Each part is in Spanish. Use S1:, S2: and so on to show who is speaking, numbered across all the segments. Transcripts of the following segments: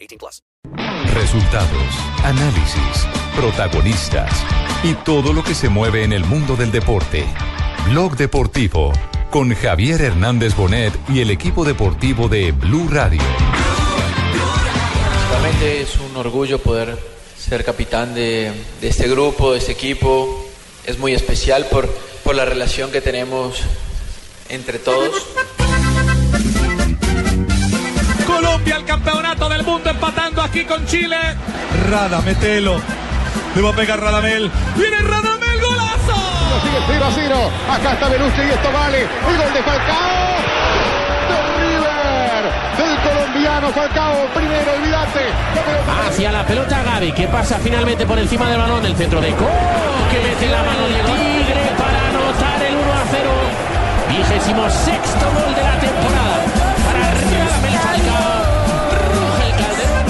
S1: 18 plus.
S2: Resultados, análisis, protagonistas y todo lo que se mueve en el mundo del deporte. Blog Deportivo con Javier Hernández Bonet y el equipo deportivo de Blue Radio.
S3: Realmente es un orgullo poder ser capitán de, de este grupo, de este equipo. Es muy especial por, por la relación que tenemos entre todos.
S4: Colombia el campeonato del mundo empatando aquí con Chile.
S5: Rada, metelo. Le va a pegar Radamel.
S4: Viene Radamel, golazo.
S6: Sigue 0 a 0. Acá está Beluche y esto vale. El gol de Falcao. De River. Del colombiano Falcao. Primero, olvídate.
S7: Hacia la pelota Gaby, que pasa finalmente por encima del balón, el centro de Co, que mete la mano el Tigre para anotar el 1 a 0. Vigésimo sexto gol de la temporada. Para Radamel Falcao.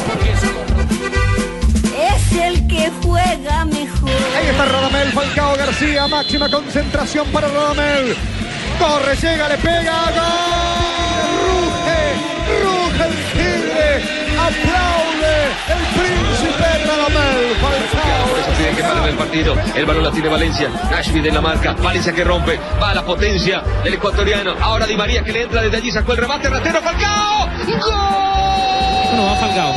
S7: Ruge el calderón porque es
S8: Es el que juega mejor.
S6: Ahí está Radamel. Falcao García. Máxima concentración para Radamel. Corre, llega, le pega. Gol. Ruge. Ruge el tigre. Aplaude el príncipe Radamel. Falcao.
S9: Por eso tiene que parar el partido. El balón la tiene Valencia. Nashville en la marca. Valencia que rompe. Va la potencia del ecuatoriano. Ahora Di María que le entra desde allí. Sacó el remate. Ratero Falcao. ¡Gol!
S7: No, va Falcao.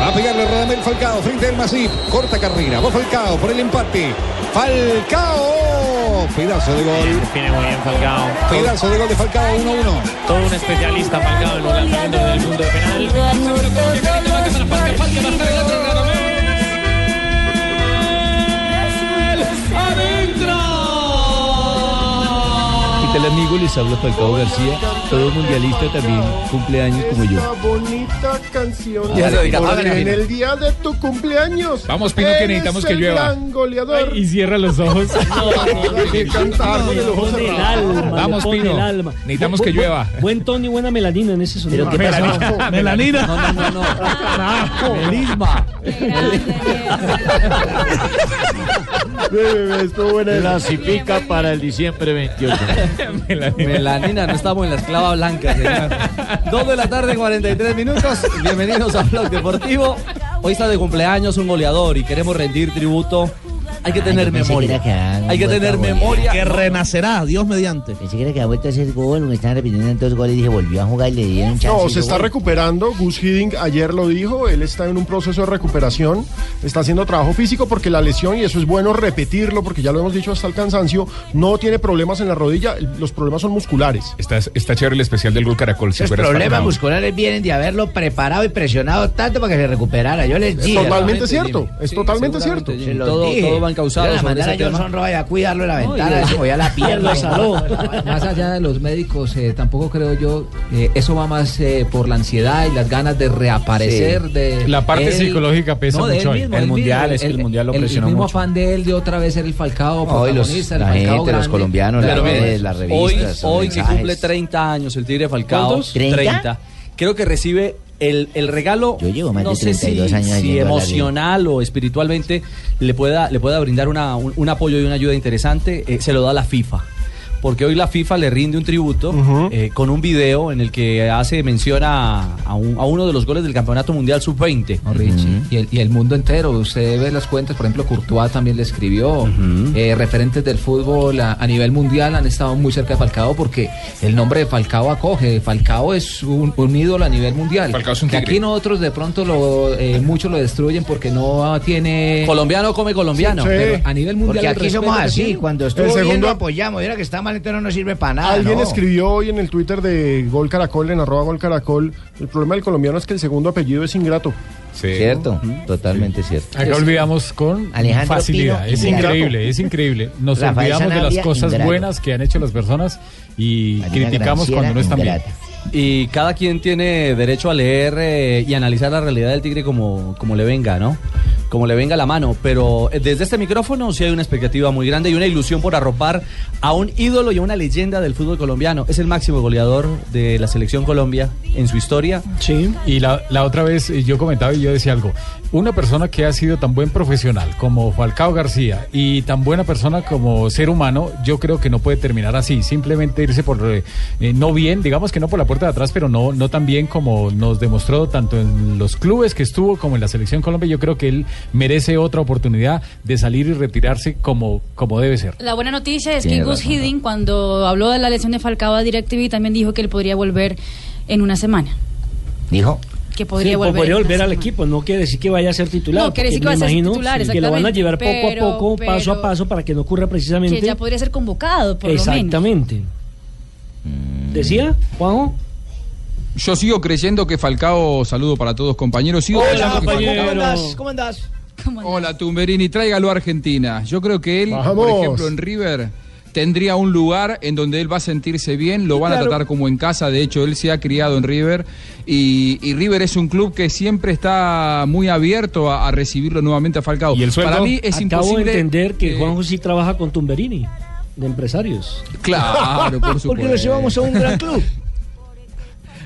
S10: Va a pegarle Radamel Falcao frente al Masip. Corta carrera. Va Falcao por el empate. Falcao. Pedazo de gol.
S7: Tiene muy bien Falcao.
S10: Pedazo de gol de Falcao 1-1.
S7: Todo un especialista Falcao en los lanzamientos del punto de penal.
S11: ¿Qué tal amigos? Les habla Falcao García, todo mundialista también, cumpleaños como yo.
S6: bonita canción.
S3: Ya lo dirá, hágale,
S6: en
S3: mire.
S6: el día de tu cumpleaños.
S12: Vamos, Pino, que
S6: eres
S12: necesitamos que
S6: el
S12: llueva.
S6: gran goleador.
S12: Y cierra los ojos.
S6: Hay que cantar con el ojo
S13: Pone el
S6: cerrado.
S13: alma, le
S12: Vamos,
S13: pone
S12: Pino.
S13: el alma.
S12: Necesitamos
S13: Bu-
S12: que
S13: bu-
S12: llueva.
S13: Buen tono y buena melanina en ese sonido.
S12: Melanina.
S13: Melanina.
S7: No, no, no. Melisma.
S11: Clasifica para el diciembre 28.
S7: Melanina, no estamos en la esclava blanca, señor. Dos de la tarde, 43 minutos. Bienvenidos a Blog Deportivo. Hoy está de cumpleaños un goleador y queremos rendir tributo. Hay que tener memoria. Hay que ah, tener memoria.
S13: Que renacerá, Dios mediante.
S11: Pensé que era que ha vuelto a hacer gol, me están repitiendo en dos goles y dije, volvió a jugar y le dieron chance.
S6: No,
S11: y
S6: se
S11: yo,
S6: está
S11: gol.
S6: recuperando. Gus Hiddink ayer lo dijo. Él está en un proceso de recuperación. Está haciendo trabajo físico porque la lesión, y eso es bueno repetirlo porque ya lo hemos dicho hasta el cansancio, no tiene problemas en la rodilla. Los problemas son musculares.
S12: Está, está chévere el especial del Gol Caracol. Si
S7: Los
S12: fueras
S7: problemas
S12: Falcao.
S7: musculares vienen de haberlo preparado y presionado tanto para que se recuperara. Yo les dije.
S6: totalmente cierto. Es totalmente cierto.
S7: Se los dije. Iban a mandar a Johnson Roy a cuidarlo en la ventana.
S13: los-
S7: eso, voy a la pierna.
S13: Más allá de los médicos, eh, tampoco creo yo, eh, eso va más eh, por la ansiedad y las ganas de reaparecer. De
S12: La parte
S13: él-
S12: psicológica pesa
S13: no, de él
S12: mucho hoy.
S13: mismo,
S12: El
S13: él
S12: Mundial,
S13: mismo,
S12: es que el Mundial lo presionó
S13: El mismo
S12: mucho.
S13: afán de él de otra vez ser el Falcao
S7: Hoy los-
S13: protagonista, el
S7: la
S13: Falcao
S7: gente, los
S13: grande.
S7: colombianos,
S13: Pero
S7: las
S13: ve-
S7: redes, las revistas, los
S3: Hoy, hoy que
S7: mensajes.
S3: cumple 30 años el Tigre Falcao.
S13: ¿Cuántos?
S3: 30.
S7: 30.
S3: Creo que recibe el, el regalo.
S11: Yo llevo más de
S3: no sé si-
S11: 32 años
S3: si,
S11: yendo a la
S3: emocional o espiritualmente le pueda, le pueda brindar una- un, un apoyo y una ayuda interesante. eh, se lo da la FIFA. Porque hoy la FIFA le rinde un tributo eh, con un video en el que hace mención a, a un- a uno de los goles del Campeonato Mundial Sub-20.
S13: No, Richie. y, el, y el mundo entero, usted ve las cuentas, por ejemplo, Courtois también le escribió, Eh, referentes del fútbol a, a nivel mundial han estado muy cerca de Falcao porque el nombre de Falcao acoge, Falcao es un, un ídolo a nivel mundial.
S12: Falcao es un
S13: que
S12: tigre.
S13: aquí nosotros de pronto lo, eh, muchos lo destruyen porque no tiene...
S3: Colombiano come colombiano.
S6: Sí.
S13: pero a nivel mundial
S7: Porque
S13: el
S7: aquí
S13: respeto
S7: somos
S13: que
S7: así,
S13: tiene.
S7: cuando estuvo
S6: El
S7: bien
S6: segundo-
S7: lo apoyamos, y ahora que está mal entonces no nos sirve para nada.
S6: Alguien
S7: ¿no?
S6: escribió hoy en el Twitter de Gol Caracol, en arroba Gol Caracol, el problema del colombiano es que el segundo apellido es ingrato.
S12: Sí.
S7: Cierto, totalmente cierto.
S12: Acá olvidamos con
S11: Alejandro
S12: facilidad.
S11: Pino,
S12: es
S11: ingrato.
S12: increíble, es increíble. Nos
S11: Rafael
S12: olvidamos de las
S11: Sanabria,
S12: cosas
S11: ingrato.
S12: buenas que han hecho las personas y
S11: Marina
S12: criticamos
S11: Granciera,
S12: cuando no están bien.
S11: ingrata.
S3: Y cada quien tiene derecho a leer eh, y analizar la realidad del Tigre como, como le venga, ¿no? Como le venga la mano. Pero eh, desde este micrófono sí hay una expectativa muy grande y una ilusión por arropar a un ídolo y a una leyenda del fútbol colombiano. Es el máximo goleador de la selección Colombia en su historia.
S12: Sí. Y la, la otra vez eh, yo comentaba y yo decía algo. Una persona que ha sido tan buen profesional como Falcao García y tan buena persona como ser humano, yo creo que no puede terminar así. Simplemente irse por eh, eh, no bien, digamos que no por la puerta de atrás, pero no, no tan bien como nos demostró tanto en los clubes que estuvo como en la selección Colombia. Yo creo que él merece otra oportunidad de salir y retirarse como, como debe ser.
S14: La buena noticia es que
S12: Tiene
S14: Gus
S12: razón,
S14: Hiddink, cuando habló de la lesión de Falcao a DirecTV, también dijo que él podría volver en una semana.
S15: Dijo.
S14: Que podría volver.
S15: podría
S14: en una
S15: volver al
S14: semana.
S15: equipo, no quiere decir que vaya a ser titular.
S14: No, quiere decir
S15: porque
S14: que va
S15: me
S14: a ser
S15: imagino Que
S14: titular,
S15: lo van a
S14: exactamente,
S15: llevar poco
S14: pero-
S15: a poco, paso
S14: pero-
S15: a paso, para que no ocurra precisamente.
S14: Que ya podría ser convocado, por lo menos.
S15: Exactamente. ¿Decía, Juanjo?
S16: Yo sigo creyendo que Falcao, saludo para todos compañeros, sigo creyendo que Falcao-
S15: ¿Cómo andás?
S16: Hola Tumberini, tráigalo a Argentina. Yo creo que él, por
S15: Vamos.
S16: ejemplo, en River tendría un lugar en donde él va a sentirse bien, lo van a
S7: Claro.
S16: tratar como en casa, de hecho él se ha criado en River y, y River es un club que siempre está muy abierto a, a recibirlo nuevamente a Falcao. Para mí es
S15: Acabo
S16: imposible
S15: de entender que
S16: eh,
S15: Juanjo sí trabaja con Tumberini, de empresarios.
S16: Claro, por supuesto.
S15: Porque lo llevamos a un gran club.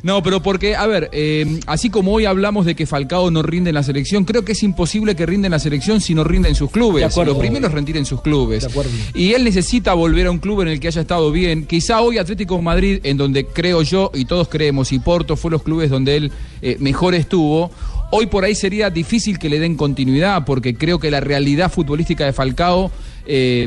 S16: No, pero porque, a ver, eh, así como hoy hablamos de que Falcao no rinde en la selección, creo que es imposible que rinde en la selección si no rinde en sus clubes.
S15: De acuerdo.
S16: Lo primero es rendir en sus clubes.
S15: De acuerdo.
S16: Y él necesita volver a un club en el que haya estado bien. Quizá hoy Atlético de Madrid, en donde creo yo y todos creemos, y Porto fue los clubes donde él eh, mejor estuvo. Hoy por ahí sería difícil que le den continuidad, porque creo que la realidad futbolística de Falcao, eh,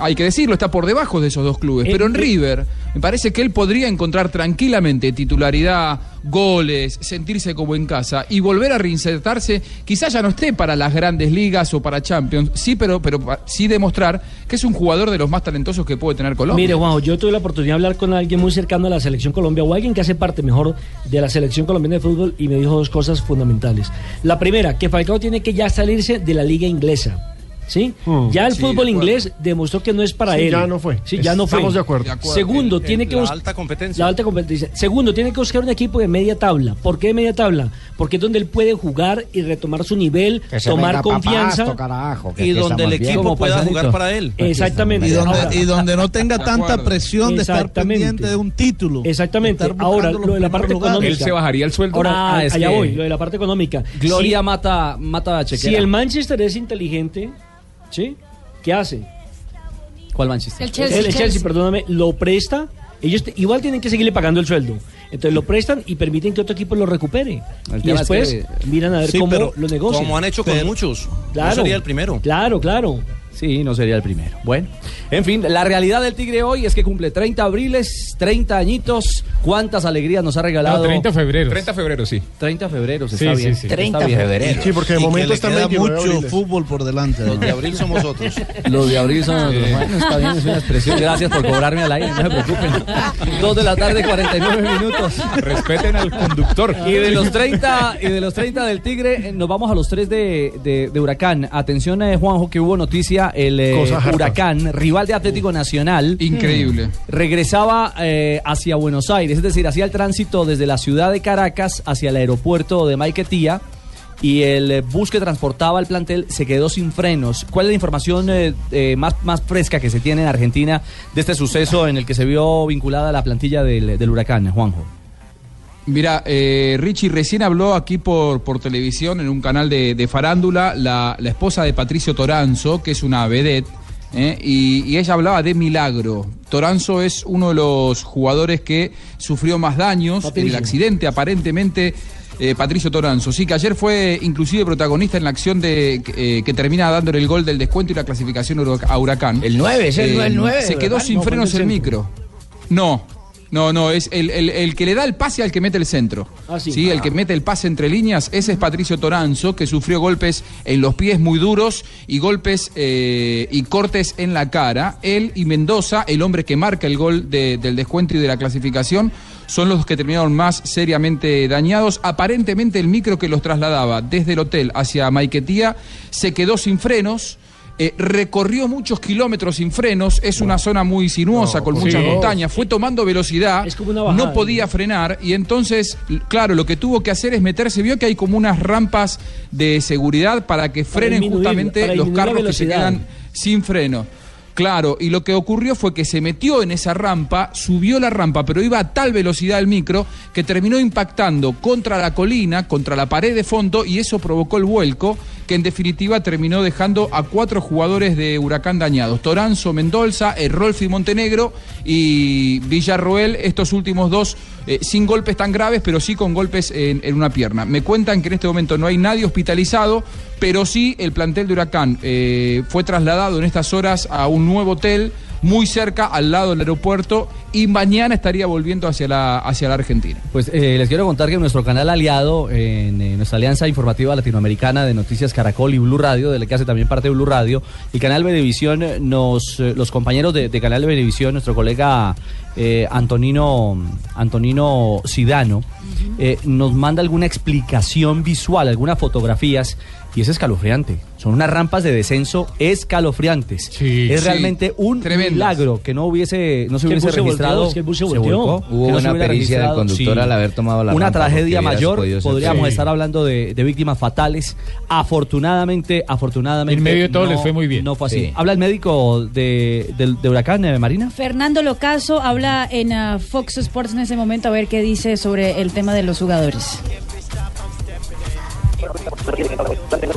S16: hay que decirlo, está por debajo de esos dos clubes.
S15: Eh,
S16: Pero en
S15: eh.
S16: River, me parece que él podría encontrar tranquilamente titularidad, goles, sentirse como en casa y volver a reinsertarse. Quizás ya no esté para las grandes ligas o para Champions, sí, pero, pero pa- sí demostrar que es un jugador de los más talentosos que puede tener Colombia.
S15: Mire, Juanjo, yo tuve la oportunidad de hablar con alguien muy cercano a la selección Colombia o alguien que hace parte mejor de la selección colombiana de fútbol y me dijo dos cosas fundamentales. La primera, que Falcao tiene que ya salirse de la liga inglesa. ¿Sí? ya el
S6: Sí,
S15: fútbol
S6: de acuerdo.
S15: inglés demostró que no es para
S6: Mm, Sí,
S15: él.
S6: ya no fue.
S15: Sí, ya no fue.
S6: Estamos de acuerdo. De acuerdo.
S15: Segundo,
S6: El- el-
S15: tiene que
S6: la
S15: buscar
S6: alta
S15: competencia. La alta competencia. Segundo, tiene que buscar un equipo de media tabla. ¿Por qué de media tabla? Porque es donde él puede jugar y retomar su nivel,
S8: Que se
S15: tomar
S8: venga pa'
S15: confianza
S8: Pasto, carajo, que
S10: Y
S8: aquí
S10: donde
S8: estamos
S10: el
S8: bien.
S10: equipo
S8: Como
S10: pueda
S8: paisanito.
S10: jugar para él.
S15: Exactamente.
S10: Y
S15: Ahora-
S10: donde, y donde no tenga
S15: De
S10: tanta
S15: acuerdo.
S10: presión de estar
S15: Exactamente.
S10: pendiente de un título.
S15: Exactamente.
S10: de estar
S15: Ahora,
S10: buscando los
S15: lo de la parte
S10: primeros lugares.
S15: económica. Ahora,
S3: Ah,
S15: a-
S3: es
S15: allá
S3: que-
S15: voy, lo de la parte económica.
S3: Gloria
S15: Si-
S3: mata, mata a
S15: si,
S3: Chequera.
S15: el Manchester es inteligente, ¿sí? ¿Qué hace?
S3: ¿Cuál Manchester?
S15: El Chelsea, perdóname, lo presta. Ellos te- igual tienen que seguirle pagando el sueldo. Entonces lo prestan y permiten que otro equipo lo recupere.
S10: El
S15: Y
S10: tema es que-
S15: después miran a ver
S10: Sí,
S15: cómo
S10: pero
S15: lo negocian.
S10: Como han hecho con muchos.
S15: Claro.
S10: No sería el primero.
S15: Claro, claro.
S3: Sí, no sería el primero. Bueno, en fin, la realidad del Tigre hoy es que cumple 30 abriles, 30 añitos. ¿Cuántas alegrías nos ha regalado?
S12: 30 febrero.
S3: 30
S12: febrero, sí.
S3: 30 febrero, se
S12: Sí,
S3: está
S12: sí,
S3: bien.
S12: sí.
S3: está
S12: 30
S3: bien.
S12: febrero. Sí, porque de
S10: Y que
S12: momento
S10: le
S12: está en
S10: queda
S12: 29
S10: mucho
S12: abriles.
S10: fútbol por delante. Los de abril somos otros.
S3: Los de abril son
S10: Sí.
S3: los bueno, está bien, es una expresión. Gracias por cobrarme al aire, no se preocupen. Dos de la tarde, 49 minutos.
S12: Respeten al conductor.
S3: Y de los 30, y de los 30 del Tigre, eh, nos vamos a los tres de, de- de Huracán. Atención, eh, Juanjo, que hubo noticia, el eh,
S16: Cosas hartas.
S3: Huracán, rival de Atlético Nacional. mm,
S16: Increíble.
S3: Regresaba eh, hacia Buenos Aires, es decir, hacía el tránsito desde la ciudad de Caracas hacia el aeropuerto de Maiquetía. Y el eh, bus que transportaba el plantel se quedó sin frenos. ¿Cuál es la información eh, eh, más, más fresca que se tiene en Argentina de este suceso en el que se vio vinculada la plantilla del, del huracán, Juanjo?
S16: Mira, eh, Richie recién habló aquí por, por televisión en un canal de, de farándula la, la esposa de Patricio Toranzo, que es una vedette, ¿eh? y, y ella hablaba de milagro. Toranzo es uno de los jugadores que sufrió más daños en el
S17: Patricio.
S16: accidente, aparentemente. eh, Patricio Toranzo, sí, que ayer fue inclusive protagonista en la acción de eh, que termina dándole el gol del descuento y la clasificación a Huracán. El
S8: nueve, es
S13: Eh,
S8: el- el nueve,
S16: Se quedó
S8: ¿verdad?
S16: sin
S8: No, fue el
S16: frenos el
S8: centro.
S16: micro. No, no, no, es el, el- el que le da el pase al que mete el centro.
S15: Ah, sí.
S16: el que mete el pase entre líneas, ese es Patricio Toranzo, que sufrió golpes en los pies muy duros y golpes eh, y cortes en la cara. Él y Mendoza, el hombre que marca el gol de- del descuento y de la clasificación, son los que terminaron más seriamente dañados. Aparentemente el micro que los trasladaba desde el hotel hacia Maiquetía se quedó sin frenos. eh, recorrió muchos kilómetros sin frenos, es una zona muy sinuosa con
S15: por
S16: muchas
S15: Dios.
S16: montañas, fue tomando velocidad,
S15: bajada,
S16: no podía frenar y entonces, l- claro, lo que tuvo que hacer es meterse, vio que hay como unas rampas de seguridad para que frenen
S15: disminuir- para
S16: justamente los
S15: disminuir la
S16: carros que se
S15: velocidad.
S16: quedan sin freno. Claro, y lo que ocurrió fue que se metió en esa rampa, subió la rampa, pero iba a tal velocidad el micro que terminó impactando contra la colina, contra la pared de fondo, y eso provocó el vuelco, que en definitiva terminó dejando a cuatro jugadores de Huracán dañados. Toranzo, Mendoza, eh, Rolfi Montenegro y Villarroel, estos últimos dos eh, sin golpes tan graves, pero sí con golpes en, en una pierna. Me cuentan que en este momento no hay nadie hospitalizado, pero sí el plantel de Huracán eh, fue trasladado en estas horas a un nuevo hotel muy cerca, al lado del aeropuerto, y mañana estaría volviendo hacia la, hacia la Argentina.
S3: Pues eh, les quiero contar que nuestro canal aliado en eh, nuestra alianza informativa latinoamericana de Noticias Caracol y Blue Radio, de la que hace también parte Blue Radio, y Canal Venevisión, eh, nos, eh, los compañeros de, de Canal Venevisión, nuestro colega eh, Antonino Antonino Sidano, eh, nos manda alguna explicación visual, algunas fotografías, y es escalofriante. Son unas rampas de descenso escalofriantes. es
S16: sí,
S3: realmente un milagro que no hubiese, no se hubiese registrado. se volcó, que no
S7: Hubo
S3: se
S7: una
S3: hubiera
S7: pericia del
S3: registrado,
S7: conductor
S3: sí.
S7: al haber tomado la
S3: Una
S7: rampa,
S3: tragedia
S7: porque hubieras
S3: mayor,
S7: podido ser
S3: podríamos
S7: peor.
S3: estar hablando de, de víctimas fatales. Afortunadamente, afortunadamente.
S12: En medio de todo les fue muy
S3: bien. No fue así.
S12: Sí.
S3: Habla el médico de, del- de Huracán, eh, Marina.
S14: Fernando Locaso habla en ah, Fox Sports en ese momento a ver qué dice sobre el tema de los jugadores.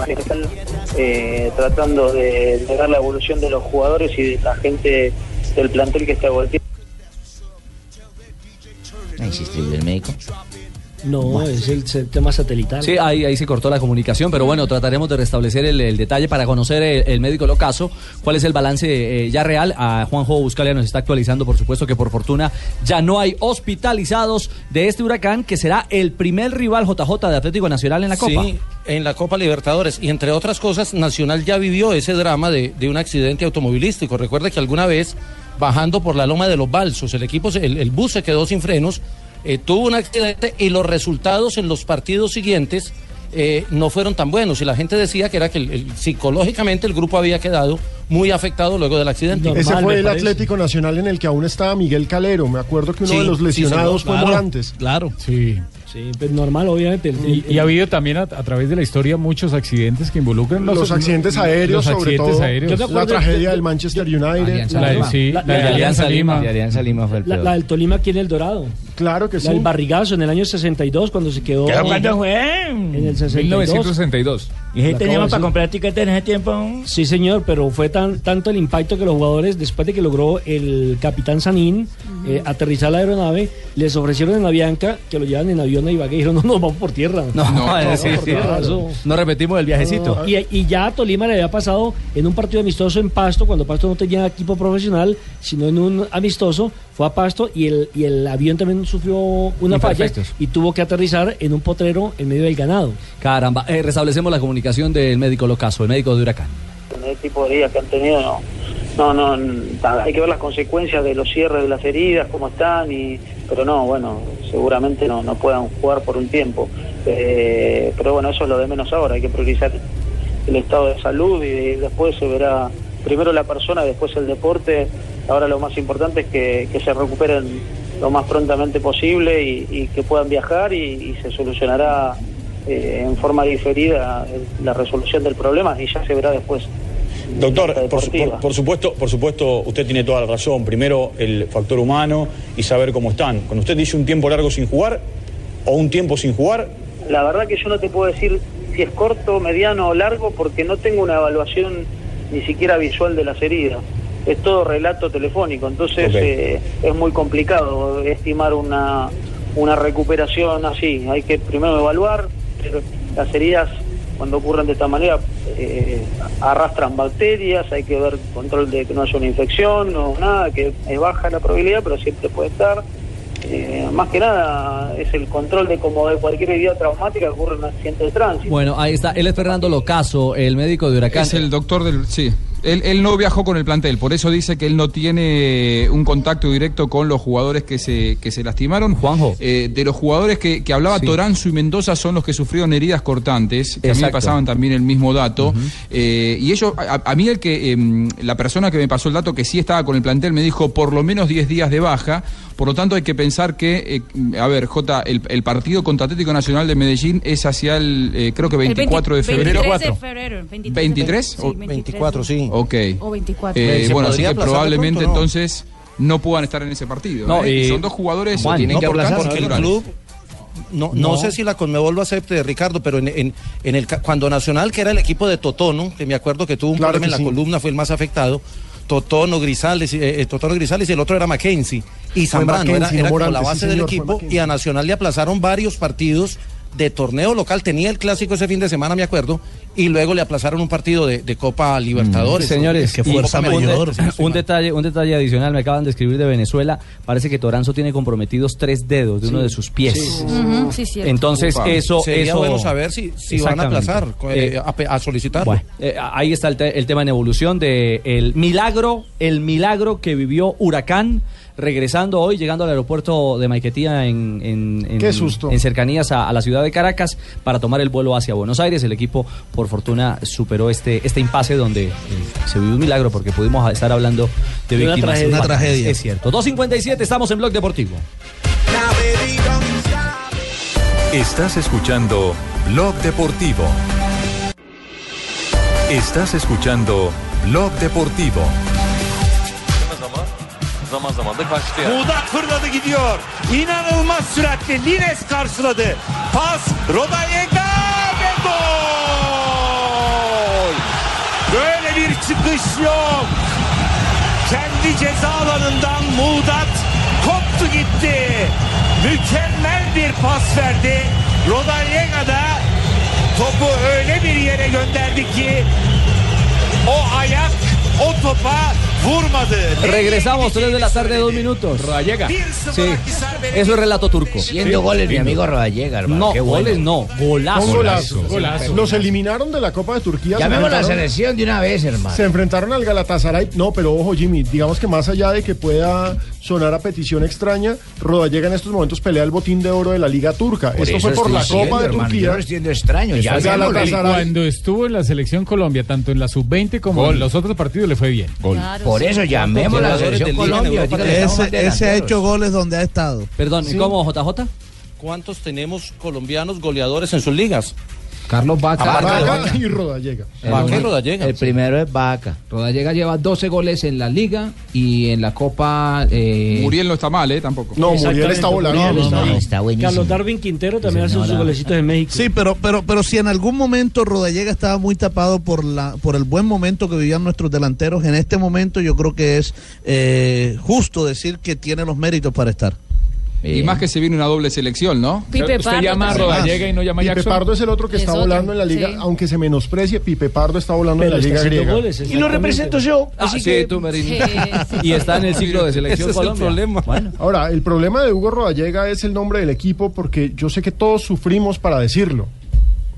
S18: están eh, tratando de, de ver la evolución de los jugadores y de la gente del plantel que está volteando.
S7: Ahí sí escribió el Ah, médico.
S15: No, es el, se- tema satelital.
S3: Sí, ahí, ahí se cortó la comunicación, pero bueno, trataremos de restablecer el, el detalle para conocer el, el médico Locaso, cuál es el balance eh, ya real. A Juanjo Buscalia nos está actualizando, por supuesto, que por fortuna ya no hay hospitalizados de este huracán, que será el primer rival JJ de Atlético Nacional en la Copa.
S19: Sí, en la Copa Libertadores. Y entre otras cosas, Nacional ya vivió ese drama de, de un accidente automovilístico. Recuerda que alguna vez, bajando por la loma de los Balsos, el equipo, se- el, el bus se quedó sin frenos, eh, tuvo un accidente y los resultados en los partidos siguientes eh, no fueron tan buenos. Y la gente decía que era que el- el- psicológicamente el grupo había quedado muy afectado luego del accidente.
S6: Ese fue el Atlético Nacional en el que aún estaba Miguel Calero. Me acuerdo que uno
S19: Sí,
S6: de los
S19: sí,
S6: lesionados
S19: señor,
S6: fue
S19: claro.
S6: Morantes.
S19: Claro.
S12: Sí.
S15: Sí, pues normal, obviamente. el-
S12: Y,
S15: el-
S12: y ha habido también a, a través de la historia muchos accidentes que involucran
S6: Los, accidentes aéreos,
S12: los
S6: sobre
S12: accidentes
S6: todo.
S12: aéreos.
S6: La tragedia del Manchester United.
S12: Alianza La de- Lima. sí, La- la de la Alianza Alianza Lima. Lima.
S7: De Alianza Lima fue el
S15: La,
S7: peor.
S15: la del Tolima aquí en El Dorado.
S6: Claro que
S15: la
S7: sí.
S15: El barrigazo en el año 62 cuando se quedó.
S20: Claro, ¿cuándo
S15: En el 62.
S20: 1962. Y gente
S15: Lo acabo
S20: llama
S15: de
S20: para
S15: decir.
S20: comprar tiquetes en ese tiempo.
S15: Sí, señor, pero fue tan, tanto el impacto que los jugadores, después de que logró el capitán Sanín eh, aterrizar la aeronave, les ofrecieron en Avianca que lo llevan en avión a Ibagué y dijeron, no, no, vamos por tierra.
S3: No,
S15: vamos
S3: sí,
S15: por
S3: sí.
S15: tierra, eso-
S3: no repetimos el viajecito.
S15: y, y ya a Tolima le había pasado en un partido amistoso en Pasto, cuando Pasto no tenía equipo profesional, sino en un amistoso, fue a Pasto y el, y el avión también sufrió una falla
S3: Imperfectos.
S15: y tuvo que aterrizar en un potrero en medio del ganado.
S3: Caramba, eh, restablecemos la comunicación del médico Locaso, el médico de Huracán.
S18: En ese tipo de heridas que han tenido, no. No, no, n- ta- hay que ver las consecuencias de los cierres de las heridas, cómo están, y, pero no, bueno, seguramente no, no puedan jugar por un tiempo. Eh, pero bueno, eso es lo de menos ahora, hay que priorizar el estado de salud y después se verá primero la persona, después el deporte. Ahora lo más importante es que, que se recuperen lo más prontamente posible y, y que puedan viajar y, y se solucionará eh, en forma diferida el- la resolución del problema y ya se verá después.
S21: Doctor, por, su- por- por supuesto, por supuesto, usted tiene toda la razón. Primero el factor humano y saber cómo están. Cuando usted dice un tiempo largo sin jugar o un tiempo sin jugar,
S18: La verdad que yo no te puedo decir si es corto, mediano o largo porque no tengo una evaluación ni siquiera visual de las heridas. Es todo relato telefónico, entonces
S21: Ok.
S18: eh, es muy complicado estimar una, una recuperación así. Hay que primero evaluar, pero las heridas cuando ocurren de esta manera eh, arrastran bacterias, hay que ver control de que no haya una infección o nada, que es baja la probabilidad, pero siempre puede estar. Eh, más que nada es el control de como de cualquier herida traumática que ocurre en un accidente de tránsito.
S3: Bueno, ahí está, él es Fernando Locaso, el médico de Huracán.
S16: Es el doctor del... Sí. Él, él no viajó con el plantel, por eso dice que él no tiene eh, un contacto directo con los jugadores que se, que se lastimaron. Juanjo. de los jugadores que, que hablaba
S3: Sí.
S16: Toranzo y Mendoza son los que sufrieron heridas cortantes, que a mí me
S3: Exacto.
S16: pasaban también el mismo dato. Eh, y ellos, a, a mí el que, em, la persona que me pasó el dato que sí estaba con el plantel me dijo por lo menos 10 días de baja. Por lo tanto, hay que pensar que, eh, a ver, J, el, el partido contra Atlético Nacional de Medellín es hacia el, eh, creo que
S22: El
S16: 24 de
S22: 23
S16: febrero.
S22: de febrero, 23 de febrero,
S16: 23
S22: sí,
S16: o
S22: 24,
S16: sí. Ok.
S22: O 24.
S16: Eh,
S22: ¿Se
S16: bueno, así
S22: podría
S16: que
S22: aplazar de
S16: probablemente
S22: pronto, no?
S16: entonces no puedan estar en ese partido.
S19: No,
S16: ¿eh? Y
S19: eh,
S16: son dos jugadores
S19: Juan,
S16: tienen
S19: no,
S16: que
S19: porque-
S16: aportar
S19: porque el
S16: naturales.
S19: club No, no,
S16: No.
S19: sé si la Conmebol lo acepte, Ricardo, pero en, en- en el, ca- cuando Nacional, que era el equipo de Totono, que me acuerdo que tuvo un problema en la columna, fue el más afectado, Totono, Grisales, eh, eh, Totono Grisales y el otro era Mackenzie. Y
S6: Fue
S19: Zambrano era,
S6: Mackenzie,
S19: era
S6: no
S19: como la
S6: Morantes, sí,
S19: base del
S6: señor, fue
S19: equipo y a Nacional le aplazaron varios partidos de torneo local. Tenía el clásico ese fin de semana, me acuerdo, y luego le aplazaron un partido de, de
S6: Mm.
S19: Copa Libertadores.
S3: Señores,
S19: que
S3: y un de- Un detalle, un detalle adicional me acaban de escribir de Venezuela. Parece que Toranzo tiene comprometidos tres dedos de uno de sus pies.
S22: Ujú, sí, cierto.
S3: Entonces
S19: Upa.
S3: eso
S19: Sería
S3: eso-
S19: bueno saber si- si van a
S3: Exactamente.
S19: aplazar, eh, a pe- solicitarlo.
S3: bueno, eh, ahí está el, te- el tema en evolución de el milagro, el milagro que vivió Huracán regresando hoy, llegando al aeropuerto de Maiquetía en, en, en-
S6: Qué susto.
S3: en cercanías a, a la ciudad de Caracas para tomar el vuelo hacia Buenos Aires. El equipo, por fortuna, superó este, este impasse donde eh, se vivió un milagro porque pudimos estar hablando de
S23: De una
S3: víctimas.
S23: tragedia. Una
S3: humanas.
S23: tragedia.
S3: Es cierto. 2.57, estamos en Blog Deportivo.
S2: Estás escuchando Blog Deportivo. Estás escuchando Blog Deportivo.
S24: Zaman zaman da karşıya.
S10: Muğdat fırladı gidiyor. İnanılmaz süratle Lines karşıladı. Pas Rodallega ve gol. Böyle bir çıkış yok. Kendi ceza alanından Muğdat koptu gitti. Mükemmel bir pas verdi. Rodallega da topu öyle bir yere gönderdi ki o ayak o topa vurmadı.
S3: Regresamos, 3 de la tarde, 2 minutos. Rodallega. Sí. Eso es relato turco.
S7: Viendo goles, mi amigo Rodallega, hermano.
S3: No,
S7: Qué bueno.
S3: goles no,
S6: Con
S3: golazos.
S6: golazos. Los eliminaron de la Copa de Turquía. se
S7: Llamemos la
S6: enfrentaron-
S7: selección de una vez, hermano.
S6: Se enfrentaron al Galatasaray. No, pero ojo, Jimmy, digamos que más allá de que pueda sonar a petición extraña, Rodallega en estos momentos pelea el botín de oro de la Liga Turca.
S7: Por
S6: Esto
S7: eso
S6: fue por
S7: estoy
S6: la
S7: diciendo,
S6: Copa de
S7: hermano,
S6: Turquía.
S7: yo no entiendo extraño, este ya
S6: El
S7: veámoslo.
S6: Galatasaray.
S12: Cuando estuvo en la selección Colombia, tanto en la sub-20 como en los otros partidos, le fue bien.
S7: Claro, Por sí. eso llamemos la selección Colombia, dígale que estamos
S10: Ese, ese ha hecho goles donde ha estado.
S3: Perdón,
S10: Sí.
S3: JJ?
S19: ¿Cuántos tenemos colombianos goleadores en sus ligas?
S13: Carlos Vaca.
S19: Aparte de Vaca.
S6: Y Rodallega.
S19: Vaca y Rodallega.
S7: El primero es Vaca.
S13: Rodallega lleva 12 goles en la liga y en la Copa. eh,
S16: Muriel no está mal, ¿eh? Tampoco.
S13: Exactamente. Muriel está-
S23: Carlos Darwin Quintero también hace sus golecitos en México.
S10: Sí, pero, pero, pero si en algún momento Rodallega estaba muy tapado por la por el buen momento que vivían nuestros delanteros, en este momento yo creo que es eh, justo decir que tiene los méritos para estar.
S16: Y más que se viene una doble selección, ¿no?
S10: Pipe Usted Pardo llama a también. Rodallega y no llama a
S6: Pipe
S16: Jackson.
S6: Pardo es el otro que
S16: Es
S6: está
S16: otro,
S6: volando en la liga,
S16: sí.
S6: aunque se menosprecie, Pipe Pardo está volando en la liga griega.
S13: y lo represento yo.
S3: Ah,
S13: así
S3: sí,
S13: que-
S3: tú, Merino. Y está en el ciclo de selección Colombia.
S6: Ahora, el problema de Hugo Rodallega es el nombre del equipo, porque yo sé que todos sufrimos para decirlo.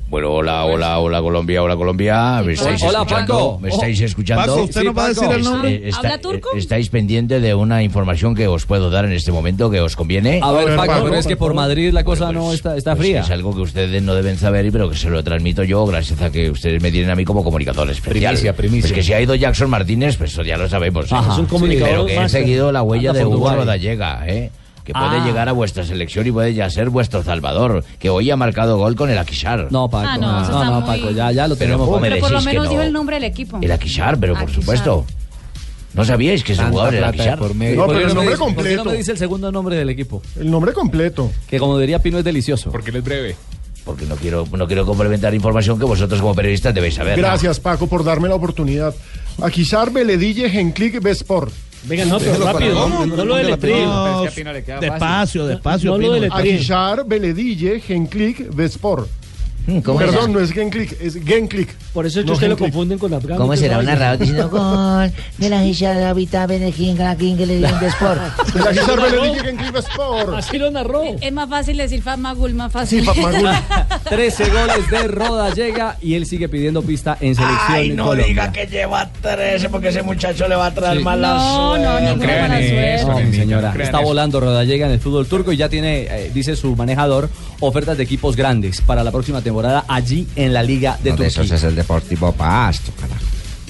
S7: Bueno, hola, hola, hola Colombia, hola Colombia. ¿Me estáis
S6: Pues, Hola,
S7: escuchando?
S6: Paco.
S11: Oh.
S7: ¿Me estáis
S6: Ojo.
S7: escuchando?
S6: Paco, ¿usted Sí, nos va a Paco. decir el nombre?
S7: Este, está-
S22: ¿Habla turco?
S7: eh, Estáis pendiente de una información que os puedo dar en este momento que os conviene.
S3: A ver, Paco, pero es que por Madrid la cosa no está, está
S7: Pues
S3: fría.
S7: Es algo que ustedes no deben saber, pero que se lo transmito yo, gracias a que ustedes me tienen a mí como comunicador especial.
S3: Primicia, primicia.
S7: Pues que si ha ido Jackson Martínez, pues eso ya lo sabemos.
S3: Ajá. Es un comunicador
S7: Pero que he
S3: máster.
S7: seguido la huella
S3: Anda
S7: de
S3: por
S7: Hugo
S3: Dubái.
S7: Rodallega, ¿eh? Que puede
S3: Ah.
S7: llegar a vuestra selección y puede ya ser vuestro salvador, que hoy ha marcado gol con el Aquisar. No,
S3: Paco, Ah, no, eso no, está no, muy- Paco, ya- ya lo
S7: pero
S3: tenemos,
S7: ¿cómo
S3: Paco.
S7: me
S22: Pero por lo
S7: decís que
S22: menos
S7: no?
S22: dijo el nombre del equipo.
S7: El Aquisar, pero por supuesto. ¿No sabíais que ese
S3: Tanta
S7: jugador era
S3: plata
S7: Aquisar?
S3: por medio. ¿Por qué no me dice- ¿Por qué no me dice el segundo nombre del equipo?
S6: El nombre completo.
S3: Que como diría Pino es delicioso. Porque
S16: él es breve.
S7: Porque no quiero, no quiero complementar información que vosotros como periodistas debéis saber. ¿no?
S6: Gracias, Paco, por darme la oportunidad. Aquisar Beledille Genclic Bespor.
S23: Venga, no, pero rápido, no lo deletríen.
S6: No,
S23: Despacio, despacio, No lo Pino. deletríen.
S6: Aquisar Beledille Genclic Bespor.
S7: ¿Cómo
S6: Perdón,
S7: era?
S6: no es Game Click, es Game Click.
S15: Por eso es que
S6: No,
S15: usted lo
S6: Genclick.
S15: confunden con Afgán.
S7: ¿Cómo será un narrador diciendo gol de la hinchada Vita Benejín, King, que le dieron de Sport?
S15: Así lo narró.
S14: Es más fácil decir Famagul, más fácil.
S3: 13 goles de Roda llega y él sigue pidiendo pista en selección
S17: Ay, no
S3: Colombia.
S17: diga que lleva 13 porque ese muchacho le va a traer
S3: Sí.
S17: malas.
S3: No, no, ninguna
S17: crean
S3: mala
S17: eso,
S3: No,
S17: niño,
S3: señora,
S17: no crean
S3: está
S17: eso.
S3: volando Rodallega en el fútbol turco y ya tiene, eh, dice su manejador, ofertas de equipos grandes para la próxima temporada allí en la Liga de
S7: Uno de esos
S3: Turquía.
S7: es el Deportivo Pasto, carajo.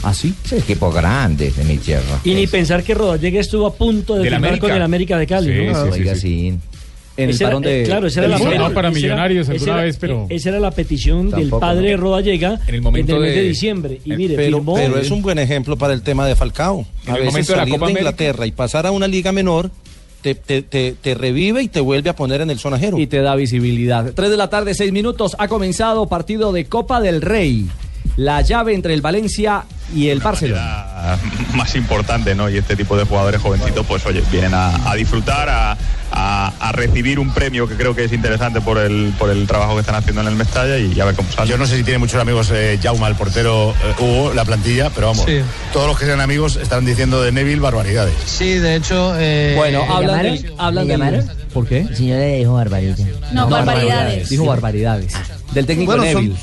S3: ¿Ah, sí?
S7: Es el equipo grande de mi tierra.
S15: Y ni pensar que Rodallega estuvo a punto de
S7: Del
S15: firmar
S7: América.
S15: con el América de Cali. ¿no?
S7: Ah, Oiga, sí.
S15: Ese era- eh, Claro, esa era la
S12: Sonaba para
S15: esa era-
S12: Millonarios
S15: esa
S12: alguna
S15: era- eh,
S12: vez, pero-
S15: Esa era la petición del
S12: Tampoco,
S15: padre
S12: ¿no?
S15: Rodallega
S12: En el
S15: en
S12: momento
S15: el mes de
S12: de-
S15: diciembre.
S19: eh,
S15: Y mire,
S10: Eh, pero,
S15: firmó.
S10: pero es un buen ejemplo para el tema de Falcao.
S15: En
S10: a
S15: el
S10: veces
S15: momento de la
S10: salir
S15: Copa
S10: de
S15: América.
S10: Inglaterra y pasar a una liga menor te, te- te- te revive y te vuelve a poner en el sonajero.
S3: Y te da visibilidad. 3 de la tarde, 6 minutos. Ha comenzado partido de Copa del Rey. La llave entre el Valencia y el Barcelona.
S21: ah, más importante, ¿no? Y este tipo de jugadores jovencitos, pues oye, vienen a, a disfrutar, a, a- a recibir un premio que creo que es interesante por el, por el trabajo que están haciendo en el Mestalla y a ver cómo sale.
S19: Yo no sé si tiene muchos amigos eh, Jauma, el portero eh, Hugo, la plantilla, pero vamos,
S11: Sí.
S19: todos los que sean amigos están diciendo de Neville barbaridades.
S11: Sí, de hecho. eh,
S19: Bueno,
S11: ¿le
S19: hablan
S11: llamaron?
S19: del-
S11: ¿Le
S3: hablan del-
S11: llamaron?
S3: ¿Por qué?
S11: El señor le dijo barbaridad.
S14: No, barbaridades.
S3: Dijo barbaridades. Del técnico
S23: Bueno, son
S3: Neville.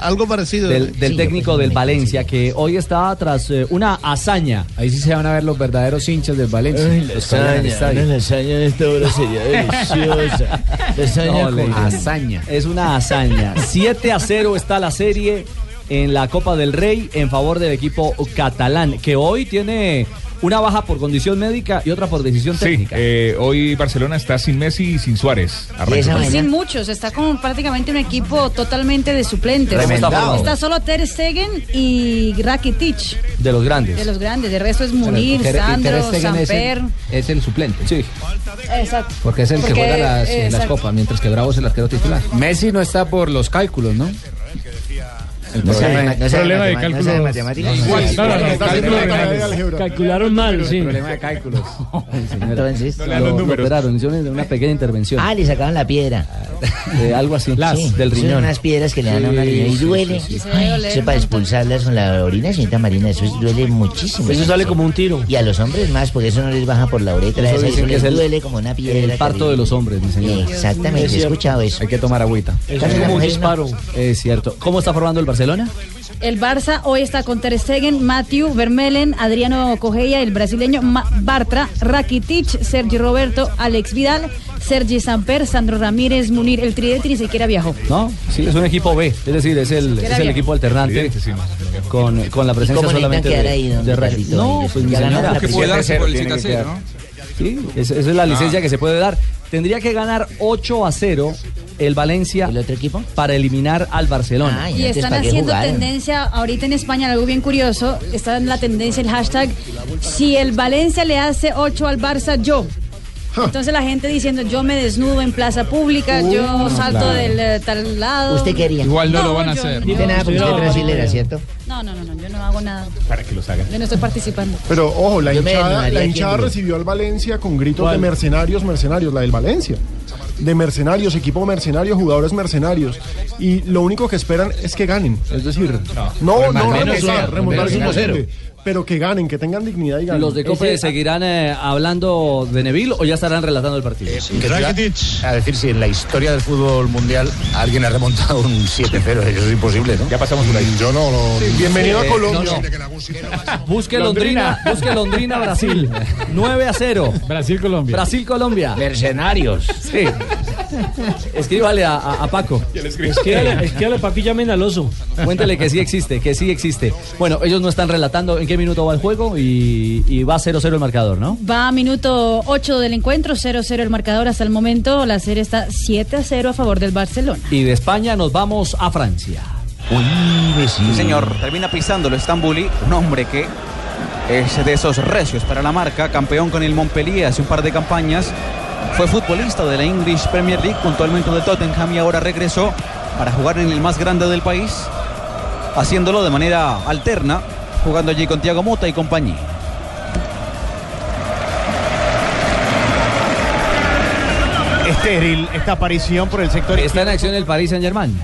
S23: algo parecido.
S3: Del, del técnico del Valencia, que hoy está tras eh, una hazaña. Ahí sí se van a ver los verdaderos hinchas del Valencia.
S11: lasaña de esta hora sería
S3: deliciosa.
S11: Lasaña
S3: No, le-
S11: con-
S3: hazaña. Es una hazaña. 7 a 0 está la serie en la Copa del Rey en favor del equipo catalán, que hoy tiene una baja por condición médica y otra por decisión
S22: Sí,
S3: técnica.
S22: eh, hoy Barcelona está sin Messi y sin Suárez. Arranca.
S14: Y sin muchos, está como prácticamente un equipo totalmente de suplentes.
S22: Remendado.
S14: Está solo Ter Stegen y Rakitic,
S3: De los grandes.
S14: de los grandes. De resto es Munir,
S13: Ter- Ter
S14: Sandro,
S13: Stegen es el-
S14: Samper.
S13: Es el suplente.
S3: Sí.
S14: Exacto.
S13: Porque es el que juega las, eh, las
S14: exacto.
S13: copas, mientras que Bravo es el arquero titular. Messi no está por los cálculos, ¿no? El
S7: No sabe-
S13: problema,
S7: no sabe
S13: problema de
S7: matema- no
S13: cálculos.
S7: sabe matemáticas.
S13: No,
S7: Igual,
S13: no,
S7: claro,
S13: no,
S7: no,
S13: está
S7: cálculo
S13: haciendo
S7: de
S13: la-
S7: álgebra.
S15: Calcularon mal, sí.
S13: Problema de cálculos.
S3: Entonces,
S13: No le dan los
S3: lo- lo
S13: números.
S3: operaron, hicieron una pequeña intervención.
S11: Ah, le sacaban la piedra.
S3: Eh, algo así.
S11: Sí,
S3: del
S11: son
S3: riñón.
S11: unas piedras que le dan a
S3: Sí,
S11: una riñón y
S3: sí,
S11: duele.
S3: sí, sí.
S11: Ay, eso para expulsarlas con la orina, señorita Marina, eso es- duele muchísimo.
S3: Eso sale
S11: como un tiro. Y a los hombres más, porque eso no les baja por la uretra.
S3: Eso
S11: Eso,
S3: dicen que
S11: les
S3: es el-
S11: duele como una piedra.
S3: El parto de los hombres, mi señor.
S11: Exactamente, he escuchado eso.
S3: Hay que tomar agüita.
S11: Es También la como un mujer, ¿no?
S3: Es cierto. ¿Cómo está formando el Barcelona?
S14: El Barça hoy está con Ter Stegen, Matthew, Vermelen, Adriano Cogeia, el brasileño Ma- Bartra, Rakitic, Sergi Roberto, Alex Vidal, Sergi Samper, Sandro Ramírez, Munir. El tridente ni siquiera viajó.
S3: No, sí, es un equipo B, es decir, es el,
S14: Siquiera
S3: es el
S14: bien.
S3: equipo alternante con, con la presencia
S11: cómo necesitan
S3: solamente
S11: quedar
S3: de,
S11: ahí, don
S3: de Ray.
S11: Ricardito?
S3: No,
S11: Ellos
S3: pues
S11: ya
S3: mi
S11: ganaron
S3: señora,
S11: la Que puede primera. darse por el
S3: Tiene que
S11: 7 a Ah. 0,
S3: quedar. Sí, esa, esa es la licencia que se puede dar. Tendría que ganar 8 a 0 el Valencia ¿El otro equipo? para eliminar al Barcelona.
S11: Ah,
S14: Y están haciendo tendencia, ahorita en España, algo bien curioso, está en la tendencia el hashtag, si el Valencia le hace 8 al Barça, yo. Entonces la gente diciendo, yo me desnudo en plaza pública,
S11: Uh,
S14: yo
S11: no,
S14: salto
S11: claro.
S14: del eh, tal lado.
S11: Usted quería. Igual no
S14: No,
S11: lo van a
S14: yo
S11: hacer.
S14: no.
S11: Dice nada porque No, usted es no, brasilera, no. ¿cierto?
S14: No, no, no, no, yo no hago nada.
S19: Para que los hagan.
S14: Yo no estoy participando.
S6: Pero ojo, la
S11: Yo me
S6: hinchada,
S11: desnudaría
S6: la
S11: aquí
S6: hinchada
S11: en vivo.
S6: recibió al Valencia con gritos
S11: ¿Cuál?
S6: de mercenarios, mercenarios, la del Valencia. De mercenarios, equipo mercenario, jugadores mercenarios. Y lo único que esperan es que ganen. Es decir, no, no,
S19: Al menos
S6: remontar,
S19: una,
S6: remontar es
S19: al menos
S6: imposible.
S19: una.
S6: Pero que ganen, que tengan dignidad y ganen.
S3: ¿Los de Cope seguirán eh, hablando de Neville o ya estarán relatando el partido?
S19: A decir si en la historia del fútbol mundial alguien ha remontado un 7-0, eso es imposible, ¿no? Ya pasamos por ahí. Yo no Eh, lo...
S6: Bienvenido a Colombia.
S3: Eh, Busque Londrina,
S19: Londrina.
S3: busque Londrina, Brasil. 9 a 0. Brasil, Colombia. Brasil, Colombia. Mercenarios. Sí. Escríbale a, a- a Paco.
S15: Escríbale, escríbale, papi, llamen al oso.
S3: Cuéntele que sí existe, que sí existe. Bueno, ellos no están relatando en qué minuto va el juego y, y va 0-0 el marcador, ¿no?
S14: Va a minuto 8 del encuentro, 0-0 el marcador hasta el momento, la serie está 7-0 a favor del Barcelona.
S3: Y de España nos vamos a Francia.
S25: Sí, señor. Termina pisándolo Estambuli, un hombre que es de esos recios para la marca, campeón con el Montpellier hace un par de campañas. Fue futbolista de la English Premier League, puntualmente de Tottenham, y ahora regresó para jugar en el más grande del país, haciéndolo de manera alterna, jugando allí con Thiago Mota y compañía.
S26: Estéril esta aparición por el sector.
S3: Está en acción el Paris Saint Germain.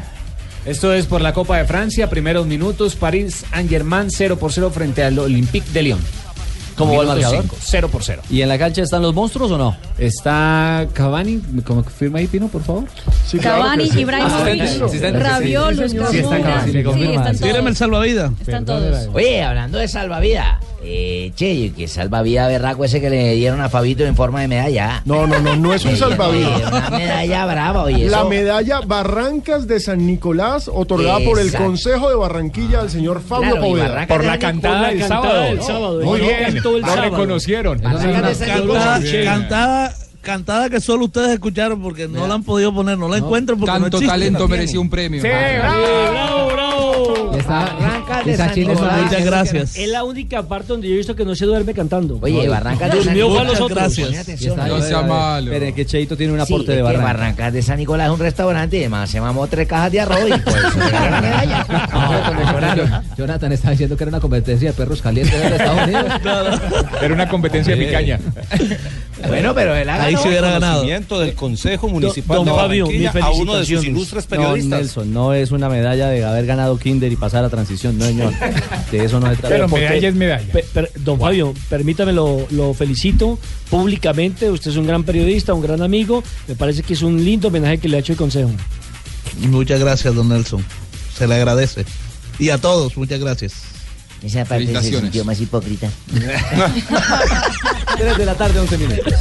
S27: Esto es por la Copa de Francia, primeros minutos, París Saint-Germain 0 por 0 frente al Olympique de Lyon.
S3: ¿Cómo va el marcador?
S27: 0 por 0.
S3: ¿Y en la cancha están los monstruos o no?
S27: Está Cavani, ¿me confirma ahí Pino, por favor?
S14: claro Cavani, que sí.
S3: Ah,
S14: Ibrahimovic, Rabiot, Luis
S27: Sí, está
S14: Casona.
S27: Cavani,
S14: Sí,
S27: me confirma.
S14: están todos.
S23: Tíreme el salvavidas.
S11: Oye, hablando de salvavidas. Eh, che, que salvavidas berraco ese que le dieron a Fabito en forma de medalla.
S6: No, no, no, no es un
S11: Oye, oye,
S6: salvavidas.
S11: Una medalla brava, oye.
S6: La
S11: eso-
S6: medalla Barrancas de San Nicolás, otorgada por el
S11: Exacto.
S6: Consejo de Barranquilla al señor Fabio
S11: Claro, y
S6: Poveda.
S11: Barrancas Por la de-
S12: cantada del sábado. Muy bien, lo reconocieron.
S23: Cantada, cantada, cantada que solo ustedes escucharon porque no la han podido poner, no la encuentro porque no
S16: Tanto
S23: existe.
S16: talento merecía un premio.
S15: bravo, bravo.
S11: Barrancas de
S15: Esa
S11: San
S15: chile
S11: Nicolás.
S15: son-
S11: Muchas gracias.
S15: Es la única parte donde yo he visto que no se duerme cantando.
S11: Oye, Barrancas de San
S15: Durmió fue a
S11: Nicolás.
S15: los otros.
S11: Ponle atención.
S3: Esperen, que Cheito tiene un
S11: Sí,
S3: aporte
S11: es
S3: de
S11: que
S3: Barranca.
S11: Barrancas de San Nicolás es un restaurante y además se mamó tres cajas de arroz y pues se ganó la medalla.
S13: Ah. Jonathan está diciendo que era una competencia de perros calientes de Estados Unidos.
S22: Era una competencia de picaña.
S11: Bueno, pero él ha
S13: Ahí sí hubiera
S11: ganado.
S19: Reconocimiento del Consejo Municipal
S3: Don
S19: de
S3: Fabio,
S19: Barranquilla
S3: mis
S19: a uno de sus
S3: felicitaciones.
S19: ilustres periodistas.
S3: No, Nelson, no es una medalla de haber ganado Kinder y pasar a transición, no, señor. De eso no se trata.
S15: ¿por qué? Pe- per- don Fabio, permítame, lo, lo felicito públicamente. Usted es un gran periodista, un gran amigo. Me parece que es un lindo homenaje que le ha hecho el Consejo.
S23: Muchas gracias, don Nelson. Se le agradece. Y a todos, muchas gracias.
S11: Esa parte se
S23: Felicitaciones.
S11: sintió más hipócrita.
S3: 3 de la tarde, 11 minutos.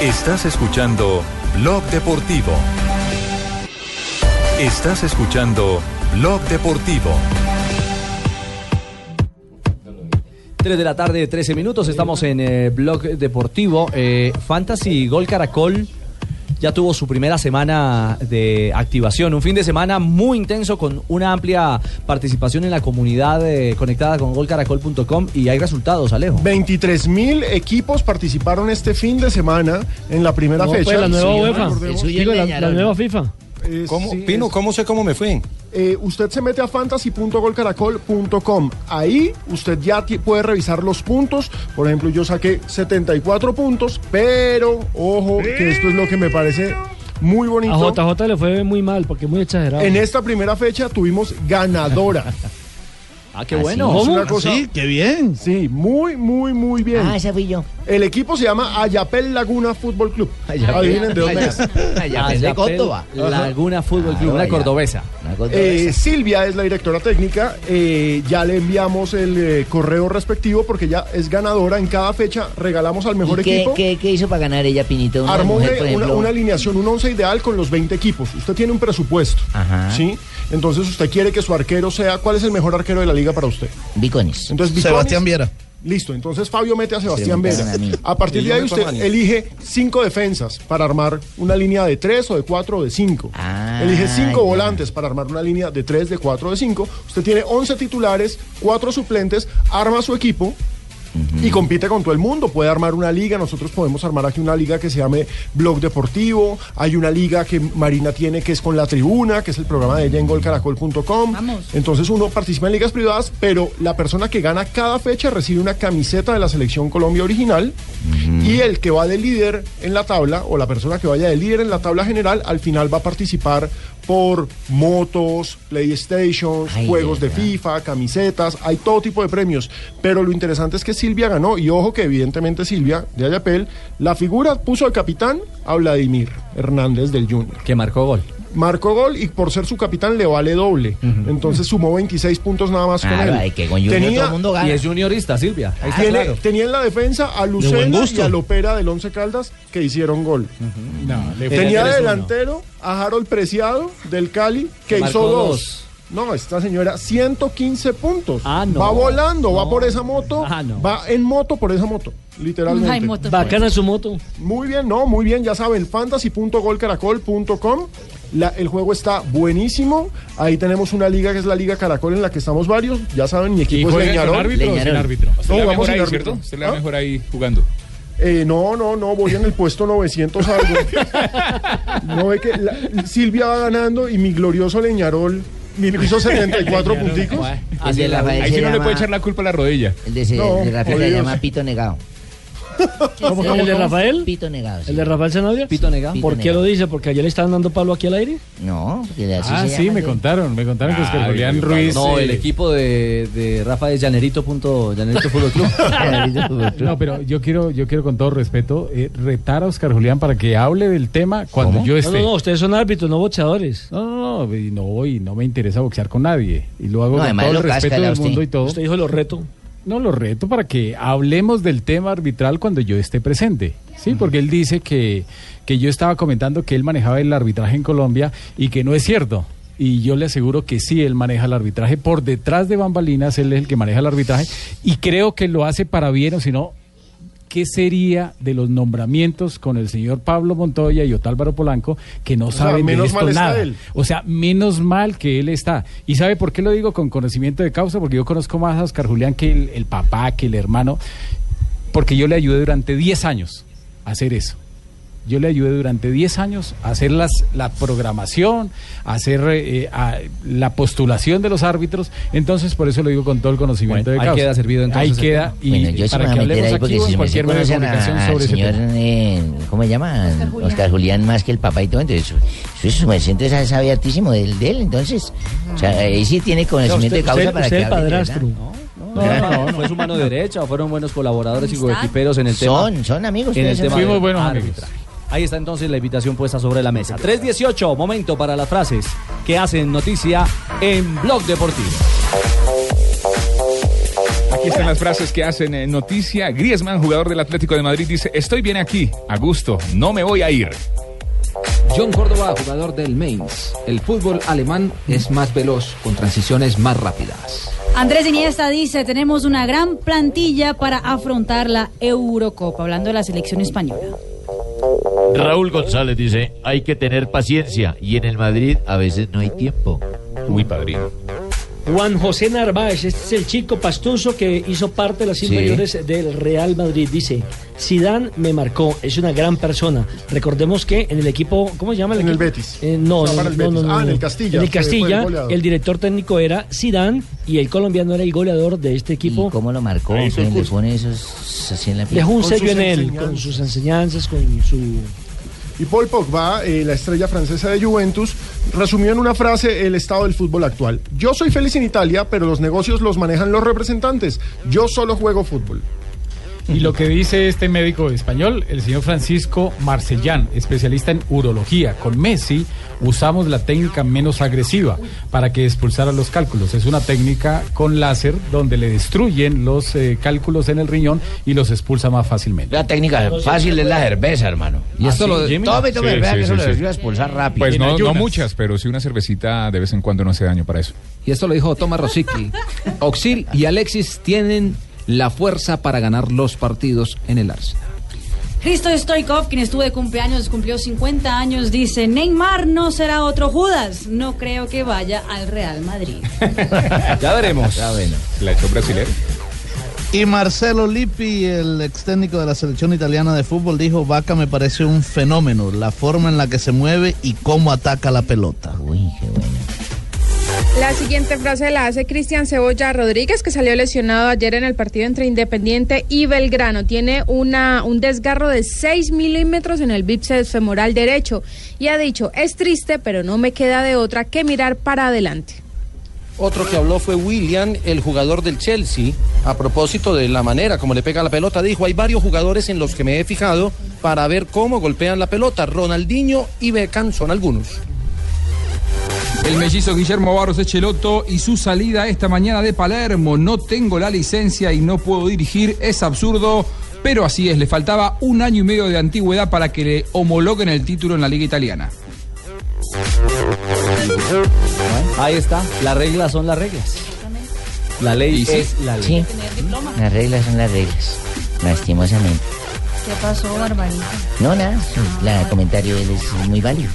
S2: Estás escuchando Blog Deportivo. Estás escuchando Blog Deportivo.
S3: 3 de la tarde, 13 minutos. Estamos en eh, Blog Deportivo. Eh, Fantasy Gol Caracol ya tuvo su primera semana de activación. Un fin de semana muy intenso con una amplia participación en la comunidad eh, conectada con golcaracol.com y hay resultados, Alejo.
S6: 23 mil equipos participaron este fin de semana en la primera
S15: No,
S6: fecha.
S15: pues, la nueva
S6: Sí,
S15: UEFA.
S6: recordemos.
S15: Digo, la- la nueva FIFA.
S19: ¿Cómo, Pino, ¿cómo sé cómo me fui?
S6: Eh, usted se mete a fantasy.golcaracol.com. Ahí usted ya ti- puede revisar los puntos. Por ejemplo, yo saqué 74 puntos, pero ojo, que esto es lo que me parece muy bonito.
S15: A JJ le fue muy mal porque es muy exagerado.
S6: En esta primera fecha tuvimos ganadora.
S3: Ah,
S15: qué bueno.
S6: Es una
S15: ¿Cómo?
S6: cosa-
S15: ¿Así?
S23: Qué bien.
S6: Sí, muy, muy, muy bien.
S11: Ah, ese fui yo.
S6: El equipo se llama Ayapel Laguna Fútbol Club.
S11: Ayapel.
S6: Adivinen de dónde es.
S3: Ayapel Ah, de Córdoba. Laguna Fútbol Club, una cordobesa.
S6: Eh, Silvia es la directora técnica. eh, ya le enviamos el eh, correo respectivo porque ya es ganadora en cada fecha. Regalamos al mejor
S11: pues, ¿Y qué,
S6: equipo.
S11: qué, qué hizo para ganar ella, Pinito? Una
S6: Armó
S11: mujer,
S6: una,
S11: por
S6: una-
S11: ejemplo.
S6: una alineación, un once ideal con los 20 equipos. Usted tiene un presupuesto, ¿sí? Entonces usted quiere que su arquero sea... ¿Cuál es el mejor arquero de la liga para usted?
S11: Bicones.
S6: Entonces, Bicones-
S23: Sebastián Viera.
S6: Listo, entonces Fabio mete a Sebastián
S11: Se
S6: Vera.
S11: mataron a mí.
S6: A partir
S11: Y
S6: de
S11: yo
S6: ahí
S11: meto a
S6: usted
S11: Manny.
S6: elige cinco defensas para armar una línea de tres o de cuatro o de cinco. elige cinco
S11: Ah, ya.
S6: volantes para armar una línea de tres, de cuatro o de cinco. Usted tiene 11 titulares, cuatro suplentes, arma su equipo. Y compite con todo el mundo, puede armar una liga, nosotros podemos armar aquí una liga que se llame Blog Deportivo, hay una liga que Marina tiene que es con La Tribuna, que es el programa de ella en golcaracol.com. Entonces uno participa en ligas privadas, pero la persona que gana cada fecha recibe una camiseta de la selección Colombia original y el que va de líder en la tabla o la persona que vaya de líder en la tabla general al final va a participar por motos, PlayStation, juegos de FIFA, camisetas, hay todo tipo de premios. Pero lo interesante es que Silvia ganó y ojo que evidentemente Silvia de Ayapel, la figura puso al capitán a Vladimir Hernández del Junior.
S3: Que marcó gol.
S6: Marcó gol y por ser su capitán le vale doble. Entonces sumó 26 puntos nada más con
S3: Claro,
S6: él.
S3: hay que con Junior todo el mundo gana. Y es juniorista, Silvia. Ahí
S12: Ah,
S3: está
S6: Tiene-
S3: Ah, claro.
S6: Tenía en la defensa a
S3: buen
S6: Lucena
S3: gusto.
S6: y a Lopera del Once Caldas que hicieron gol.
S12: le fue
S6: Tenía de
S12: 3-1.
S6: delantero a Harold Preciado del Cali que
S12: Que
S6: hizo
S12: marcó
S6: dos.
S12: dos.
S6: No, esta señora 115 puntos.
S15: Ah, no. Ah,
S6: Va volando, va por esa moto, va en moto por esa moto, literalmente.
S15: Ay, moto. Bacana su moto.
S6: Muy bien, no, muy bien, ya saben, fantasy.golcaracol.com. La- el juego está buenísimo. Ahí tenemos una liga que es la Liga Caracol en la que estamos varios. Ya saben, mi
S22: ¿Y
S6: equipo es
S22: juegan
S6: Leñarol.
S22: con Pues árbitro o sin árbitro? Se
S6: No,
S22: le da
S6: jugamos
S22: mejor
S6: sin
S22: ahí,
S6: árbitro.
S22: ¿cierto? Se le da
S6: ¿Ah?
S22: mejor ahí jugando.
S6: Eh, no, no, no, voy en el puesto 900 algo. No ve que la- Silvia va ganando y mi glorioso Leñarol hizo 74 punticos.
S11: El de Rafael
S22: Ahí sí
S11: se
S22: no le
S6: Ah.
S11: llama-
S22: puede echar la culpa a la rodilla.
S11: El de, ese-
S22: No,
S11: el de Rafael
S22: por
S11: se
S22: Dios.
S11: llama Pito Negado.
S15: ¿Cómo, cómo,
S11: ¿El de
S15: cómo?
S11: Rafael?
S15: Pito negado. ¿El de Rafael Zanabria? Pito negado. ¿Por
S11: Pito
S15: qué
S11: negado.
S15: lo dice? ¿Porque ayer le estaban dando palo aquí al aire?
S11: No, porque así
S12: Ah,
S11: se
S12: sí,
S11: llama,
S12: me
S11: ¿sí?
S12: contaron, me contaron que Oscar
S3: Ah,
S12: Julián
S3: Pablo.
S12: Ruiz.
S3: No,
S12: eh,
S3: el equipo de, de Rafa de Llanerito. Punto, Llanerito Fútbol Club. Ah,
S12: No, pero yo quiero, yo quiero con todo respeto eh, retar a Oscar Julián para que hable del tema cuando yo esté.
S15: No, no, no, ustedes son árbitros, no boxeadores.
S12: No, no, no, y no, y no me interesa boxear con nadie. Y lo hago
S15: No,
S12: con
S15: además
S12: todo el
S15: lo casca,
S12: respeto
S15: le da
S12: del
S15: usted.
S12: mundo y todo.
S15: Usted dijo lo reto.
S12: No, lo reto para que hablemos del tema arbitral cuando yo esté presente. Sí, porque él dice que, que yo estaba comentando que él manejaba el arbitraje en Colombia y que no es cierto. Y yo le aseguro que sí, él maneja el arbitraje. Por detrás de bambalinas, él es el que maneja el arbitraje. Y creo que lo hace para bien, o si no, ¿qué sería de los nombramientos con el señor Pablo Montoya y Otálvaro Polanco que no
S6: sea,
S12: saben de
S6: menos
S12: esto
S6: mal está
S12: nada?
S6: él.
S12: O sea, menos mal que él está. ¿Y sabe por qué lo digo con conocimiento de causa? Porque yo conozco más a Oscar Julián que el, el papá, que el hermano, porque yo le ayudé durante 10 años a hacer eso. Yo le ayudé durante 10 años a hacer las, la programación, a hacer eh, a- la postulación de los árbitros. Entonces, por eso lo digo con todo el conocimiento
S3: Bueno,
S12: de
S3: ahí
S12: causa.
S3: queda servido entonces el
S12: Ahí queda.
S3: tema.
S12: Y
S11: Bueno, yo se me
S12: para
S11: voy a
S12: que
S11: meter
S12: hablemos
S11: ahí
S12: aquí
S11: porque si
S12: o en
S11: me sé
S12: cualquier medio de
S11: conocen
S12: comunicación
S11: al
S12: sobre ese
S11: señor,
S12: tema.
S11: eh, ¿cómo se llama? Oscar Julián. más que el papá y todo, entonces su, su merced sabe, sabe hartísimo de, de él, entonces. O sea, ahí sí tiene conocimiento de causa
S3: Ah. usted-
S11: para
S3: usted
S11: que
S3: el
S11: hable de
S3: padrastro.
S11: verdad.
S3: No, no, no, fue su mano derecha, fueron buenos colaboradores y
S11: Amistad.
S3: coequiperos en el tema.
S11: Son, son amigos,
S3: En el
S11: ustedes son amigos.
S3: tema
S11: Fuimos
S3: del
S11: buenos amigos.
S3: arbitraje. Ahí está entonces la invitación puesta sobre la mesa. 318, momento para las frases que hacen noticia en Blog Deportivo.
S22: Aquí están las frases que hacen eh, noticia. Griezmann, jugador del Atlético de Madrid, dice: Estoy bien aquí, a gusto, no me voy a ir.
S13: John Córdoba, jugador del Mainz. El fútbol alemán es más veloz, con transiciones más rápidas.
S14: Andrés Iniesta dice, tenemos una gran plantilla para afrontar la Eurocopa, hablando de la selección española.
S7: Raúl González dice, hay que tener paciencia y en el Madrid a veces no hay tiempo. Uy, padrino.
S15: Juan José Narváez, este es el chico pastuso que hizo parte de las
S7: Sí.
S15: inferiores del Real Madrid. Dice, Zidane me marcó, es una gran persona. Recordemos que en el equipo, ¿cómo se llama? El en el Betis. no,
S6: Estaba en
S15: no,
S6: el
S15: no,
S6: Betis.
S15: no,
S6: Ah, en
S15: no.
S6: el Castilla,
S15: En
S6: fue-
S15: el
S6: fue el
S15: Castilla,
S6: goleador.
S15: el director técnico era Zidane y el colombiano era el goleador de este equipo.
S11: ¿Cómo lo marcó?
S15: Ahí está el
S11: ¿Quién le
S3: pues.
S15: curso.
S11: pone esos así en la piel?
S15: Dejó un sello en él, con sus enseñanzas, con su...
S6: Y Paul Pogba, eh, la estrella francesa de Juventus, resumió en una frase el estado del fútbol actual. Yo soy feliz en Italia, pero los negocios los manejan los representantes. Yo solo juego fútbol.
S12: Y lo que dice este médico español, el señor Francisco Marcellán, especialista en urología. Con Messi usamos la técnica menos agresiva para que expulsara los cálculos. Es una técnica con láser donde le destruyen los eh, cálculos en el riñón y los expulsa más fácilmente.
S7: La técnica fácil es la cerveza, hermano. Y
S22: ¿Ah,
S7: esto
S22: sí,
S7: lo...
S22: Jimmy?
S7: Tome, tome,
S22: Sí,
S7: vea
S22: sí,
S7: que eso
S22: sí,
S7: lo
S22: sí.
S7: ayuda a expulsar rápido.
S22: Pues
S7: En
S22: no, no
S7: ayunas.
S22: muchas, pero sí una cervecita de vez en cuando no hace daño para eso.
S13: Y esto lo dijo Thomas Rosicki. Oxil y Alexis tienen la fuerza para ganar los partidos en el Arsenal.
S14: Risto Stoikov, quien estuvo de cumpleaños, cumplió 50 años, dice, Neymar no será otro Judas, no creo que vaya al Real Madrid.
S22: Ya veremos. La hecho brasileña.
S23: Y Marcelo Lippi, el ex técnico de la selección italiana de fútbol, dijo, Vaca me parece un fenómeno, la forma en la que se mueve y cómo ataca la pelota.
S4: La siguiente frase la hace Cristian Cebolla Rodríguez, que salió lesionado ayer en el partido entre Independiente y Belgrano. Tiene una, un desgarro de 6 milímetros en el bíceps femoral derecho y ha dicho, es triste, pero no me queda de otra que mirar para adelante.
S19: Otro que habló fue William, el jugador del Chelsea, a propósito de la manera como le pega la pelota. Dijo, hay varios jugadores en los que me he fijado para ver cómo golpean la pelota. Ronaldinho y Beckham son algunos.
S16: El mellizo Guillermo Barros Echeloto y su salida esta mañana de Palermo. No tengo la licencia y no puedo dirigir, es absurdo, pero así es. Le faltaba un año y medio de antigüedad para que le homologuen el título en la Liga Italiana.
S3: Ahí está, las reglas son las reglas. La ley
S11: Y sí.
S3: es la
S11: Sí.
S3: ley.
S11: Las reglas son las reglas, lastimosamente.
S14: ¿Qué pasó, Barbarita?
S11: No, nada, la- el comentario de él es muy válido.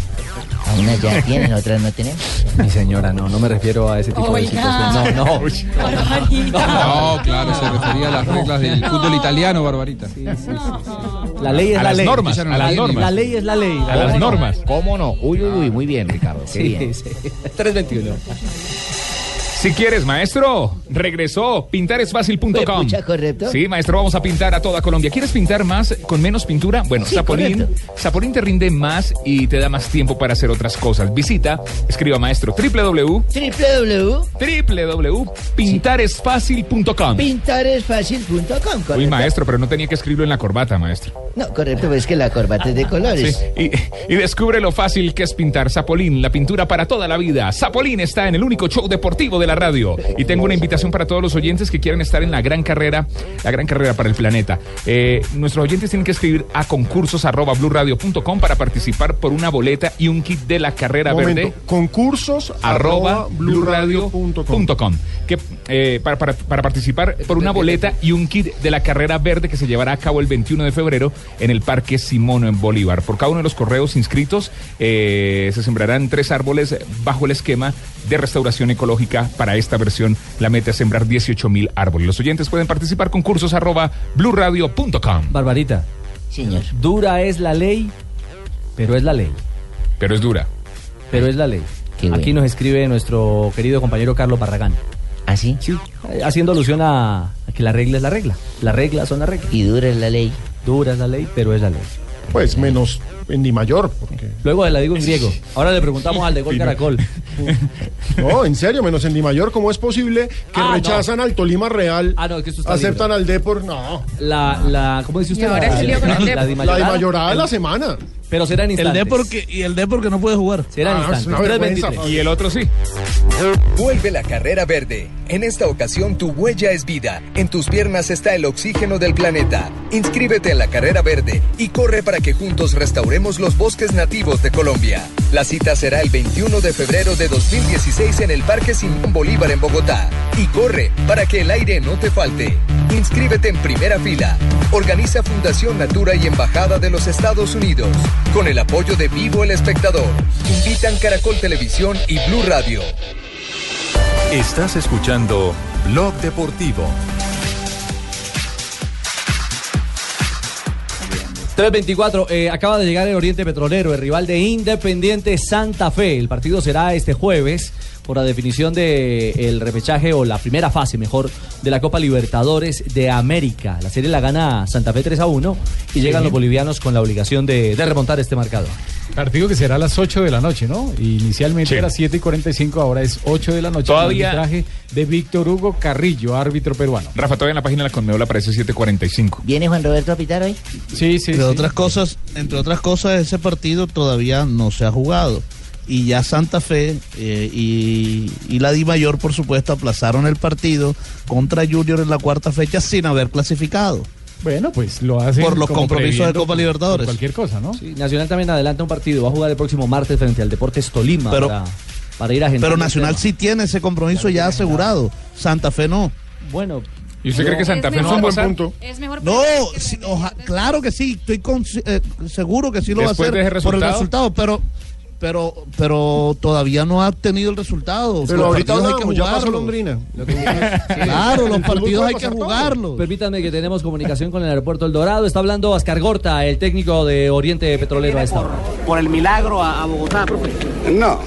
S11: Unas ya tienen, otras no tenemos.
S3: Mi señora, no, no me refiero a ese tipo
S11: Oh
S14: Oh
S3: de
S11: Oiga.
S3: situaciones. No, no.
S16: No, claro, se refería a las reglas del fútbol italiano, Barbarita.
S3: La ley es
S16: A
S3: la
S16: las
S3: ley.
S16: normas, a las normas.
S3: La ley es la ley.
S16: A las
S3: ¿Cómo no?
S16: normas.
S7: ¿Cómo no? Uy, uy, uy, muy bien, Ricardo. Qué
S3: Sí,
S7: bien.
S3: sí. 321.
S22: Si quieres, maestro, regresó. Pintaresfacil.com.
S11: Pucha, correcto.
S22: Sí, maestro, vamos a pintar a toda Colombia. ¿Quieres pintar más con menos pintura? Bueno,
S11: Sí,
S22: Zapolín,
S11: correcto.
S22: Zapolín te rinde más y te da más tiempo para hacer otras cosas. Visita, escriba maestro www www.pintaresfacil.com.
S11: Pintaresfacil.com,
S22: Uy,
S11: correcto.
S22: maestro, pero no tenía que escribirlo en la corbata, maestro.
S11: No, correcto, pues es que la corbata es de colores.
S22: Y, y descubre lo fácil que es pintar Zapolín, la pintura para toda la vida. Zapolín está en el único show deportivo de la radio. Y tengo una invitación para todos los oyentes que quieran estar en la gran carrera, la gran carrera para el planeta. Eh, nuestros oyentes tienen que escribir a concursos arroba blurradio.com para participar por una boleta y un kit de la carrera
S6: Momento,
S22: verde
S6: concursos
S22: Ah, arroba bluradio.com que eh, para, para- para participar por una boleta y un kit de la carrera verde que se llevará a cabo el 21 de febrero en el Parque Simono en Bolívar. Por cada uno de los correos inscritos eh, se sembrarán tres árboles bajo el esquema de restauración ecológica para esta versión. La meta es sembrar 18 mil árboles. Los oyentes pueden participar con cursos arroba bluradio.com.
S3: Barbarita.
S11: Señor.
S3: Dura es la ley, pero es la ley.
S22: Pero es dura.
S3: Pero es la ley. Aquí nos escribe nuestro querido compañero Carlos Barragán.
S11: ¿Ah, sí?
S3: eh, Haciendo alusión a, a que la regla es la regla. Las reglas son las reglas.
S11: Y dura es la ley.
S3: Dura es la ley, pero es la ley.
S6: Pues menos en Di Mayor, porque.
S3: Luego la digo en griego. Ahora le preguntamos al de Gol Caracol.
S6: No, en serio, menos en Di Mayor, ¿cómo es posible que
S3: Ah, no.
S6: rechazan al Tolima Real?
S3: Ah, no, que eso está
S6: aceptan al Depor, no.
S3: La, la, ¿cómo dice usted? la, la,
S6: La Di
S3: Dimayorada.
S6: Mayorada de la semana.
S3: Pero será en instantes.
S6: El Depor
S23: y el D porque no puede jugar.
S22: Ah,
S3: Será en instantes. 3.23.
S22: Y el otro sí.
S28: Vuelve la carrera verde. En esta ocasión tu huella es vida. En tus piernas está el oxígeno del planeta. Inscríbete en la carrera verde y corre para que juntos restauremos los bosques nativos de Colombia. La cita será el 21 de febrero de 2016 en el Parque Simón Bolívar en Bogotá. Y corre para que el aire no te falte. Inscríbete en primera fila. Organiza Fundación Natura y Embajada de los Estados Unidos. Con el apoyo de Vivo el Espectador. Invitan Caracol Televisión y Blue Radio.
S2: Estás escuchando Blog Deportivo.
S3: 3.24, eh, acaba de llegar el Oriente Petrolero, el rival de Independiente Santa Fe. El partido será este jueves por la definición del el repechaje o la primera fase, mejor, de la Copa Libertadores de América. La serie la gana Santa Fe 3 a 1 y llegan los bolivianos con la obligación de, de remontar este marcador.
S12: Partido Ah, que será a las 8 de la noche, ¿no? Inicialmente
S22: Sí.
S12: era 7 y 45, ahora es 8 de la noche.
S22: Todavía-
S12: Con arbitraje de Víctor Hugo Carrillo, árbitro peruano.
S22: Rafa, todavía en la página de la Conmebol aparece 745.
S11: ¿Viene Juan Roberto a pitar hoy?
S12: Sí, sí.
S23: Entre otras cosas, entre otras cosas, ese partido todavía no se ha jugado. Y ya Santa Fe eh, y, y la Di Mayor, por supuesto, aplazaron el partido contra Junior en la cuarta fecha sin haber clasificado.
S12: Bueno, pues lo hacen
S23: Por los
S12: como
S23: compromisos de
S12: previendo
S23: Copa Libertadores.
S12: Cualquier cosa, ¿no? Sí,
S3: Nacional también adelanta un partido, va a jugar el próximo martes frente al Deportes Tolima
S23: Pero-
S3: para, para ir a agendar
S23: Pero
S3: el
S23: Nacional
S3: tema.
S23: sí tiene ese compromiso ya asegurado. Santa Fe no.
S3: Bueno.
S22: ¿Y usted cree que Santa
S23: Es
S22: Fe no va a
S23: mejor-
S22: pasar?
S14: Es mejor
S23: No, sí, oja- claro que sí, estoy con- eh, seguro que sí lo
S22: Después
S23: va
S22: de
S23: a
S22: ese
S23: hacer por el
S22: resultado.
S23: resultado, pero pero pero todavía no ha tenido el resultado.
S6: Pero
S23: Los
S6: ahorita
S23: partidos hay que
S6: hablábamos, ya pasó
S23: jugarlos.
S6: Londrina.
S23: Claro, los
S3: El fútbol
S23: partidos
S3: puede
S23: hay que
S3: pasar todo.
S23: jugarlos.
S3: Permítanme que tenemos comunicación con el aeropuerto El Dorado. Está hablando Oscar Gorta, el técnico de Oriente Petrolero a esta hora.
S29: por el milagro a, a Bogotá, profe.
S30: No,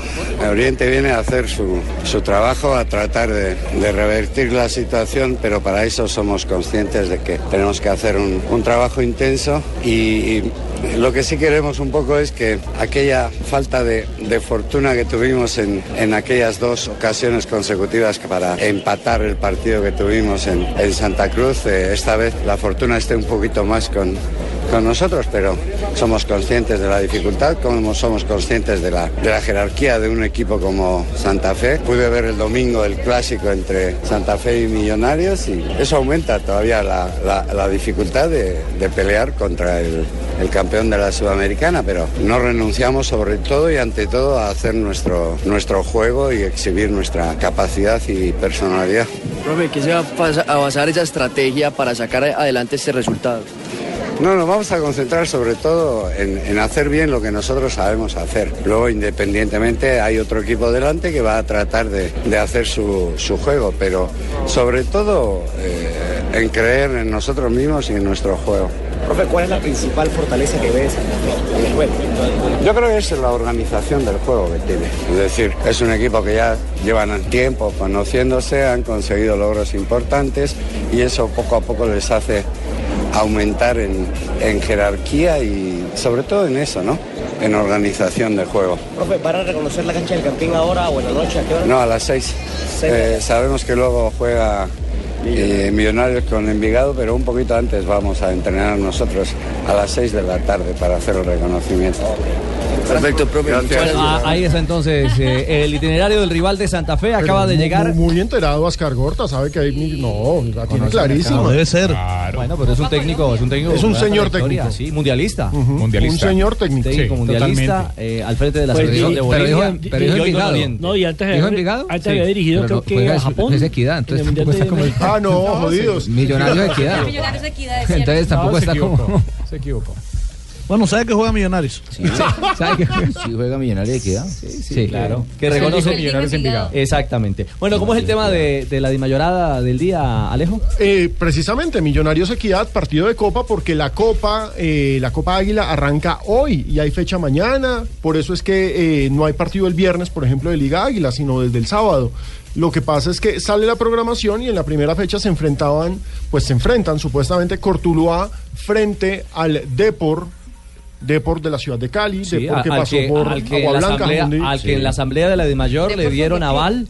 S30: el Oriente viene a hacer su, su trabajo, a tratar de, de revertir la situación, pero para eso somos conscientes de que tenemos que hacer un, un trabajo intenso y, y lo que sí queremos un poco es que aquella falta de, de fortuna que tuvimos en, en aquellas dos ocasiones consecutivas para empatar el partido que tuvimos en, en Santa Cruz, eh, esta vez la fortuna esté un poquito más con, con nosotros, pero somos conscientes de la dificultad, como somos conscientes de la, de la jerarquía de un equipo como Santa Fe. Pude ver el domingo el clásico entre Santa Fe y Millonarios y eso aumenta todavía la, la- la dificultad de, de pelear contra el, el campeón de la Sudamericana, pero no renunciamos sobre todo y ante todo a hacer nuestro, nuestro juego y exhibir nuestra capacidad y personalidad.
S29: Profe, ¿qué se va a pas- a basar esa estrategia para sacar adelante este resultado?
S30: No, nos vamos a concentrar sobre todo en, en hacer bien lo que nosotros sabemos hacer. Luego, independientemente, hay otro equipo delante que va a tratar de, de hacer su, su juego, pero sobre todo eh, en creer en nosotros mismos y en nuestro juego.
S31: Profe, ¿cuál es la principal fortaleza que ves en el juego?
S30: Yo creo que es la organización del juego que tiene. Es decir, es un equipo que ya llevan tiempo conociéndose, han conseguido logros importantes y eso poco a poco les hace aumentar en, en jerarquía y sobre todo en eso, ¿no? En organización del juego.
S31: Profe, ¿van a reconocer la cancha del Campín ahora o en la noche? ¿A qué hora?
S30: No, a las seis. Eh, sabemos que luego juega eh, Millonarios con Envigado, pero un poquito antes vamos a entrenar nosotros a las 6 de la tarde para hacer el reconocimiento.
S3: Perfecto, profe.
S30: Gracias.
S3: Bueno, ah, ahí está entonces eh, el itinerario del rival de Santa Fe.
S6: Pero
S3: Acaba de
S6: mu-
S3: llegar.
S6: mu- Muy, enterado Ascar Gorta, sabe que hay. mil- No, la tiene
S3: Conoce
S6: clarísima.
S3: mercado. Bueno, pero es un técnico, es un técnico.
S6: Es un
S3: con una
S6: señor
S3: trayectoria,
S6: técnico.
S3: Sí, mundialista.
S6: Mundialista. Un señor técnico.
S3: Técnico
S6: Sí,
S3: mundialista eh, al frente de la
S6: Pues,
S3: selección
S6: y-
S3: de
S6: pero
S3: Bolivia.
S6: dijo- pero
S3: y
S6: dijo
S3: hoy con
S6: Envigado.
S3: Oriente.
S15: No, y antes,
S13: ¿Dijo
S15: había-
S13: Envigado?
S15: antes
S13: Sí.
S15: había dirigido,
S13: Pero
S15: creo
S13: no,
S15: que
S13: juega
S15: a
S13: es-
S15: Japón.
S13: es Equidad, entonces
S15: En el
S13: tampoco está como el-
S15: Mundial de-
S13: Ah, no, jodidos. Millonario de Equidad. Entonces tampoco
S15: No, se
S13: está
S15: equivocó.
S13: como.
S23: Se equivocó. Bueno, ¿sabe que juega Millonarios? Sí,
S13: ¿sabe
S23: sí juega Millonarios de Equidad. Sí,
S3: Sí, claro. Que reconoce Exactamente. Bueno, ¿cómo es el tema de, de la dimayorada del día, Alejo?
S6: Eh, precisamente, Millonarios Equidad, partido de Copa, porque la Copa, eh, la Copa Águila arranca hoy y hay fecha mañana, por eso es que eh, no hay partido el viernes, por ejemplo, de Liga Águila, sino desde el sábado. Lo que pasa es que sale la programación y en la primera fecha se enfrentaban, pues se enfrentan supuestamente Cortuluá frente al Depor, Depor de la ciudad de Cali,
S3: Sí, ah,
S6: Depor que
S3: al
S6: pasó
S3: que,
S6: por
S3: al que en
S6: Agua
S3: la
S6: Blanca.
S3: asamblea,
S6: Jamundí.
S3: al que en la asamblea de la Dimayor le dieron aval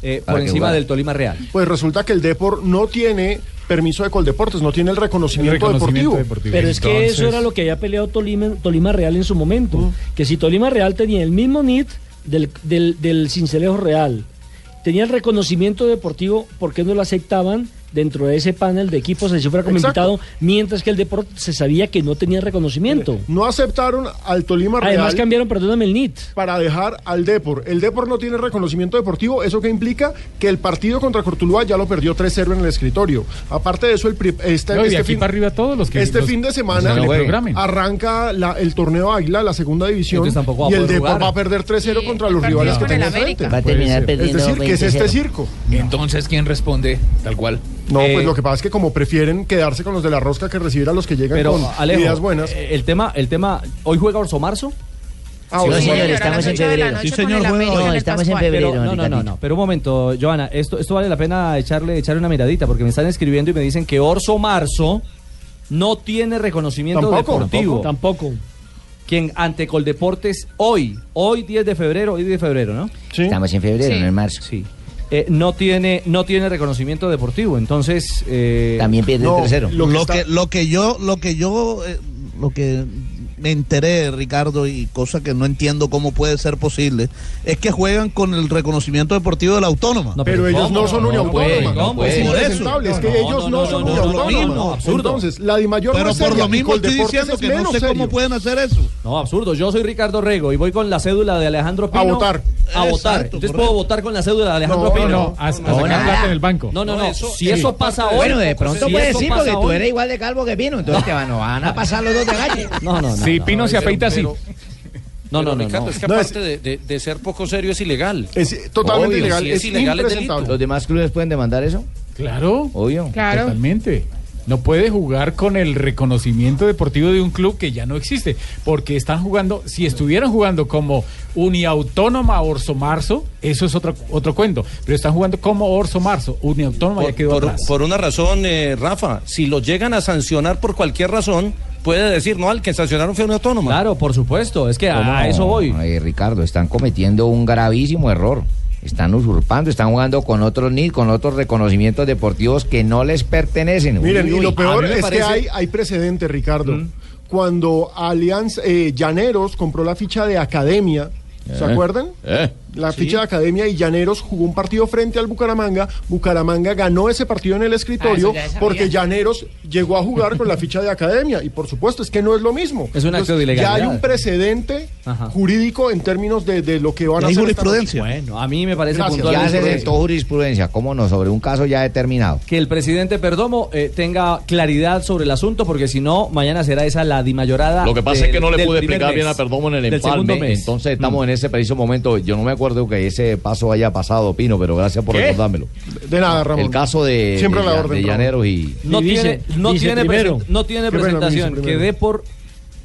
S3: eh, por
S6: Para que
S3: encima
S6: jugara.
S3: del Tolima Real.
S6: Pues resulta que el Depor no tiene permiso de Coldeportes, no tiene el reconocimiento,
S15: reconocimiento
S6: deportivo.
S15: Pero es que eso era lo que había peleado Tolima, Tolima Real en su momento. Que si Tolima Real tenía el mismo NIT del, del, del Cincelejo Real, tenía el reconocimiento deportivo, ¿por qué no lo aceptaban? dentro de ese panel de equipos se fuera como
S6: Exacto.
S15: invitado, mientras que el deporte se sabía que no tenía reconocimiento.
S6: Eh, No aceptaron al Tolima Real.
S15: Además cambiaron, perdóname, el NIT.
S6: Para dejar al Depor. El Depor no tiene reconocimiento deportivo, eso que implica que el partido contra Cortuluá ya lo perdió 3-0 en el escritorio. Aparte de eso, el pri- este,
S12: No, y de
S6: este
S12: aquí
S6: fin,
S12: para arriba todos los que
S6: este
S12: los-
S6: fin de
S12: los
S6: semana
S12: que le programen.
S6: arranca la- el torneo Águila, la segunda división,
S12: Entonces tampoco va a
S6: y el
S12: poder
S6: Depor
S12: jugar.
S6: va a perder 3-0 contra los
S12: partido
S6: rivales que
S12: con el
S6: tenía
S12: América.
S6: frente.
S12: Va a terminar
S6: Puede ser.
S12: perdiendo
S6: Es decir, que es este
S12: 20-0.
S6: circo.
S22: Entonces, ¿quién responde? Tal cual.
S6: No,
S22: Eh,
S6: pues lo que pasa es que como prefieren quedarse con los de la rosca que recibir a los que llegan
S3: Pero,
S6: con
S3: Alejo,
S6: ideas buenas.
S3: eh, el tema, el tema, ¿hoy juega Orso Marzo?
S6: Ah, Sí, Orso señor, Marzo.
S7: estamos en febrero. Sí, señor, juega hoy. No, estamos en febrero,
S3: Pero, no, no, no,
S7: Ricardito.
S3: no. Pero un momento, Joana, esto, esto vale la pena echarle, echarle una miradita, porque me están escribiendo y me dicen que Orso Marzo no tiene reconocimiento
S15: Tampoco,
S3: deportivo.
S15: Tampoco.
S3: Quien ante Coldeportes hoy, hoy 10 de febrero, hoy 10 de febrero, ¿no?
S11: Estamos en febrero,
S3: Sí.
S11: no en marzo.
S3: Sí. Eh, no tiene no tiene reconocimiento deportivo entonces eh,
S11: También pierde el No, tercero.
S23: Lo, que, lo que yo, lo que yo, eh, lo que me enteré, Ricardo, y cosa que no entiendo cómo puede ser posible, es que juegan con el reconocimiento deportivo de la autónoma.
S6: pero ellos no son
S23: unión
S6: uniautónoma. es impresentable, es que ellos no, son
S23: mismo,
S6: uniautónoma.
S23: absurdo.
S6: Entonces, la Dimayor no
S3: Pero
S6: es
S3: por
S6: seria,
S3: lo mismo
S6: y Coldeportes
S3: estoy diciendo
S6: es
S3: que no
S6: menos
S3: sé cómo
S6: serio.
S23: pueden hacer eso?
S3: No, absurdo. Yo soy Ricardo Rego y voy con la cédula de Alejandro Pino.
S6: A votar.
S3: A
S6: Exacto,
S3: votar. Entonces puedo votar con la cédula de Alejandro
S12: No,
S3: Pino.
S12: no, no, a- a sacar
S3: nada.
S12: plata en el banco.
S3: No, no, no.
S12: No, eso-
S3: si
S12: sí.
S3: eso pasa hoy.
S12: Bueno, de pronto
S3: si
S12: puedes
S3: eso
S12: ir
S3: pasa
S12: porque tú
S3: hoy-
S11: eres igual de calvo que Pino, entonces te van, no van a pasar los dos de calle.
S3: No, no, no.
S16: Si
S3: no,
S16: Pino
S3: no,
S16: se
S3: pero-
S16: afeita así.
S3: pero- No, no, no.
S19: Ricardo,
S3: no.
S19: es que
S3: No,
S19: aparte de, de- de ser poco serio es ilegal.
S6: Es
S19: totalmente ilegal,
S11: si
S19: es
S11: delito.
S19: impresentable.
S11: ¿Los demás clubes pueden demandar eso?
S12: Claro.
S11: Obvio.
S12: Claro. Totalmente. No puede jugar con el reconocimiento deportivo de un club que ya no existe, porque están jugando, si estuvieran jugando como uniautónoma Orso Marzo, eso es otro, otro cuento, pero están jugando como Orso Marzo, uniautónoma ya quedó
S19: Por,
S12: atrás.
S19: por una razón, eh, Rafa, si lo llegan a sancionar por cualquier razón, puede decir, no, al que sancionaron fue un autónoma.
S3: Claro, por supuesto, es que
S19: a, eso
S11: voy. Ricardo, están cometiendo un gravísimo error. Están usurpando, están jugando con otros NID, con otros reconocimientos deportivos que no les pertenecen.
S6: Miren,
S11: Uy,
S6: y lo
S11: uy.
S6: peor es que hay, hay precedente, Ricardo.
S3: Mm.
S6: Cuando Alianza eh, Llaneros compró la ficha de Academia, ¿se
S8: Eh.
S6: acuerdan?
S8: Eh.
S6: La ficha de Academia y Llaneros jugó un partido frente al Bucaramanga. Bucaramanga ganó ese partido en el escritorio
S3: Ah, eso ya sabía.
S6: porque Llaneros llegó a jugar con la ficha de Academia. Y por supuesto, es que no es lo mismo.
S3: Es un acto de
S6: Ya hay
S3: ilegalidad.
S6: un precedente
S3: Ajá.
S6: jurídico en términos de, de lo que van a
S11: Ya hay
S6: hacer.
S11: jurisprudencia.
S3: Bueno, a mí me parece puntual
S11: ya
S3: eso
S11: se
S3: de-
S11: sentó jurisprudencia, cómo no, sobre un caso ya determinado.
S3: que el presidente Perdomo eh, tenga claridad sobre el asunto, porque si no, mañana será esa la dimayorada.
S7: Lo que pasa es
S3: del-
S7: que no le
S3: del
S7: pude
S3: primer
S7: explicar bien
S3: mes,
S7: a Perdomo en el
S3: del segundo
S7: empalme,
S3: mes. Mm.
S7: entonces estamos en ese preciso momento. Yo no me acuerdo
S21: acuerdo que ese paso haya pasado, Pino, pero gracias por
S6: ¿Qué?
S21: recordármelo.
S6: De nada, Ramón.
S21: El caso
S7: eh,
S21: de,
S6: Siempre
S21: de
S6: la
S21: Lla-
S6: orden,
S21: de
S6: Ramón.
S21: Llaneros y...
S3: No tiene, no tiene, presen- no tiene
S21: Qué pena,
S3: presentación.
S21: vice
S3: Que
S21: primero.
S3: Depor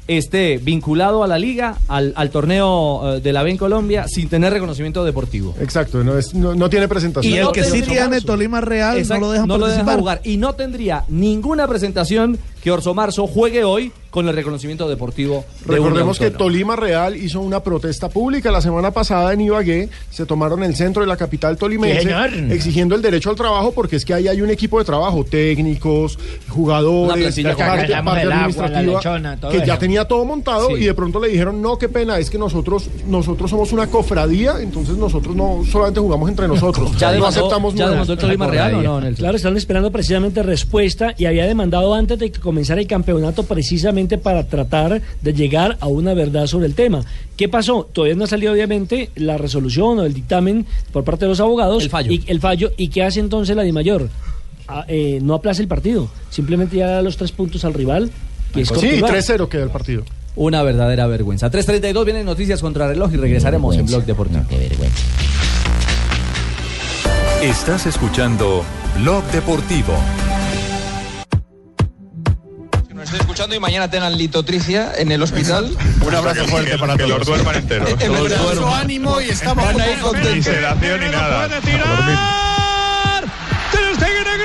S3: esté vinculado a la liga, al, al torneo eh, de la B en Colombia, sin tener reconocimiento deportivo.
S6: Exacto, no, es- no- no tiene presentación.
S23: Y el que sí tiene Tolima Real
S3: Exacto,
S23: no lo dejan participar.
S3: jugar. Y no tendría ninguna presentación que Orso Marzo juegue hoy con el reconocimiento deportivo de un
S6: Recordemos que
S3: autónomo.
S6: Tolima Real hizo una protesta pública la semana pasada en Ibagué. Se tomaron el centro de la capital tolimense
S7: Sí, señor.
S6: exigiendo el derecho al trabajo porque es que ahí hay un equipo de trabajo, técnicos,
S7: Una
S6: jugadores,
S7: plantilla con
S6: parte,
S7: calamos
S6: parte
S7: el agua, la
S6: administrativa
S7: lechona, todo
S6: que ya
S7: eso.
S6: tenía todo montado
S7: Sí.
S6: y de pronto le dijeron no, qué pena, es que nosotros nosotros somos una cofradía, entonces nosotros no solamente jugamos entre nosotros, no aceptamos nuevos".
S15: Claro, están esperando precisamente respuesta y había demandado antes de que comenzara el campeonato precisamente para tratar de llegar a una verdad sobre el tema. ¿Qué pasó? Todavía no ha salido obviamente la resolución o el dictamen por parte de los abogados. El fallo. Y, el fallo. ¿Y qué hace entonces la DIMAYOR? Ah, eh, no aplaza el partido, simplemente ya da los tres puntos al rival. Que es
S6: Pues Sí,
S15: Cortuluá.
S6: 3-0 queda el partido.
S3: Una verdadera vergüenza. 3.32 vienen noticias contra reloj y regresaremos en Blog Deportivo.
S2: Estás escuchando Blog Deportivo.
S8: Nos estoy escuchando y mañana tengan litotricia en el hospital. Un abrazo fuerte para todos. Que los duerman enteros.
S10: Mucho ánimo y estamos
S8: Van ahí
S10: contentos.
S8: contentos.
S10: Ni sedación ni nada. ¡Puede tirar! ¡Ter Stegen a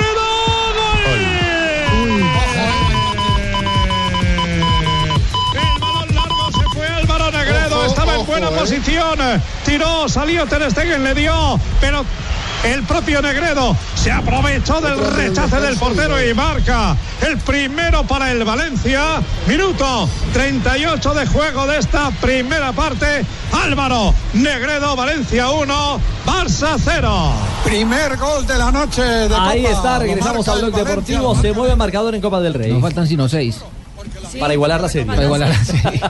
S10: ¡Gol! Álvaro Negredo estaba en buena posición, tiró, salió Ter Stegen, le dio, pero el propio Negredo se aprovechó del rechace del portero y marca el primero para el Valencia. Minuto 38 de juego de esta primera parte. Álvaro Negredo, Valencia 1, Barça 0. Primer gol de la noche de
S3: Ahí está, regresamos a Blog Deportivo. Se mueve marcador en Copa del Rey. No faltan sino seis. Para igualar la serie.
S14: Para igualar la
S3: serie.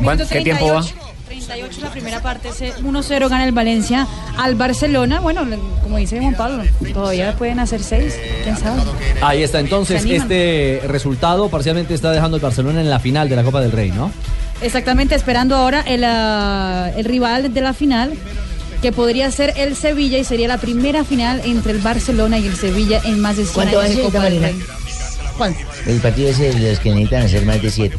S14: Minuto 38, 38 la primera parte, ese 1-0 gana el Valencia al Barcelona. Bueno, le- como dice Juan Pablo, todavía pueden hacer seis, quién sabe.
S3: Ahí está, entonces
S14: Se animan.
S3: este resultado parcialmente está dejando el Barcelona en la final de la Copa del Rey, ¿no?
S14: Exactamente, esperando ahora el, ah, el rival de la final, que podría ser el Sevilla y sería la primera final entre el Barcelona y el Sevilla en más de 100
S11: ¿Cuánto va a
S14: años de
S11: ser,
S14: Copa del
S11: Camarena?
S14: Rey. ¿Cuánto?
S11: El partido es de los que necesitan hacer más de siete.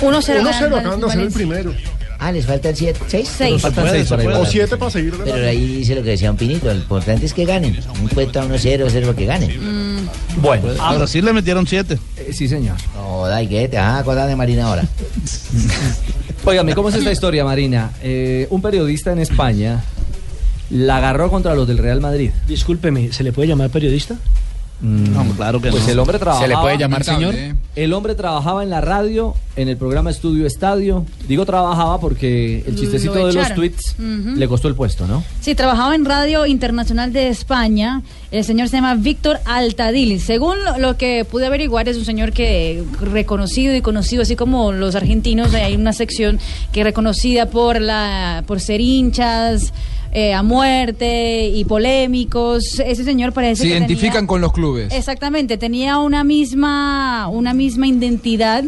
S14: 1-0 gana el
S6: 1-0 acaban de hacer el
S14: Valencia.
S6: primero.
S11: Ah, les faltan siete, seis.
S14: Seis.
S11: Faltan seis para
S6: O
S11: igualar.
S6: 7 para seguir.
S11: Pero ahí dice lo que decía un pinito, lo importante es que ganen. Un puesto a 1-0, 0 que ganen.
S3: Bueno,
S11: a
S23: Mm. Pues, Brasil le metieron 7.
S12: Eh,
S3: sí, señor.
S11: No, dai, que te vas a acordar de Marina ahora.
S3: Óigame, ¿cómo es esta historia, Marina? Eh, un periodista en España la agarró contra los del Real Madrid.
S15: Discúlpeme, ¿se le puede llamar periodista?
S23: Mm.
S3: No, claro que pues el hombre trabajaba.
S15: señor?
S3: El hombre trabajaba en la radio, en el programa Estudio Estadio. Digo trabajaba porque el chistecito de
S14: Lo
S3: los
S14: echaron.
S3: tweets
S14: Ujú.
S3: le costó el puesto, ¿no?
S14: Sí, trabajaba en Radio Internacional de España. El señor se llama Víctor Altadil. Según lo- lo que pude averiguar, es un señor que reconocido y conocido, así como los argentinos, hay una sección que es reconocida por, la, por ser hinchas. eh, a muerte y polémicos. Ese señor parece
S22: Se
S14: que
S22: identifican
S14: tenía-
S22: con los clubes.
S14: Exactamente, tenía una misma, una misma identidad.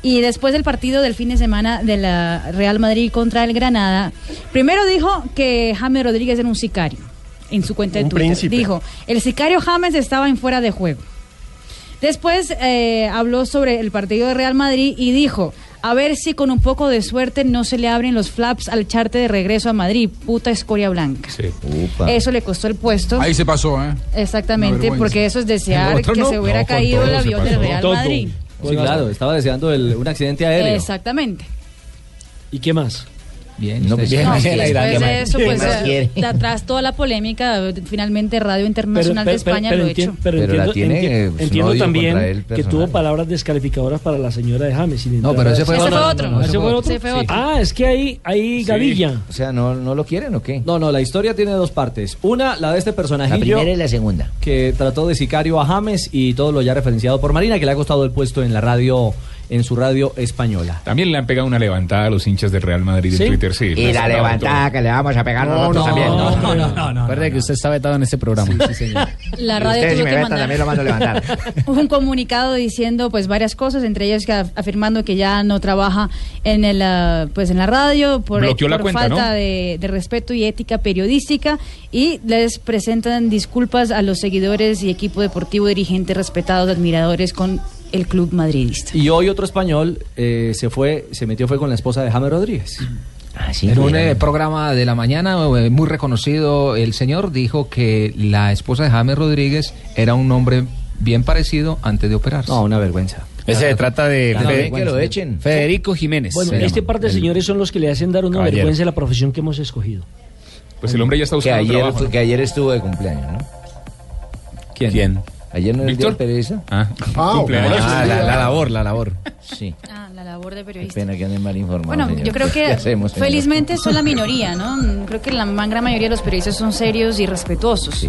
S14: Y después del partido del fin de semana de la Real Madrid contra el Granada, primero dijo que James Rodríguez era un sicario en su cuenta de
S17: Un
S14: Twitter.
S17: príncipe.
S14: Dijo, el sicario James estaba en fuera de juego. Después eh, habló sobre el partido de Real Madrid y dijo, a ver si con un poco de suerte no se le abren los flaps al charte de regreso a Madrid, puta escoria blanca. Eso le costó el puesto.
S22: Ahí se pasó, ¿eh? Una
S14: Exactamente,
S22: vergüenza.
S14: porque eso es desear
S22: otro
S14: que
S22: no.
S14: se hubiera
S22: No, con
S14: caído
S22: todo
S14: el
S22: se
S14: avión del
S22: pasó.
S14: Real
S22: Todo.
S14: Madrid.
S3: Sí, claro, estaba deseando el- un accidente aéreo.
S14: Exactamente.
S15: ¿Y qué más?
S3: Bien, bien,
S15: No, no,
S3: bien,
S15: bien,
S3: ahí
S15: después
S3: va.
S15: de
S3: Bien,
S14: Eso
S3: bien.
S14: pues
S3: Más
S14: eh,
S3: quiere.
S14: de atrás toda la polémica, finalmente Radio Internacional de España lo ha
S15: entien-
S14: hecho.
S15: pero
S21: Pero la
S15: entiendo,
S21: tiene,
S15: enti-
S21: eh, pues, un
S15: entiendo
S21: odio
S15: también
S21: contra él
S15: que
S21: personal.
S15: tuvo palabras descalificadoras para la señora de James. sin
S21: No,
S15: entrar
S21: pero
S15: a-
S21: ese fue Ese otro. fue otro.
S15: ¿Ese fue otro?
S21: Ese fue otro.
S15: Ah, es que ahí, ahí Gavilla.
S21: O sea, ¿no, ¿no lo quieren o qué?
S3: No, no, la historia tiene dos partes. Una, la de este personajillo.
S21: La primera y
S3: la segunda. Que trató de sicario a James y todo lo ya referenciado por Marina, que le ha costado el puesto en la radio en su radio española.
S22: También le han pegado una levantada a los hinchas del Real Madrid en
S3: ¿Sí?
S22: Twitter, sí.
S3: Y la levantada
S22: que le vamos a pegar
S3: nosotros también.
S22: No, no, no.
S21: Recuerde que usted está vetado en este programa. Sí, señor.
S14: La radio
S21: Ustedes,
S14: tuvo
S21: si me
S14: que
S21: vetan,
S14: mandar
S21: también lo mando a levantar.
S14: un comunicado diciendo pues varias cosas, entre ellas que af- afirmando que ya no trabaja en el ah, pues en la radio por,
S22: Bloqueó la
S14: por
S22: cuenta,
S14: falta
S22: ¿no?
S14: de, de respeto y ética periodística y les presentan disculpas a los seguidores y equipo deportivo, dirigentes respetados, admiradores con el club madridista.
S3: Y hoy otro español eh, se fue, se metió fue con la esposa de James Rodríguez.
S13: en un
S3: Era-
S13: eh, programa de la mañana eh, muy reconocido, el señor dijo que la esposa de James Rodríguez era un hombre bien parecido antes de operarse. No,
S3: una vergüenza.
S13: Ese se trata de
S15: Ah,
S13: Claro, Fe- que lo echen.
S15: Federico
S22: Jiménez.
S15: Bueno,
S13: Se
S15: este
S13: llama.
S15: par de señores son los que le hacen dar una
S22: Caballero.
S15: vergüenza a la profesión que hemos escogido.
S22: Pues el hombre ya está
S21: Que
S22: buscando
S21: ayer,
S22: trabajo.
S21: fue-
S22: ¿no?
S21: que ayer estuvo de cumpleaños, ¿no?
S22: ¿Quién?
S21: ¿Ayer no era el día
S22: ¿Víctor?
S21: del periodista?
S22: Ah,
S21: Ah,
S22: cumpleaños.
S21: la, la labor, la labor. Sí.
S14: Ah, la labor de
S21: Qué
S14: periodista.
S21: pena que anden mal informados.
S14: Bueno,
S21: señor.
S14: yo creo
S21: ¿Qué
S14: que
S21: hacemos, señor?
S14: felizmente son la minoría, ¿no? Creo que la ma- gran mayoría de los periodistas son serios y respetuosos.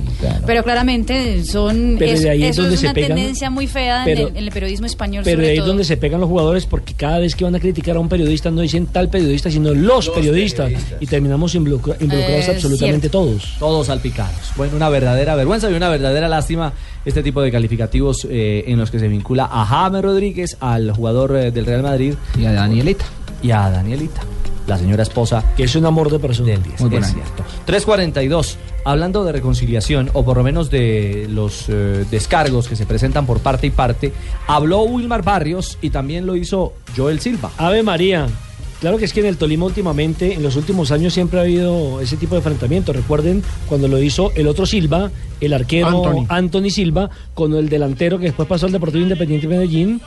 S14: Pero claramente son
S15: Pero
S14: es-
S15: de ahí es
S14: eso
S15: donde
S14: es
S15: se
S14: una
S15: pegan,
S14: tendencia muy fea
S15: pero-
S14: en, el, en el periodismo español
S15: Pero
S14: sobre
S15: ahí es
S14: todo.
S15: donde se pegan los jugadores porque cada vez que van a criticar a un periodista no dicen tal periodista, sino los, periodistas. Y terminamos involucra- involucrados
S3: Eh,
S15: absolutamente todos.
S3: Todos salpicados. Bueno, una verdadera vergüenza y una verdadera lástima este tipo de calificativos eh, en los que se vincula a James Rodríguez, al jugador eh, del Real Madrid. Y a Danielita. Y a Danielita, la señora esposa.
S15: Que es un amor de persona.
S3: Muy buena. 342. Hablando de reconciliación, o por lo menos de los eh, descargos que se presentan por parte y parte, habló Wilmar Barrios y también lo hizo Joel Silva.
S15: Ave María. Claro que es que en el Tolima últimamente, en los últimos años siempre ha habido ese tipo de enfrentamientos. Recuerden cuando lo hizo el otro Silva, el arquero
S6: Anthony.
S15: Anthony, Silva, con el delantero que después pasó al Deportivo Independiente de Medellín.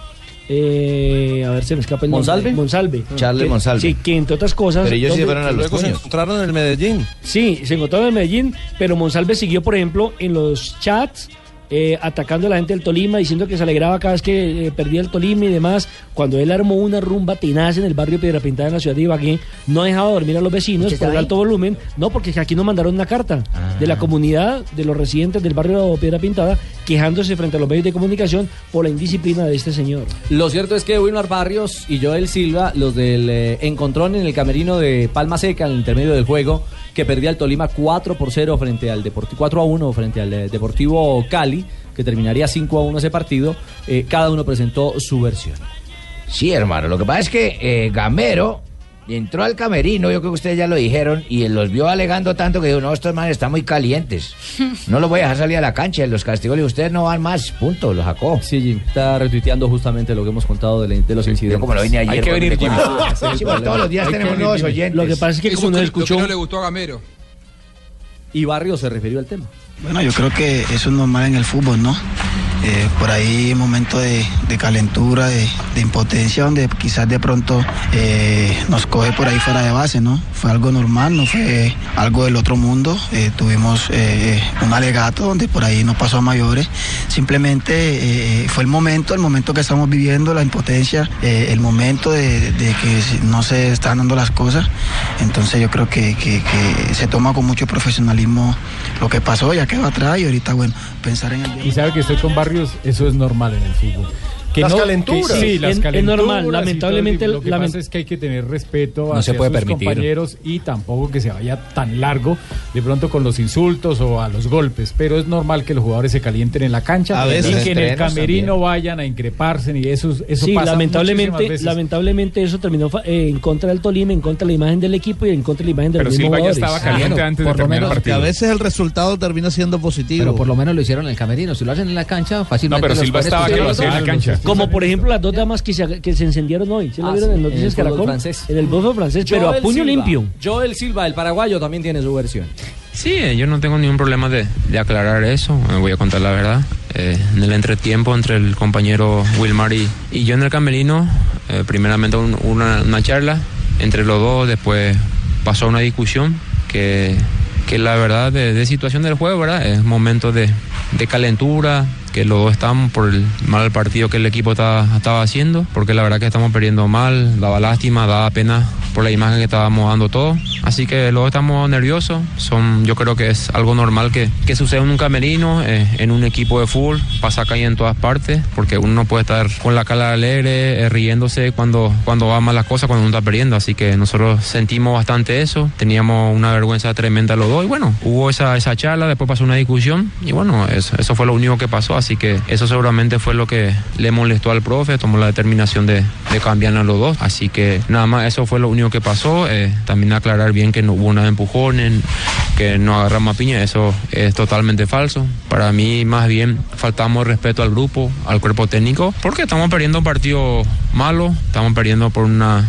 S15: eh, a ver, se me escapa el nombre.
S21: ¿Monsalve?
S15: Monsalve.
S21: Charles
S15: Que-
S21: Monsalve.
S15: Sí, que entre otras cosas.
S21: Pero ellos sí
S15: ¿dónde-
S21: fueron a los Luego se puños.
S15: encontraron en el Medellín. Sí, se encontraron en Medellín, pero Monsalve siguió, por ejemplo, en los chats. eh, atacando a la gente del Tolima, diciendo que se alegraba cada vez que eh, perdía el Tolima y demás, cuando él armó una rumba tenaz en el barrio Piedra Pintada en la ciudad de Ibagué, no dejaba dormir a los vecinos por el alto volumen, no, porque aquí nos mandaron una carta de la comunidad, de los residentes del barrio Piedra Pintada, quejándose frente a los medios de comunicación por la indisciplina de este señor.
S3: Lo cierto es que Wilmar Barrios y Joel Silva, los del eh, encontrón en el camerino de Palma Seca, en el intermedio del juego, que perdía el Tolima 4 por 0 frente al Deportivo, 4 a 1 frente al eh, Deportivo Cali, que terminaría 5 a 1 ese partido, eh, cada uno presentó su versión.
S11: Sí, hermano. Lo que pasa es que eh, Gamero entró al camerino, yo creo que ustedes ya lo dijeron, y los vio alegando tanto que dijo, no, estos manes están muy calientes. No los voy a dejar salir a la cancha, los castigó, le dijo, ustedes no van más, punto, los sacó.
S3: Sí, Jim, está retuiteando justamente lo que hemos contado de, la- de los incidentes.
S11: como lo vine ayer, Hay que venir, Jim.
S3: Sí, pues, todos los días tenemos nuevos oyentes.
S15: Lo que pasa es que
S3: Eso
S15: como no
S3: que- lo
S15: escuchó...
S3: que no
S8: le gustó a Gamero.
S3: Y Barrios se refirió al tema.
S27: Bueno, yo creo que eso es normal en el fútbol, ¿no? Eh, por ahí momentos de, de calentura, de, de impotencia, donde quizás de pronto eh, nos coge por ahí fuera de base, ¿no? Fue algo normal, no fue algo del otro mundo. Eh, tuvimos eh, un alegato donde por ahí no pasó a mayores. Simplemente eh, fue el momento, el momento que estamos viviendo, la impotencia, eh, el momento de, de que no se están dando las cosas. Entonces yo creo que, que- que se toma con mucho profesionalismo lo que pasó, ya quedó atrás y ahorita, bueno, pensar en el...
S12: Y sabe que estoy con Barrios, eso es normal en el fútbol.
S6: Las calenturas.
S12: que sí,
S6: Es-
S12: las
S6: es
S12: calenturas
S6: normal,
S12: y todo el-
S6: lamentablemente,
S12: Lo que
S6: lament-
S12: pasa es que hay que tener respeto
S6: No
S12: hacia
S6: se puede
S12: sus
S6: permitir.
S12: compañeros y tampoco que se vaya tan largo de pronto con los insultos o a los golpes. Pero es normal que los jugadores se calienten en la cancha
S15: A
S12: y
S15: veces.
S12: que en
S15: Los
S12: el
S15: entrenos
S12: camerino vayan a increparse y eso, eso
S15: sí,
S12: pasa muchísimas
S15: lamentablemente,
S12: veces.
S15: lamentablemente eso terminó fa- eh, en contra del Tolima, en contra de la imagen del equipo y en contra de la imagen de los mismos jugadores.
S12: de terminar el
S23: que
S12: partido.
S23: a veces el resultado termina siendo positivo.
S13: Pero por lo menos lo hicieron en el camerino. Si lo hacen en la cancha, fácilmente. los jugadores pusieron los goles.
S15: Como por ejemplo las dos damas que se, que se encendieron hoy. ¿Se lo
S3: Ah,
S15: vieron
S3: sí,
S15: en
S3: en el
S15: Noticias
S3: fútbol
S15: Caracol?
S3: francés.
S15: En el fútbol francés, pero a
S3: Joel
S15: puño
S3: Silva.
S15: limpio.
S3: Joel Silva, el paraguayo, también tiene su versión.
S4: Sí, eh, yo no tengo ningún problema de, de aclarar eso, eh, voy a contar la verdad. Eh, en el entretiempo entre el compañero Wilmar y, y yo en el camerino, eh, primeramente un- una, una charla entre los dos, después pasó una discusión que, que la verdad de, de situación del juego, ¿verdad? Es momento de, de calentura, que los dos estamos por el mal partido que el equipo está- estaba haciendo, porque la verdad que estamos perdiendo mal, daba lástima, daba pena por la imagen que estábamos dando todos. Así que los dos estamos nerviosos, son, yo creo que es algo normal que, que suceda en un camerino, eh, en un equipo de fútbol, pasa calle en todas partes, porque uno no puede estar con la cara alegre, eh, riéndose cuando, cuando va mal las cosas, cuando uno está perdiendo. Así que nosotros sentimos bastante eso, teníamos una vergüenza tremenda los dos y bueno, hubo esa, esa charla, después pasó una discusión y bueno, eso, eso fue lo único que pasó, así que eso seguramente fue lo que le molestó al profe, tomó la determinación de, de cambiar a los dos, así que nada más eso fue lo único que pasó, eh, también aclarar bien que no hubo nada de empujones, que no agarramos a piña, eso es totalmente falso, para mí más bien faltamos respeto al grupo, al cuerpo técnico, porque estamos perdiendo un partido malo, estamos perdiendo por una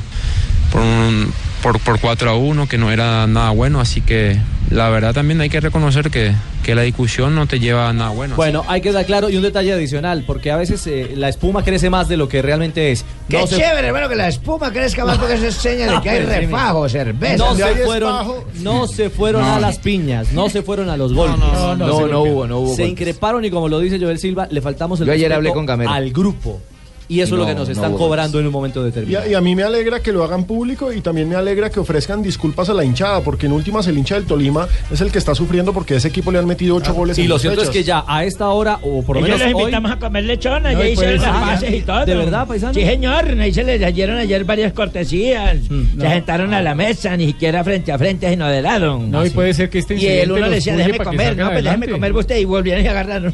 S4: por, un- por, por 4 a 1, que no era nada bueno, así que la verdad también hay que reconocer que, que la discusión no te lleva a nada bueno.
S3: Bueno, hay que dar claro y un detalle adicional, porque a veces eh, la espuma crece más de lo que realmente es.
S11: Qué
S3: No se-
S11: chévere, hermano, que la espuma crezca más porque eso es seña de
S3: No,
S11: que hay
S3: pero sí,
S11: refajo, cerveza.
S3: No
S11: Donde
S3: se
S11: hay
S3: fueron,
S11: espajo,
S3: no se fueron
S11: No.
S3: a las piñas, no se fueron a los golpes.
S11: no, no, no, no, no hubo, no hubo
S3: Se
S11: golpes.
S3: increparon y como lo dice Joel Silva, le faltamos el
S11: Yo ayer
S3: respeto
S11: hablé con Gamero.
S3: al grupo. Y
S11: Y
S3: eso es lo que
S11: no,
S3: nos
S11: no
S3: están
S11: hubo
S3: cobrando en un momento
S6: Y
S3: determinado.
S6: a, y a mí me alegra que lo hagan público y también me alegra que ofrezcan disculpas a la hinchada, porque en últimas el hincha del Tolima es el que está sufriendo porque a ese equipo le han metido ocho goles.
S3: Y
S6: en
S3: lo
S6: dos
S3: cierto es
S6: fechas.
S3: que ya a esta hora, o por lo menos hoy,
S28: a comer lechones,
S3: No,
S28: ya
S3: y
S28: hicieron
S3: pues,
S28: las
S3: ah,
S28: paces y todo.
S3: ¿de verdad, paisano?
S28: Sí, señor, ahí se les dieron ayer varias cortesías.
S12: Mm,
S28: se sentaron a la mesa, ni siquiera frente a frente, sino de lado.
S12: No, y puede ser que este
S28: Y el
S12: incidente
S28: uno
S12: los
S28: le decía,
S12: pulgue
S28: déjeme
S12: para que
S28: comer,
S12: salgan
S28: no, pues déjeme
S12: adelante.
S28: comer usted, y volvieron y agarraron.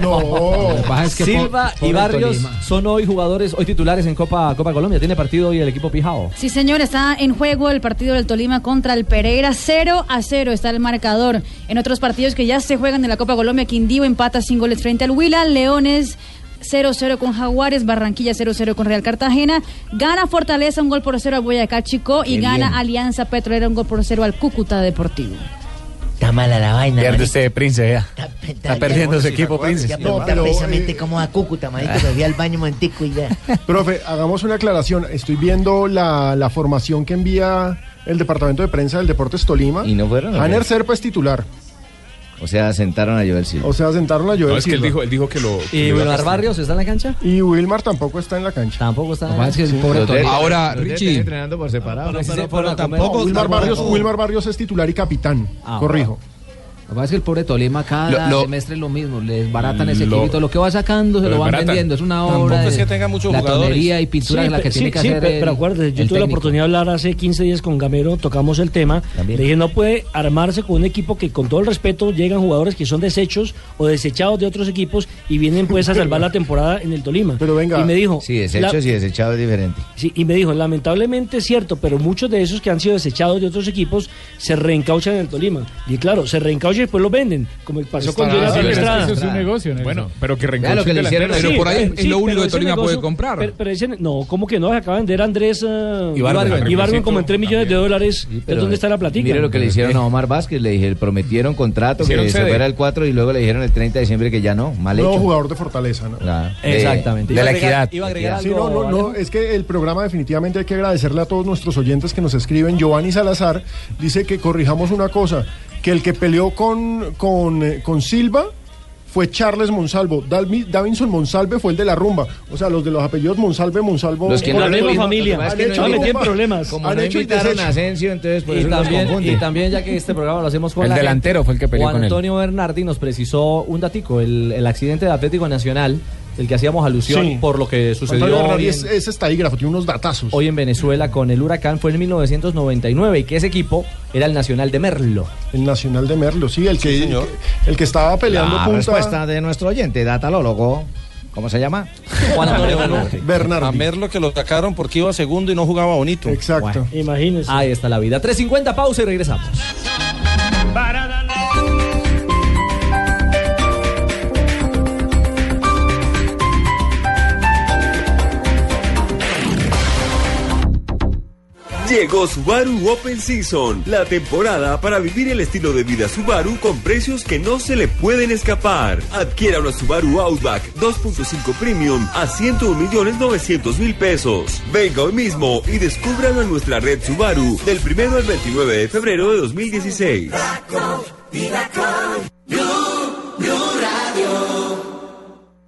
S6: no.
S3: Silva y Barrios son hoy jugadores, hoy titulares en Copa, Copa Colombia. Tiene partido hoy el equipo Pijao.
S14: Sí, señor, está en juego el partido del Tolima contra el Pereira. 0 a 0 está el marcador. En otros partidos que ya se juegan en la Copa Colombia, Quindío empata sin goles frente al Huila, Leones 0-0 con Jaguares, Barranquilla 0-0 con Real Cartagena, gana Fortaleza un gol por cero al Boyacá Chico y
S28: Qué
S14: gana
S28: bien.
S14: Alianza Petrolera un gol por cero al Cúcuta Deportivo.
S28: Está mala la vaina.
S29: Pierde usted, Prince, ya. Está perdiendo su equipo, Prince.
S28: Ya pregunta
S6: eh,
S28: precisamente cómo va Cúcuta, manito, que fui al baño un momentico y ya.
S6: Profe, hagamos una aclaración. Estoy viendo la, la formación que envía el departamento de prensa del Deportes Tolima.
S21: Y no fueron. ¿o
S6: Aner
S21: qué?
S6: Serpa es titular.
S21: O sea, sentaron a Joel Silva.
S6: O sea, sentaron a Joel
S21: No, es que él
S6: Silva.
S21: dijo- él dijo que lo- que ¿Y lo- Wilmar
S3: Barrios está en la cancha?
S6: Y Wilmar tampoco está en la cancha.
S3: Tampoco está
S21: Lo más es que el pobre Los Tolima-
S16: Ahora, Richie.
S21: entrenando por
S6: Ah,
S21: separado.
S6: pues No, Wilmar, Barrios, Wilmar Barrios es titular y capitán. Corrijo.
S13: Lo que pasa es que el pobre Tolima Ah, cada
S6: Lo- lo-
S13: semestre es lo mismo, les baratan ese
S6: Lo-
S13: equipito, lo que va sacando se
S15: lo
S13: lo, van
S15: desbaratan.
S13: vendiendo, es una
S15: Tampoco
S13: obra
S15: es
S13: de
S15: que tenga muchos
S13: la
S15: jugadores.
S13: tonería y pintura
S15: Sí,
S13: de la
S15: pe-
S13: que
S15: sí,
S13: tiene que
S15: sí,
S13: hacer
S15: pe-
S13: el-
S15: pero acuérdate, yo
S13: el
S15: tuve la
S13: técnico.
S15: oportunidad de hablar hace 15 días con Gamero, tocamos el tema. Le dije, no puede armarse con un equipo que con todo el respeto llegan jugadores que son desechos o desechados de otros equipos y vienen pues a salvar la temporada en el Tolima. Pero venga. Y me dijo,
S21: Sí, desechos
S15: la-
S21: y desechados diferente.
S15: Sí, y me dijo, lamentablemente es cierto, pero muchos de esos que han sido desechados de otros equipos se reencauchan en el Tolima. Y claro, se reencauchan y después los venden, como
S13: Pues
S15: pasó con
S12: Estará-
S15: Jonathan
S12: sí, pero es que
S15: Estrada.
S12: eso es un negocio, Nelson.
S22: Bueno, pero que
S12: Vea lo que le hicieron
S22: Pero
S12: a-
S22: por ahí
S15: Sí,
S22: es lo
S15: pero
S22: único que
S15: ese
S22: Tolima puede
S15: negocio-
S22: comprar.
S15: Pero, pero ese- no, ¿cómo que no? Se acaba de vender a Andrés uh,
S21: Ibargüen.
S15: Ibargüen. Ibargüen como en 3 millones de dólares.
S21: Pero,
S15: ¿De ¿Dónde está la platica?
S21: Mire lo que le hicieron a Omar Vázquez. Le dije, prometieron contrato
S15: Hicieron
S21: que se
S15: sede.
S21: fuera el 4 y luego le dijeron el 30 de diciembre que ya no. Mal
S6: Nuevo
S21: hecho.
S6: jugador de Fortaleza, ¿no?
S21: Claro. De-
S3: Exactamente.
S21: Eh, De,
S3: Iba
S21: la
S3: a agregar-
S21: equidad.
S3: iba a agregar
S6: Sí, no, no, no, es que el programa definitivamente hay que agradecerle a todos nuestros oyentes que nos escriben. Giovanni Salazar dice que corrijamos una cosa, que el que peleó con, con, eh, con Silva fue Charles Monsalvo. Dalmi- Davinson Monsalve fue el de la rumba. O sea, los de los apellidos Monsalve, Monsalvo...
S21: Los que no
S6: han
S21: lo
S6: hecho-
S21: mismo,
S6: han
S21: lo que pasa es que
S6: hecho
S21: no-
S6: rumba,
S21: Como
S6: han
S21: no
S6: hecho el
S21: invitaron
S6: desecho.
S21: a Asensio, entonces este por
S3: y
S21: eso los
S3: también,
S21: confunde.
S3: y también, ya que este programa lo hacemos con
S21: El
S3: la gente,
S21: delantero fue el que peleó
S3: Juan
S21: con él.
S3: Antonio Bernardi nos precisó un datico, el, el accidente de Atlético Nacional, el que hacíamos alusión
S6: Sí.
S3: por lo que sucedió
S6: Antonio
S3: hoy
S6: Bernardi
S3: en,
S6: es, es estadígrafo, tiene unos datazos.
S3: hoy en Venezuela con el huracán fue en 1999 y que ese equipo era el Nacional de Merlo.
S6: El Nacional de Merlo, sí, el que, el que estaba peleando
S21: La
S6: punta-
S21: respuesta de nuestro oyente, datalólogo. ¿Cómo se llama?
S3: Juan Antonio
S6: Bernardo.
S17: A Merlo que lo sacaron porque iba segundo y no jugaba bonito.
S6: Exacto.
S15: Imagínense.
S3: Ahí está la vida. 3.50, pausa y regresamos.
S24: Llegó Subaru Open Season, la temporada para vivir el estilo de vida Subaru con precios que no se le pueden escapar. Adquiera una Subaru Outback 2.5 Premium a 101 millones 900 mil pesos. Venga hoy mismo y descúbralo en nuestra red Subaru del 1 al 29 de febrero de 2016.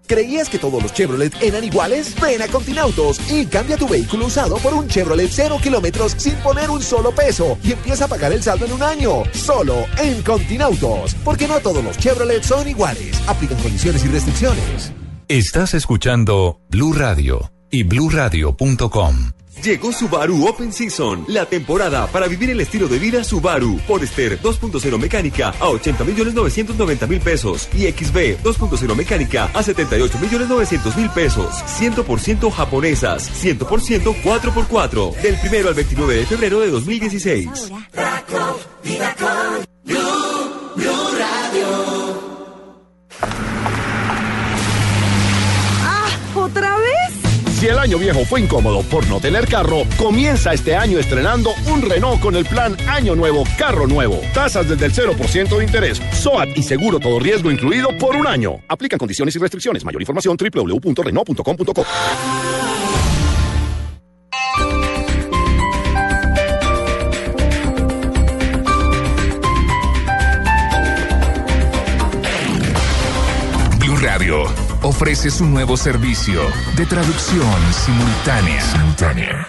S28: ¿Creías que todos los Chevrolet eran iguales? Ven a Continautos y cambia tu vehículo usado por un Chevrolet 0 kilómetros sin poner un solo peso y empieza a pagar el saldo en un año, solo en Continautos, porque no todos los Chevrolet son iguales. Aplican condiciones y restricciones.
S22: Estás escuchando Blue Radio y bluradio.com.
S24: Llegó Subaru Open Season, la temporada para vivir el estilo de vida Subaru. Forester 2.0 mecánica a 80 millones 990 mil pesos y XB 2.0 mecánica a 78 millones 900 mil pesos. 100% japonesas, 100% 4x4, del primero al 29 de febrero de 2016.
S10: ¡Ah! ¿Otra vez?
S1: Si el año viejo fue incómodo por no tener carro, comienza este año estrenando un Renault con el plan Año Nuevo, Carro Nuevo. Tasas desde el 0% de interés, SOAT y seguro todo riesgo incluido por un año. Aplican condiciones y restricciones. Mayor información www.renault.com.co.
S22: Blue Radio ofrece su nuevo servicio de traducción simultánea.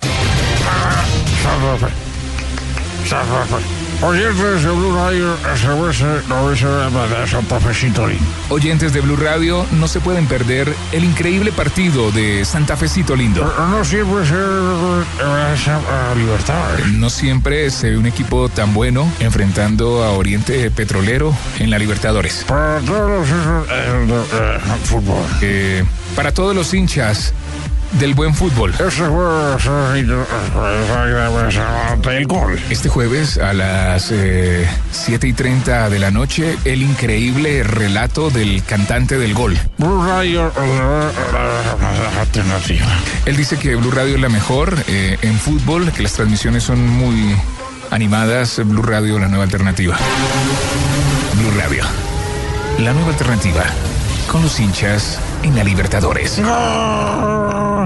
S2: Oyentes de Blue Radio, SOS, no dice nada de Santa Fe Sintonín.
S22: Oyentes de Blue Radio no se pueden perder el increíble partido de Santa Fecito Lindo.
S2: No siempre se eh, es eh, libertad.
S22: No siempre se ve un equipo tan bueno enfrentando a Oriente Petrolero en la Libertadores.
S2: Para todos los hijos, eh, de, eh, fútbol.
S22: Eh, para todos los hinchas del buen fútbol.
S2: Este juego se eh, el gol.
S22: Este jueves a las eh, 7 y 30 de la noche, el increíble relato del cantante del gol.
S2: Blue Radio, eh, eh, alternativa.
S22: Él dice que Blue Radio es la mejor eh, en fútbol, que las transmisiones son muy animadas. Blue Radio, la nueva alternativa. Blue Radio, la nueva alternativa. Con los hinchas en la Libertadores.
S2: No,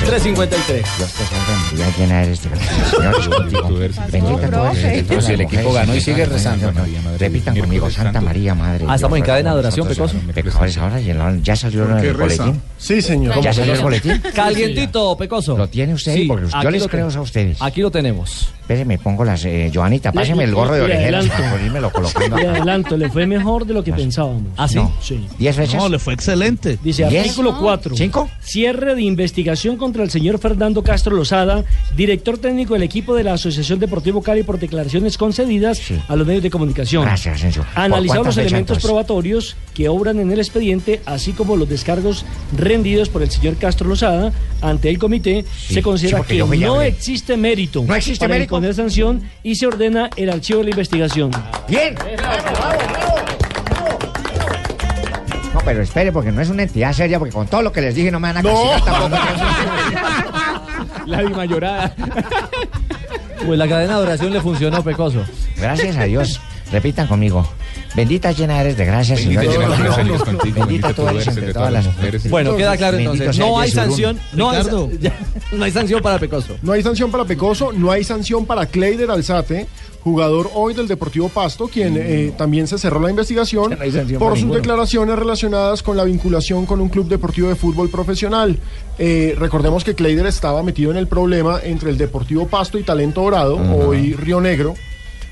S11: Yo
S21: pues,
S11: estoy contento, ya quién eres este
S32: No, profe.
S11: Bendita
S32: Pues el equipo ganó y sigue rezando.
S11: Repitan conmigo, Santa María Madre.
S3: Ah, estamos en cadena de oración, Pecoso.
S11: Pecadores ahora y en la- ya salió
S3: ¿Por qué
S11: el
S3: reza?
S11: boletín.
S6: Sí, señor.
S11: ¿Ya salió el boletín?
S3: Calientito, Pecoso.
S11: Lo tiene usted,
S3: Sí,
S11: porque
S3: aquí
S11: yo les
S3: lo
S11: creo
S3: tengo.
S11: a ustedes.
S3: Aquí lo tenemos.
S11: Espéreme, pongo las. eh, Joanita, páseme el gorro de
S15: Le- le
S11: orejeras
S15: adelanto.
S11: para ponerme lo colocando.
S15: Le adelanto, le fue mejor de lo que pensábamos.
S11: ¿Ah, sí?
S15: Sí.
S11: ¿Diez veces? Ah.
S19: No, le fue excelente.
S15: Dice artículo 4. Cierre de investigación contra el señor Fernando Castro Lozada, director técnico del equipo de la Asociación Deportivo Cali por declaraciones concedidas a los medios de comunicación.
S11: Gracias, Asensio. ¿Por
S15: Analizado
S11: cuántas
S15: los
S11: fechas,
S15: elementos
S11: entonces?
S15: probatorios que obran en el expediente, así como los descargos rendidos por el señor Castro Lozada ante el comité,
S11: Sí,
S15: se considera
S11: sí, porque
S15: que
S11: yo me
S15: no
S11: llamé.
S15: existe mérito
S11: ¿No existe
S15: para
S11: mérito?
S15: imponer sanción y se ordena el archivo de la investigación.
S11: Bien. No, pero espere, porque no es una entidad seria, porque con todo lo que les dije no me van a castigar tampoco.
S3: La mayorada. Pues la cadena de oración le funcionó, Pecoso.
S11: Gracias a Dios. Repitan conmigo. Bendita llena eres de gracias,
S3: Bendita
S11: Señor.
S3: llena eres de gracia,
S11: Bendita
S3: Dios
S11: tú
S3: contigo, bendita tú
S11: eres
S3: eres
S11: entre
S3: entre
S11: todas las mujeres.
S3: Bueno, queda claro
S11: Bendito
S3: entonces.
S11: sea
S3: No hay
S11: Yesurún.
S3: sanción. No hay,
S6: Ricardo.
S3: sa- ya, no hay sanción para Pecoso.
S6: No hay sanción para Pecoso, no hay sanción para Kleider Alzate, jugador hoy del Deportivo Pasto,
S7: Mm.
S6: quien eh, también se cerró la investigación
S33: hay sanción
S6: por
S33: para
S6: sus
S33: ninguno.
S6: declaraciones relacionadas con la vinculación con un club deportivo de fútbol profesional. Eh, recordemos que Kleider estaba metido en el problema entre el Deportivo Pasto y Talento Dorado, hoy Río Negro.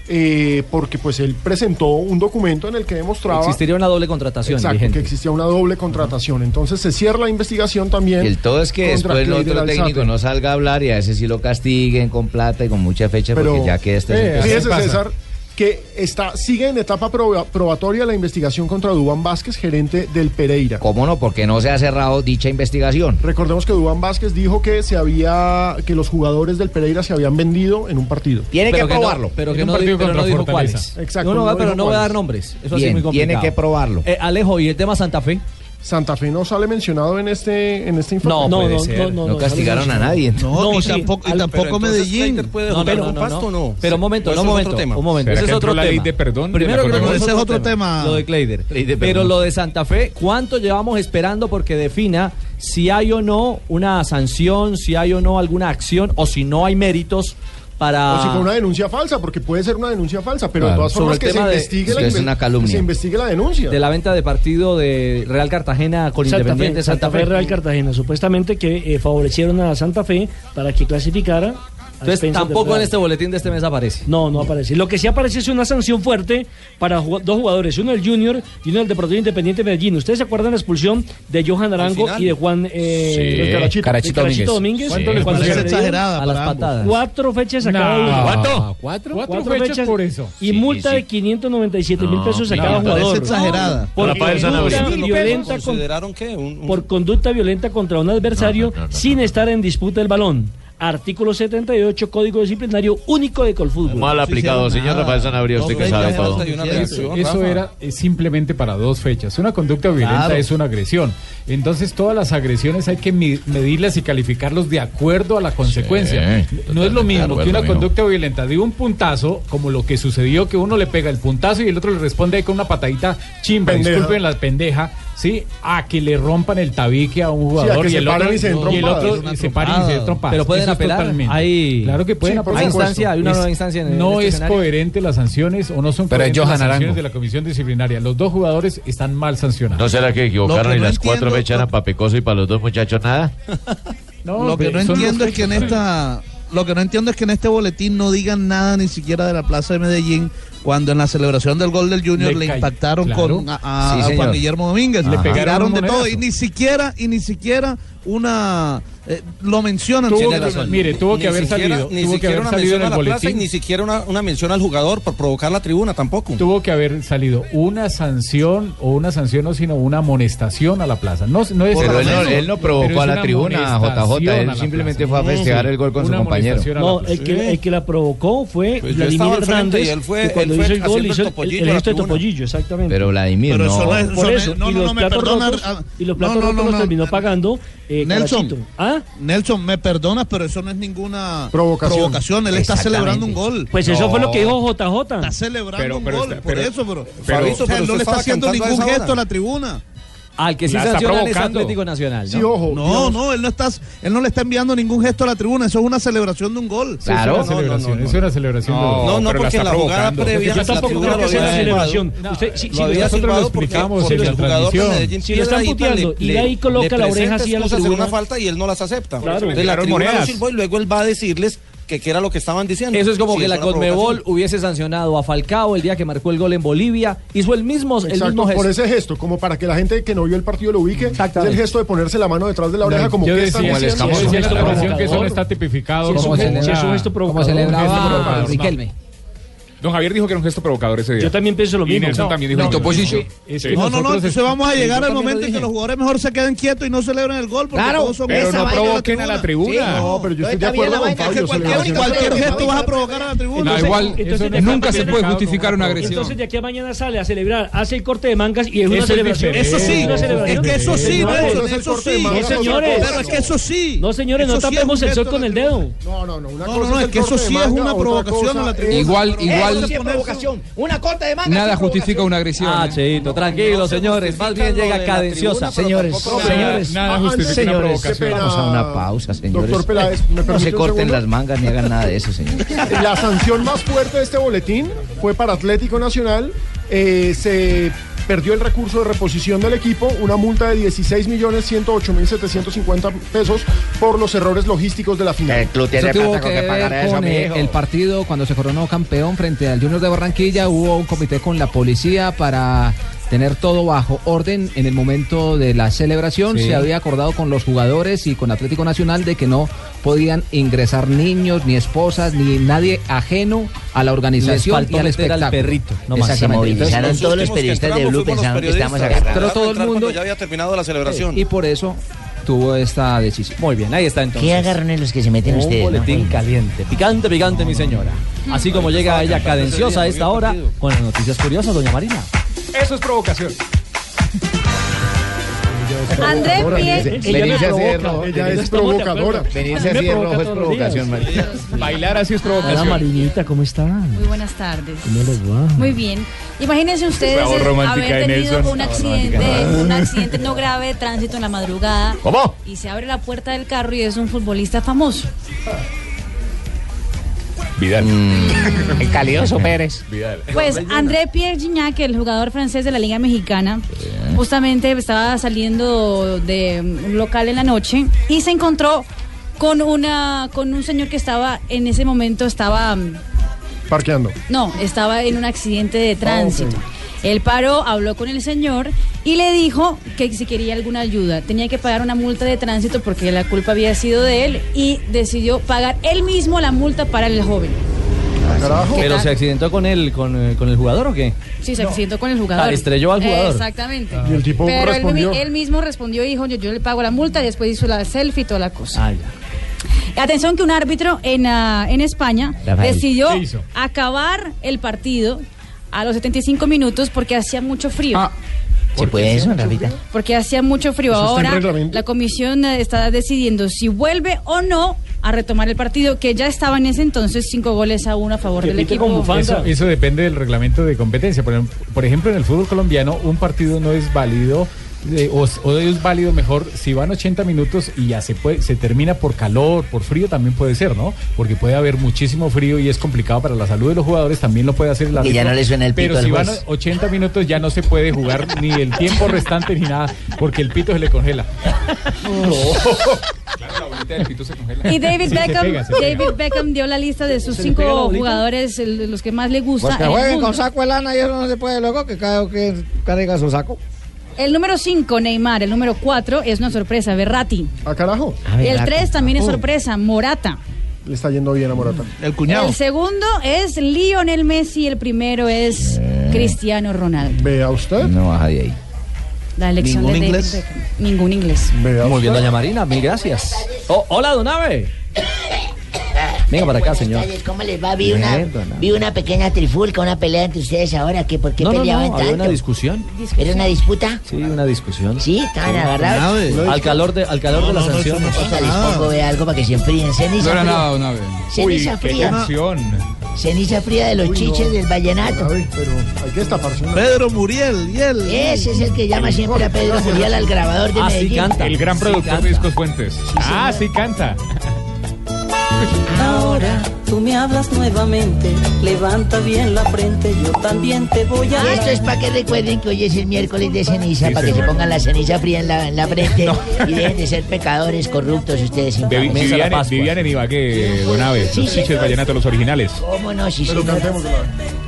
S6: eh, porque pues él presentó un documento en el que demostraba
S3: Existiría una doble contratación
S6: Exacto,
S3: vigente.
S6: que existía una doble contratación. Entonces se cierra la investigación también.
S7: Y el todo es que
S6: contra
S7: después el
S6: Kleider
S7: otro
S6: Alzate.
S7: técnico no salga a hablar y a ese sí lo castiguen con plata y con mucha fecha porque ya que este
S6: eh,
S7: es
S6: fíjese, César, que está, sigue en etapa proba- probatoria la investigación contra Dubán Vázquez, gerente del Pereira.
S32: ¿Cómo no? Porque no se ha cerrado dicha investigación.
S6: Recordemos que Dubán Vázquez dijo que se había que los jugadores del Pereira se habían vendido en un partido.
S3: Pero no- pero que no, di- pero no dijo cuáles.
S6: Exacto.
S3: No, no, pero
S6: dijo
S3: no voy a dar
S6: cuáles.
S3: nombres. Eso así es muy complicado. Eh, Alejo, ¿y el tema Santa Fe?
S6: Santa Fe no sale mencionado en este en este informe.
S3: No, No, puede no, ser. no, no, No no, castigaron sale a nadie, mencionado. entonces. No,
S19: y
S3: sí.
S19: tampoco, y
S3: Al-
S19: tampoco
S3: pero entonces
S19: Medellín.
S3: Slater puede No, jugar no, en no, Pasto, no, no. Pues ¿no? Pero un momento, no, un momento, un momento. Ese es otro tema. Primero creo que
S19: ese es otro tema.
S3: Lo de Kleider.
S19: Kleider,
S3: Pero
S19: perdón.
S3: lo de Santa Fe, ¿cuánto llevamos esperando porque defina si hay o no una sanción, si hay o no alguna acción o si no hay méritos para...
S12: Ah.
S6: O si fue una denuncia falsa, porque puede ser una denuncia falsa, pero de
S3: Claro.
S6: todas
S3: Sobre
S6: formas
S3: el
S6: que se,
S3: tema de-
S6: investigue
S3: es
S6: la
S3: que es
S6: inve-
S3: una calumnia.
S6: que se investigue la denuncia.
S3: de la venta de partido de Real Cartagena con Independiente Santa, Fe.
S15: Real Cartagena, supuestamente que eh, favorecieron a Santa Fe para que clasificara. a
S3: Entonces
S15: expensas del
S3: tampoco en
S15: Real.
S3: este boletín de este mes aparece.
S15: No, no aparece. Lo que sí aparece es una sanción fuerte para ju- dos jugadores, uno del Junior y uno del Deportivo Independiente de Medellín. ¿Ustedes se acuerdan la expulsión de Johan Arango
S11: final?
S15: y de Juan eh,
S11: Sí,
S15: del
S11: Carachito.
S15: del Carachito Domínguez?
S11: Domínguez. ¿Cuánto les
S15: Cuando
S11: parece?
S15: se le dio
S11: Exagerada
S15: a las
S11: para ambos.
S15: patadas. Cuatro fechas a
S11: No.
S15: cada uno.
S11: ¿Cuánto? ¿Cuatro?
S15: Cuatro
S12: Cuatro fechas
S15: fechas
S12: por eso.
S15: Y multa de 597 mil
S12: No,
S15: pesos a
S12: no,
S15: cada
S12: me parece
S15: jugador.
S12: exagerada.
S15: Por
S12: Rafael
S15: conducta
S12: Sanabria.
S15: violenta con-
S27: ¿Consideraron qué? Un- un-
S15: por conducta violenta contra un adversario sin estar en disputa del balón. Artículo 78, Código Disciplinario Único de Colfútbol.
S4: Mal aplicado, señor Rafael Sanabria, usted que sabe todo.
S12: Eso, eso era eh, simplemente para dos fechas. Una conducta violenta
S4: Claro.
S12: es una agresión. Entonces todas las agresiones hay que mi- medirlas y calificarlos de acuerdo a la consecuencia. no es lo
S4: de
S12: mismo
S4: acuerdo,
S12: que una
S4: mijo.
S12: conducta violenta de un puntazo, como lo que sucedió que uno le pega el puntazo y el otro le responde ahí con una patadita chimba,
S6: Pendeja.
S12: disculpen la pendeja, sí, a que le rompan el tabique a un jugador
S6: que
S12: y,
S6: se
S12: el
S6: paran
S12: otro,
S6: y se den
S12: y el
S6: trompadas.
S12: otro
S6: Una
S12: se paran y se den trompadas.
S3: Pero pueden
S12: Eso es
S3: apelar.
S12: totalmente.
S3: Hay-
S12: Claro que pueden
S3: Sí,
S12: apelar.
S3: hay instancia, hay una nueva instancia en el- en
S12: No
S3: este
S12: es
S3: escenario.
S12: coherente las sanciones o no son
S4: Pero
S12: coherentes
S4: Johan
S12: las
S4: Arango.
S12: sanciones de la comisión disciplinaria. Los dos jugadores están mal sancionados.
S4: ¿No será que equivocaron
S12: Lo que
S4: y
S12: no
S4: las cuatro
S12: entiendo-
S4: fechas eran para Pecoso y para los dos muchachos nada?
S23: lo que
S4: hombre,
S23: no
S4: son los
S23: entiendo es que en esta lo que no entiendo es que en este boletín no digan nada ni siquiera de la Plaza de Medellín cuando en la celebración del gol del Junior
S4: Le
S23: le,
S4: cay-
S23: impactaron
S4: claro.
S23: con a, a-
S4: Sí,
S23: a Juan
S4: señor.
S23: Guillermo Domínguez,
S4: Le
S23: le
S4: pegaron
S23: pegaron
S4: un
S23: de todo
S4: monedazo.
S23: y ni siquiera y ni siquiera una eh, lo mencionan.
S12: Tuvo
S23: siquiera.
S12: que- mire, tuvo que haber
S27: siquiera-
S12: salido,
S27: Ni
S12: tuvo que
S27: siquiera
S12: haber
S27: una
S12: salido
S27: mención
S12: en
S27: a
S12: el
S27: la plaza y
S12: boletín.
S27: ni siquiera una, una mención al jugador por provocar la tribuna tampoco.
S12: Tuvo que haber salido una sanción o una sanción no, sino una amonestación a la plaza. No, no es
S4: Pero él no,
S12: sanción,
S4: él no
S12: pero es
S4: provocó a
S12: una
S4: la tribuna, JJ.
S12: amonestación a
S4: Él
S12: la
S4: simplemente fue
S12: plaza.
S4: a festejar el gol con su
S12: Una
S4: compañero.
S12: amonestación a la
S15: No,
S12: plaza.
S15: el que, el que la provocó fue
S4: Pues yo
S15: Vladimir
S4: estaba al frente
S15: Hernández.
S4: y él fue-
S15: que cuando
S4: él fue
S15: hizo el gol,
S4: haciendo
S15: hizo
S4: el
S15: el,
S4: topollillo
S15: el
S4: a la
S15: gesto de
S4: tribuna.
S15: topollillo, exactamente.
S4: Pero Vladimir,
S15: Por
S4: no.
S15: eso,
S4: Por eso.
S15: y los platos rotos,
S23: ah,
S15: y los platos rotos los terminó pagando eh, Carachito.
S23: Nelson, Nelson, me perdonas, pero eso no es ninguna provocación. Él está
S15: Exactamente.
S23: celebrando un gol.
S15: Pues eso fue lo que dijo JJ. Está
S23: celebrando
S15: pero,
S23: un gol, por eso, pero,
S15: pero-
S23: Fabito,
S15: O sea,
S23: pero no le está haciendo ningún gesto a la tribuna.
S3: Al que sí La está sancionan es provocando. Atlético Nacional, ¿no? Sí, ojo,
S23: no,
S3: digamos-
S23: no, él no está, él no le está enviando ningún gesto a la tribuna, eso es una celebración de un gol.
S12: Sí, es una celebración, es una celebración. de-
S27: No, no,
S12: pero
S27: porque
S12: está
S27: la jugada
S12: provocando.
S27: previa
S12: Yo
S27: la
S12: tampoco
S27: tribuna
S12: creo que
S27: lo
S12: sea una
S27: había
S12: celebración.
S27: silbado.
S12: Usted- si-
S27: Lo
S12: si
S27: había
S12: nosotros lo
S27: silbado porque-
S12: explicamos
S27: porque
S12: en la
S27: el jugador de
S12: transmisión.
S27: Medellín
S12: Si
S27: pierde
S12: lo están
S27: la hipla,
S12: puteando
S27: pues, le-
S12: y
S27: le-
S12: ahí coloca
S27: le
S12: la oreja
S27: presenta
S12: así a la
S27: excusas en
S12: tribuna.
S27: una falta y él no las acepta.
S12: Claro.
S27: Entonces,
S12: Le
S27: la
S12: tiraron
S27: tribuna lo
S12: monedas.
S27: silbó y luego él va a decirles que, que era lo que estaban diciendo.
S3: Eso es como
S27: Sí,
S3: que la
S27: una provocación.
S3: Conmebol hubiese sancionado a Falcao el día que marcó el gol en Bolivia. Hizo el mismo, el
S6: Exacto,
S3: mismo gesto.
S6: por ese gesto, como para que la gente que no vio el partido lo ubique, es el gesto de ponerse la mano detrás de la oreja,
S12: No,
S6: como
S12: yo
S6: que
S12: decía,
S6: están
S12: yo decía
S6: haciendo?
S12: en la transmisión que eso no está tipificado
S6: Sí, es
S12: como
S6: un gesto-
S12: una-
S6: sí, es un gesto
S12: como
S6: provocador.
S12: celebraba
S6: Un gesto provocador.
S12: Riquelme.
S22: Don Javier dijo que era un gesto provocador ese día.
S12: Yo también pienso lo
S22: Y
S12: mismo.
S22: Nelson
S12: No,
S22: también dijo
S12: no,
S22: lo mismo.
S12: es que- es que
S22: Sí.
S23: No, no, no, entonces vamos a llegar
S12: Yo
S23: al
S12: también lo
S23: momento en que
S12: dije.
S23: los jugadores mejor se queden quietos y no celebran el gol porque
S12: Claro,
S23: todos son
S12: pero no provoquen a la tribuna.
S6: No, pero yo estoy de
S23: Está bien
S6: acuerdo
S23: la
S6: con
S23: vaina, es que
S6: Fabio.
S23: cualquier-
S6: celebración.
S23: cualquier gesto vas a provocar a la tribuna.
S22: No, igual, eso
S15: de acá
S22: nunca
S15: a
S22: se
S15: mañana-
S22: puede justificar una agresión.
S15: Entonces de aquí a mañana sale a celebrar, hace el corte de mangas y es una
S22: Eso es
S15: celebración.
S22: diferente. Eso sí,
S15: una celebración.
S22: es que eso sí,
S15: Señores,
S22: Nelson, eso
S15: corte de
S22: sí.
S15: mangas,
S22: No,
S15: señores.
S22: pero es que eso
S23: sí.
S15: No, señores, no
S22: Eso sí es
S15: tapemos
S22: un
S15: el sol
S22: gesto
S15: con el dedo.
S6: No, no, no. Una
S22: no, no, es que eso sí es una provocación a la tribuna. Igual- igual-
S11: Eso sí es provocación. Una corta de manga.
S22: Nada justifica una agresión. ¿eh?
S3: Ah, Cheito, tranquilo, señores. Más bien llega cadenciosa.
S11: Señores, señores,
S6: Ah,
S11: señores, vamos a una pausa, señores. Eh,
S6: Doctor Peláez, ¿me
S11: no
S6: permite
S11: se
S6: un
S11: corten
S6: segundo?
S11: las mangas ni hagan nada de eso, señores.
S6: La sanción más fuerte de este boletín fue para Atlético Nacional. Eh, se perdió el recurso de reposición del equipo, una multa de 16 millones 108 mil 750 pesos por los errores logísticos de la final.
S11: tiene
S22: Eso tuvo
S11: plata con
S22: que
S11: que
S22: ver
S11: pagar
S22: con
S11: eso,
S22: el-
S11: mijo.
S22: el el partido cuando se coronó
S13: campeón frente al Junior de Barranquilla, hubo un comité con la policía para tener todo bajo orden en el momento de la celebración.
S22: Sí.
S13: Se había acordado con los jugadores y con Atlético Nacional de que no podían ingresar niños, ni esposas, ni nadie ajeno a la organización
S3: Les faltó
S13: y al
S3: meter al
S13: espectáculo.
S3: perrito,
S22: no
S3: más. Se movilizaron
S13: Entonces,
S3: todos los
S22: periodistas de Blue pensaban que estábamos agarrados.
S13: Pero todo el
S22: Entraron
S13: mundo
S22: cuando ya había terminado la celebración.
S13: Y por eso tuvo esta decisión.
S3: Muy bien, ahí está entonces.
S13: ¿Qué agarran
S11: en los que se meten
S3: Un
S13: ustedes?
S3: boletín caliente, picante, picante, mi señora. Así como llega ella cadenciosa a esta hora con las noticias curiosas, doña Marina.
S12: Eso es provocación.
S31: Andrés Pie-
S15: Venirse así de rojo.
S6: Ella es
S15: Estamos de acuerdo.
S6: provocadora.
S15: Venirse así de rojo es provocación, María.
S22: Bailar así es provocación.
S10: Hola Marinita, ¿cómo está?
S14: Muy buenas tardes.
S10: ¿Cómo les va?
S14: Muy bien. Imagínense ustedes
S10: Esa voz
S14: eh,
S10: romántica
S14: haber
S10: de
S14: tenido
S10: Nelson.
S14: un
S10: Esa voz
S14: accidente,
S10: romántica.
S14: un accidente no grave de tránsito en la madrugada.
S22: ¿Cómo?
S14: Y se abre la puerta del carro y es un futbolista famoso.
S22: Vidal.
S11: Mm, El calioso Pérez.
S22: Vidal.
S14: Pues André Pierre Gignac, el jugador francés de la Liga Mexicana, justamente estaba saliendo de un local en la noche y se encontró con una con un señor que estaba en ese momento estaba mm,
S6: Parqueando.
S14: No, estaba en un accidente de tránsito.
S6: ok.
S14: Él paró, habló con el señor y le dijo que si quería alguna ayuda. Tenía que pagar una multa de tránsito porque la culpa había sido de él y decidió pagar él mismo la multa para el joven. ¿Qué
S3: ¿Pero
S14: tal?
S3: se accidentó con el, con, eh, con el jugador o qué?
S14: Sí, se accidentó con el jugador.
S3: Ah, estrelló al jugador. Ah.
S14: Exactamente.
S3: Y el tipo
S14: Pero él, mi-
S3: respondió.
S14: él mismo respondió y dijo, yo, yo le pago la multa, y después hizo la selfie y toda la cosa.
S3: Ah,
S14: Atención que un árbitro en, ah, en España
S31: Rafael.
S14: decidió
S31: ¿Qué hizo?
S14: acabar el partido a los 75 minutos porque hacía mucho frío.
S3: Ah,
S11: ¿Se puede eso, Rafita?
S14: Porque hacía mucho frío.
S11: ¿Eso está en
S14: Ahora
S11: reglamento?
S14: la comisión eh, está decidiendo si vuelve o no a retomar el partido, que ya estaba en ese entonces cinco goles a uno a favor del equipo.
S12: Eso, eso depende del reglamento de competencia. Por, ejem- por ejemplo, en el fútbol colombiano, un partido no es válido. eh, o, s- o es válido mejor si van 80 minutos y ya se puede, se termina por calor, por frío también puede ser, ¿no? Porque puede haber muchísimo frío y es complicado para la salud de los jugadores, también lo puede hacer el
S11: Porque ya
S12: árbitro,
S11: no le suena el
S12: Pero
S11: pito al
S12: si van
S11: juez.
S12: 80 minutos ya no se puede jugar ni el tiempo restante ni nada, porque el pito se le congela.
S14: Y
S12: Sí,
S14: David
S12: se
S14: Beckham,
S12: pega, se
S14: David
S12: pega.
S14: Beckham dio la lista de sus
S12: ¿Se le pega la
S14: cinco
S12: bolita?
S14: jugadores, el- los que más le gusta.
S7: Pues que
S14: en el
S7: jueguen
S14: mundo.
S7: con saco de lana y eso no se puede luego que cada que carga su saco.
S14: El número 5, Neymar. El número 4 es una sorpresa, Berratti.
S6: Ah, carajo.
S14: el 3 también es
S6: Oh,
S14: sorpresa, Morata.
S6: Le está yendo bien a Morata.
S34: El
S14: El segundo es Lionel Messi. El primero es
S3: Eh.
S14: Cristiano Ronaldo.
S6: Vea usted.
S11: No baja de ahí.
S14: La elección
S3: ¿Ningún
S14: de David
S3: inglés?
S14: Beckham. Ningún inglés.
S3: Muy bien, doña Marina, mil gracias. Oh, hola, don Ave. Venga
S11: Ah,
S3: para acá,
S8: Buenas
S3: señor.
S8: tardes, ¿Cómo les va? Vi una,
S3: Bien, don Álvaro.
S8: vi una pequeña trifulca, una pelea entre ustedes ahora. ¿Qué, ¿Por qué
S3: No, no, no,
S8: peleaban
S3: había
S8: tanto?
S3: una discusión.
S8: ¿Era una disputa?
S3: Sí, una discusión.
S8: Sí,
S14: Ah,
S8: estaban agarrados.
S3: Al calor de, al calor de las sanciones.
S8: Venga, les pongo de algo para que se enfríen. Ceniza
S22: No era
S8: fría.
S22: nada, don Ave.
S8: Ceniza fría. Ceniza fría de los chiches del vallenato.
S6: pero hay que destaparse.
S34: Pedro Muriel, y él.
S8: Ese es el que llama siempre a Pedro Muriel al grabador de
S22: Ah, sí
S8: Medellín.
S22: canta. El gran productor de discos Fuentes. ah, sí canta.
S35: Ahora tú me hablas nuevamente, levanta bien la frente, yo también te voy a...
S8: Y esto es para que recuerden que hoy es el miércoles de ceniza, para que se pongan la ceniza fría en la, en la frente y dejen de ser pecadores corruptos ustedes.
S22: De-
S8: infames.
S22: vivían, en- vivían en Ibagué, don Ave.
S8: Sí,
S22: Los chiches
S8: señor.
S22: vallenato, los originales.
S8: ¿Cómo no? Sí,
S22: Pero
S8: señor.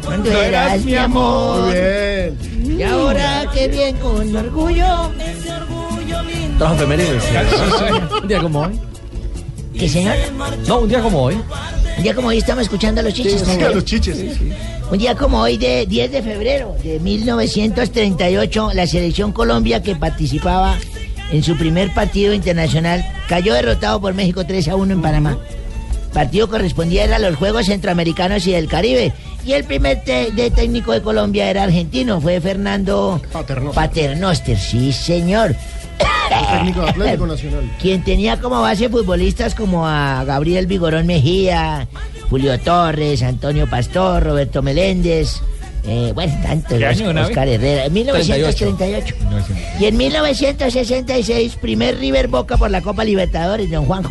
S8: Cuando
S22: No
S8: eras,
S22: eras
S8: mi
S22: mi
S8: amor.
S22: amor.
S6: Eh,
S8: Y ahora que bien con orgullo.
S3: Dos efemérides. Un día como hoy.
S8: ¿Qué señor?
S3: No, un día como hoy.
S8: Un día como hoy estamos escuchando a los chiches.
S6: Sí,
S8: ¿no?
S6: a los chiches.
S8: Un día como hoy de 10 de febrero de 1938, la selección Colombia que participaba en su primer partido internacional cayó derrotado por México 3 a 1 en Panamá. Partido correspondiera a los Juegos Centroamericanos y del Caribe. Y el primer te- de técnico de Colombia era argentino, fue Fernando Paternoster. sí señor.
S6: Técnico de Atlético Nacional.
S8: quien tenía como base futbolistas como a Gabriel Vigorón Mejía, Julio Torres, Antonio Pastor, Roberto Meléndez, eh, bueno, tantos,
S22: ¿Qué año, Navi?
S8: Oscar Herrera, en 1938. Y en 1966, primer River Boca por la Copa Libertadores, don Juanjo.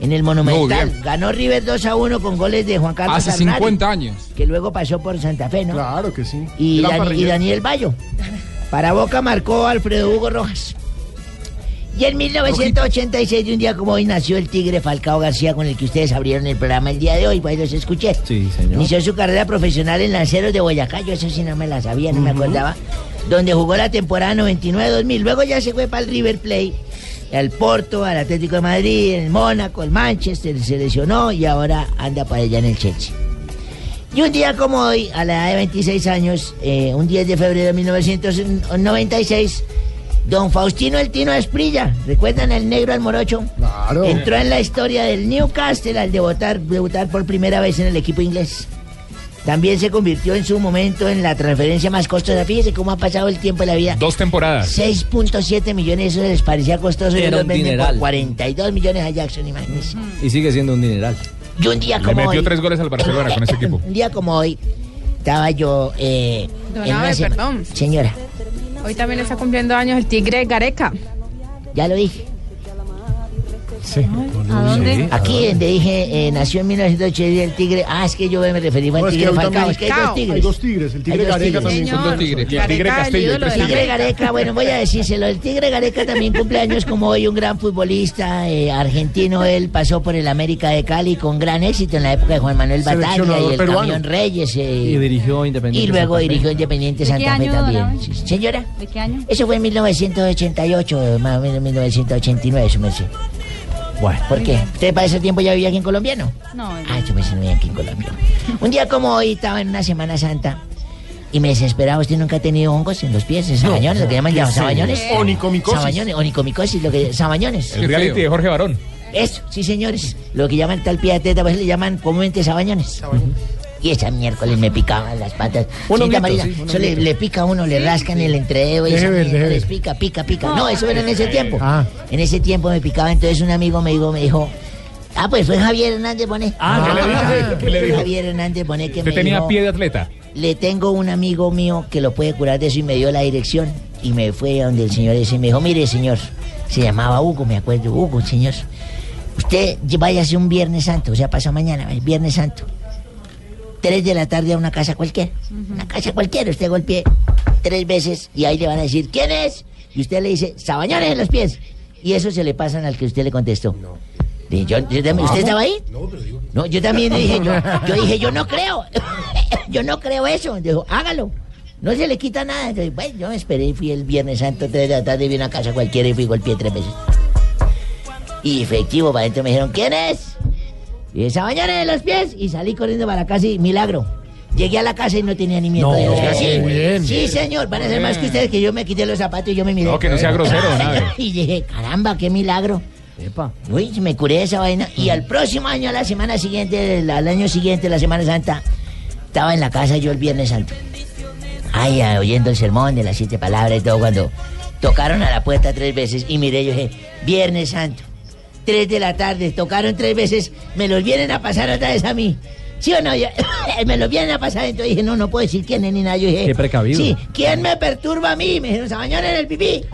S8: En el Monumental.
S22: Muy bien.
S8: Ganó River 2 a 1 con goles de Juan Carlos
S22: Hace
S8: Arnari,
S22: 50 años.
S8: Que luego pasó por Santa Fe, ¿no?
S6: Claro que sí.
S8: Y,
S6: Gran
S8: Dani- y
S6: parrillero.
S8: Daniel Bayo. Para Boca marcó Alfredo Hugo Rojas. Y en 1986, de un día como hoy, nació el Tigre Falcao García, con el que ustedes abrieron el programa el día de hoy, pues los escuché.
S3: Sí, señor.
S8: Inició su carrera profesional en Lanceros de Boyacá, yo eso sí no me la sabía, no me acordaba, donde jugó la temporada 99-2000. Luego ya se fue para el River Plate, al Porto, al Atlético de Madrid, el Mónaco, el Manchester, se lesionó y ahora anda para allá en el Chelsea. Y un día como hoy, a la edad de 26 años, eh, un 10 de febrero de 1996, don Faustino El Tino Esprilla, ¿recuerdan el negro al morocho?
S6: Claro.
S8: Entró en la historia del Newcastle al debutar, debutar por primera vez en el equipo inglés. También se convirtió en su momento en la transferencia más costosa. Fíjese cómo ha pasado el tiempo de la vida.
S22: Dos temporadas.
S8: 6.7 millones, eso les parecía costoso. y
S3: Era
S8: los
S3: un
S8: venden
S3: dineral.
S8: por 42 millones a Jackson, imagínense.
S3: Y sigue siendo un dineral.
S8: Y un día
S22: Le
S8: como
S22: metió
S8: hoy-
S22: tres goles al Barcelona con ese equipo.
S8: Un día como hoy, estaba yo... Eh,
S31: Don
S8: en una
S31: Abel,
S8: sema-
S31: perdón.
S8: Señora,
S31: Hoy también está cumpliendo años el tigre Gareca.
S8: Ya lo dije.
S12: Sí.
S31: ¿A dónde? Sí, ¿a
S8: Aquí
S31: dónde?
S8: donde dije, eh, nació en 1980 el tigre. Ah, es que yo me referí al
S6: No, es que
S8: tigre
S6: hoy
S8: Falcao.
S6: también
S8: Es que hay dos tigres.
S6: hay dos tigres, el tigre
S8: Hay dos
S6: Gareca
S8: tigres.
S6: también
S8: Señor,
S6: son dos tigres.
S22: Y el tigre Castillo. el
S8: El tigre
S22: presidente.
S8: Gareca, bueno, voy a decírselo. El tigre Gareca también cumple años como hoy, un gran futbolista eh, argentino. Él pasó por el América de Cali con gran éxito en la época de Juan Manuel Batalla y
S3: Seleccionador
S8: el
S3: peruano.
S8: Camión Reyes. eh,
S3: Y dirigió Independiente.
S8: y luego
S3: Santa Fe.
S8: dirigió Independiente
S3: ¿De qué
S8: Santa Fe
S3: año, don
S8: también.
S3: Abel?
S8: Sí, Señora.
S29: ¿De qué año?
S8: Eso fue en 1988, eh, más o menos 1989, su merced. Bueno. ¿Por qué? ¿Usted para ese tiempo ya vivía aquí en Colombia, no?
S29: No,
S8: Ah, yo pensé que no vivía aquí en Colombia. Un día como hoy estaba en una Semana Santa y me desesperaba. ¿Usted nunca ha tenido hongos en los pies? en ¿Sabañones? ¿Lo que llaman
S6: ¿qué
S8: ya
S6: es eso?
S8: sabañones?
S6: Onicomicosis.
S8: Sabañones, onicomicosis, lo que sabañones.
S22: El reality de Jorge Barón.
S8: Eso, sí, señores. Lo que llaman tal pie de teta, pues le llaman comúnmente sabañones. Y esa miércoles me picaban las patas.
S6: Un
S8: Señorita
S6: honguito,
S8: Marina,
S6: sí, un
S8: eso le,
S6: honguito.
S8: le pica a uno, le rascan el entrededo y
S6: Deje
S8: esa
S6: ver, deje ver.
S8: miércoles
S6: Eh, ah.
S8: pica, pica, pica. No, eso era en ese tiempo. En ese tiempo me picaba, entonces un amigo me dijo, me dijo, ah, pues fue Javier Hernández Bonet.
S22: Ah, ¿qué le dijo? ¿Qué le dijo?
S8: Javier Hernández Bonet que
S22: Usted
S8: me
S22: tenía
S8: dijo,
S22: pie de atleta.
S8: le tengo un amigo mío que lo puede curar de eso y me dio la dirección. Y me fue a donde el señor ese y me dijo, mire señor, se llamaba Hugo, me acuerdo, Hugo, señor. Usted váyase un Viernes Santo, o sea, pasa mañana, el Viernes Santo. Tres de la tarde a una casa cualquiera. Una casa cualquiera, usted golpee tres veces y ahí le van a decir, ¿quién es? Y usted le dice, Sabañones en los pies. Y eso se le pasan al que usted le contestó. Dije, yo- yo también- ¿Usted estaba ahí? No, yo también dije, yo, yo dije, yo no creo, yo no creo eso. Dijo, hágalo, no se le quita nada. Entonces, bueno, yo me esperé y fui el Viernes Santo, tres de la tarde, vi una casa cualquiera y fui golpeé tres veces. Y efectivo, para adentro me dijeron, ¿quién es? Y esa mañana de los pies, y salí corriendo para la casa y milagro. Llegué a la casa y no tenía ni miedo
S22: No,
S8: de los pies.
S22: no,
S8: Sí,
S22: muy bien.
S8: sí, señor, van a ser más que ustedes que yo me quité los zapatos y yo me miré.
S22: No, que no sea grosero, don Abel.
S8: y dije, caramba, qué milagro. Uy, me curé de esa vaina. Y al próximo año, a la semana siguiente, el- al año siguiente, la Semana Santa, estaba en la casa yo el Viernes Santo. Ay, ah, oyendo el sermón de las siete palabras y todo, cuando tocaron a la puerta tres veces y miré, yo dije, Viernes Santo, tres de la tarde, tocaron tres veces, me los vienen a pasar otra vez a mí. ¿Sí o no? Yo- me los vienen a pasar, entonces dije, no, no puedo decir quién es ni nada. Yo dije,
S3: Qué precavido.
S8: Sí, ¿quién me perturba a mí? Me dijeron, Sabañón en el pipí.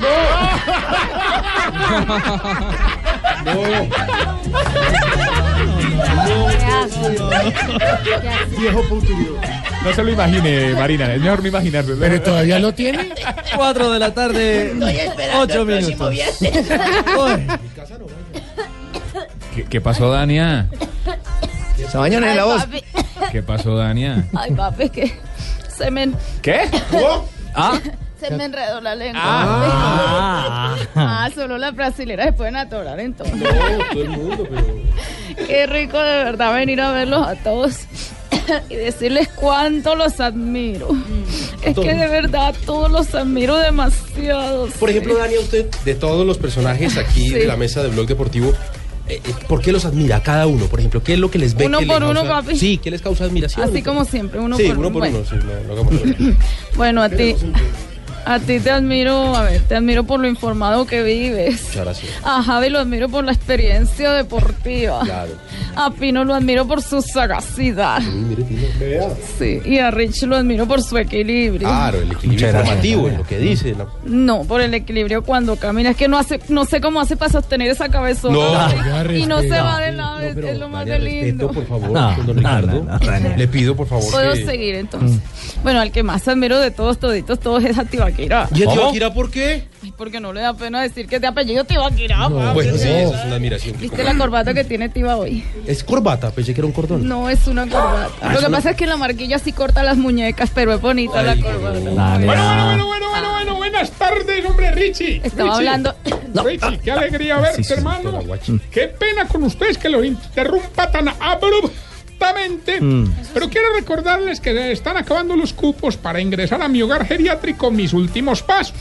S6: Viejo putudo.
S22: No se lo imagine, Marina. Es mejor me imaginar. Pero
S4: todavía lo tiene.
S3: Cuatro de la tarde.
S8: Estoy esperando
S3: Ocho
S8: el próximo
S3: minutos.
S8: viernes.
S3: Uy.
S22: ¿Qué, qué pasó, Dania?
S11: Sabañones en la voz.
S22: ¿Qué pasó, Dania?
S31: Ay, papi, que se me,
S22: ¿Qué? ¿Ah?
S31: se me enredó la lengua.
S10: Ah,
S22: Ah.
S31: Ah, solo las brasileras se pueden atorar entonces. Qué rico de verdad venir a verlos a todos y decirles cuánto los admiro. Es que de verdad todos los admiro demasiado.
S28: Por ejemplo, Dania, usted, de todos los personajes aquí
S31: Sí.
S28: de la mesa de Blog Deportivo, eh, eh, ¿por qué los admira a cada uno? Por ejemplo, ¿qué es lo que les ve?
S31: Uno
S28: que
S31: por
S28: les
S31: uno,
S28: causa-
S31: papi.
S28: Sí, ¿qué les causa admiración?
S31: Así como siempre, uno
S28: sí,
S31: por
S28: uno. por
S31: Bueno.
S28: uno, sí, no, lo hagamos por uno.
S31: Bueno, a ti, a ti te admiro, a ver, te admiro por lo informado que vives.
S28: Muchas gracias.
S31: A Javi lo admiro por la experiencia deportiva.
S28: Claro.
S31: A Pino lo admiro por su sagacidad. Sí, y a Rich lo admiro por su equilibrio.
S28: Claro, el equilibrio informativo, en lo que dice. ¿no?
S31: No, por el equilibrio cuando camina. Es que no hace, no sé cómo hace para sostener esa cabezona.
S28: No,
S31: Así.
S28: ya
S31: y no se
S28: respira.
S31: va de lado, es- es lo más de lindo.
S28: Respeto, por favor,
S22: No,
S28: don
S22: no,
S28: Ricardo.
S22: no, Dania.
S28: Le pido, por favor.
S31: Puedo
S28: que-
S31: seguir entonces. Bueno, al que más admiro de todos, toditos, todos es a Tibaquira.
S28: ¿Y a Tibaquira por qué?
S31: Ay, Porque no le da pena decir que de apellido Tibaquira. papi.
S28: Bueno, sí, eso es una admiración. que
S31: Ah, ¿Viste la corbata que tiene Tiba hoy?
S28: Es corbata, pensé que era un cordón.
S31: No es una corbata.
S28: Ah,
S31: Lo
S28: es
S31: que
S28: una-
S31: pasa es que la marquilla sí corta las muñecas, pero es bonita la corbata.
S22: Dania. bueno,
S31: bueno,
S22: bueno, buenas tardes, hombre Richie.
S31: Estaba
S22: Richie.
S31: hablando.
S22: Richie, qué alegría verte, Sí, sí, hermano. Qué pena con ustedes que lo interrumpa tan abruptamente. Mm. Pero quiero recordarles que se están acabando los cupos para ingresar a mi hogar geriátrico mis últimos pasos.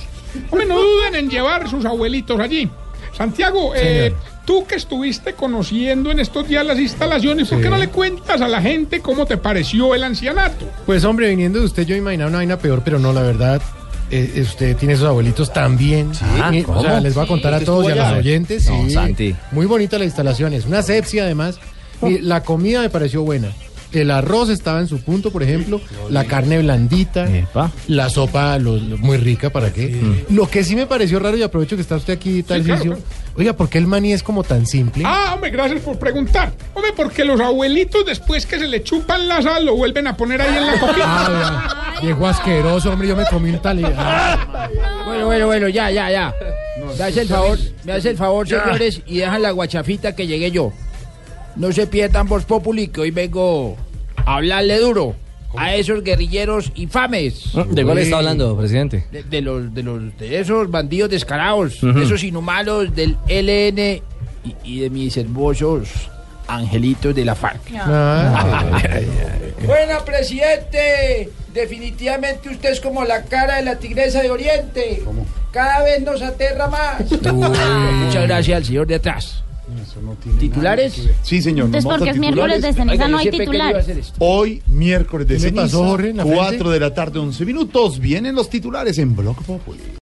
S22: Hombre, no duden en llevar sus abuelitos allí.
S36: Santiago, eh, tú que estuviste conociendo en estos días las instalaciones, ¿por qué
S33: Sí.
S36: no le cuentas a la gente cómo te pareció el ancianato?
S33: Pues hombre, viniendo de usted yo imaginaba una vaina peor, pero no, la verdad, eh, usted tiene sus abuelitos también. Eh, o sea, les voy a contar a todos y a los oyentes.
S12: No,
S33: sí.
S12: Santi.
S33: Muy bonita la instalación, es una asepsia además. Y la comida me pareció buena. El arroz estaba en su punto, por ejemplo, la carne blandita, la sopa lo- lo- muy rica, ¿para qué? Lo que sí me pareció raro, y aprovecho que está usted aquí, Tarcisio,
S36: claro, pues.
S33: oiga, ¿por qué el maní es como tan simple?
S36: Ah, hombre, gracias por preguntar. Hombre, porque los abuelitos después que se le chupan la sal lo vuelven a poner ahí en la coquita.
S33: Ah, Viejo asqueroso, hombre, yo me comí un tal...
S7: Bueno, bueno, bueno, ya, ya, ya. Me hace el favor, me hace el favor,
S33: Ya.
S7: señores, y dejan la guachafita que llegué yo. No se pierdan Voz Populi, que hoy vengo a hablarle duro a esos guerrilleros infames.
S3: ¿De cuál está hablando, presidente?
S7: De, de los, de los, de esos bandidos descarados,
S3: Ujú.
S7: de esos inhumanos del LN y, y de mis hermosos angelitos de la FARC. Buena, presidente. Definitivamente usted es como la cara de la tigresa de Oriente. Cada vez nos aterra más. Muchas gracias al señor de atrás. ¿Titulares?
S1: Sí, señor. nos
S7: Entonces,
S1: vamos
S7: porque
S1: a
S7: es miércoles de
S1: titulares.
S7: ceniza, Oiga, yo no hay siempre he querido titulares. hacer esto.
S1: Hoy, miércoles de
S7: ¿Qué le
S1: ceniza,
S7: pasó, Jorge, en la
S1: 4
S7: frente?
S1: de la tarde, 11 minutos. Vienen los titulares en Blog Populi.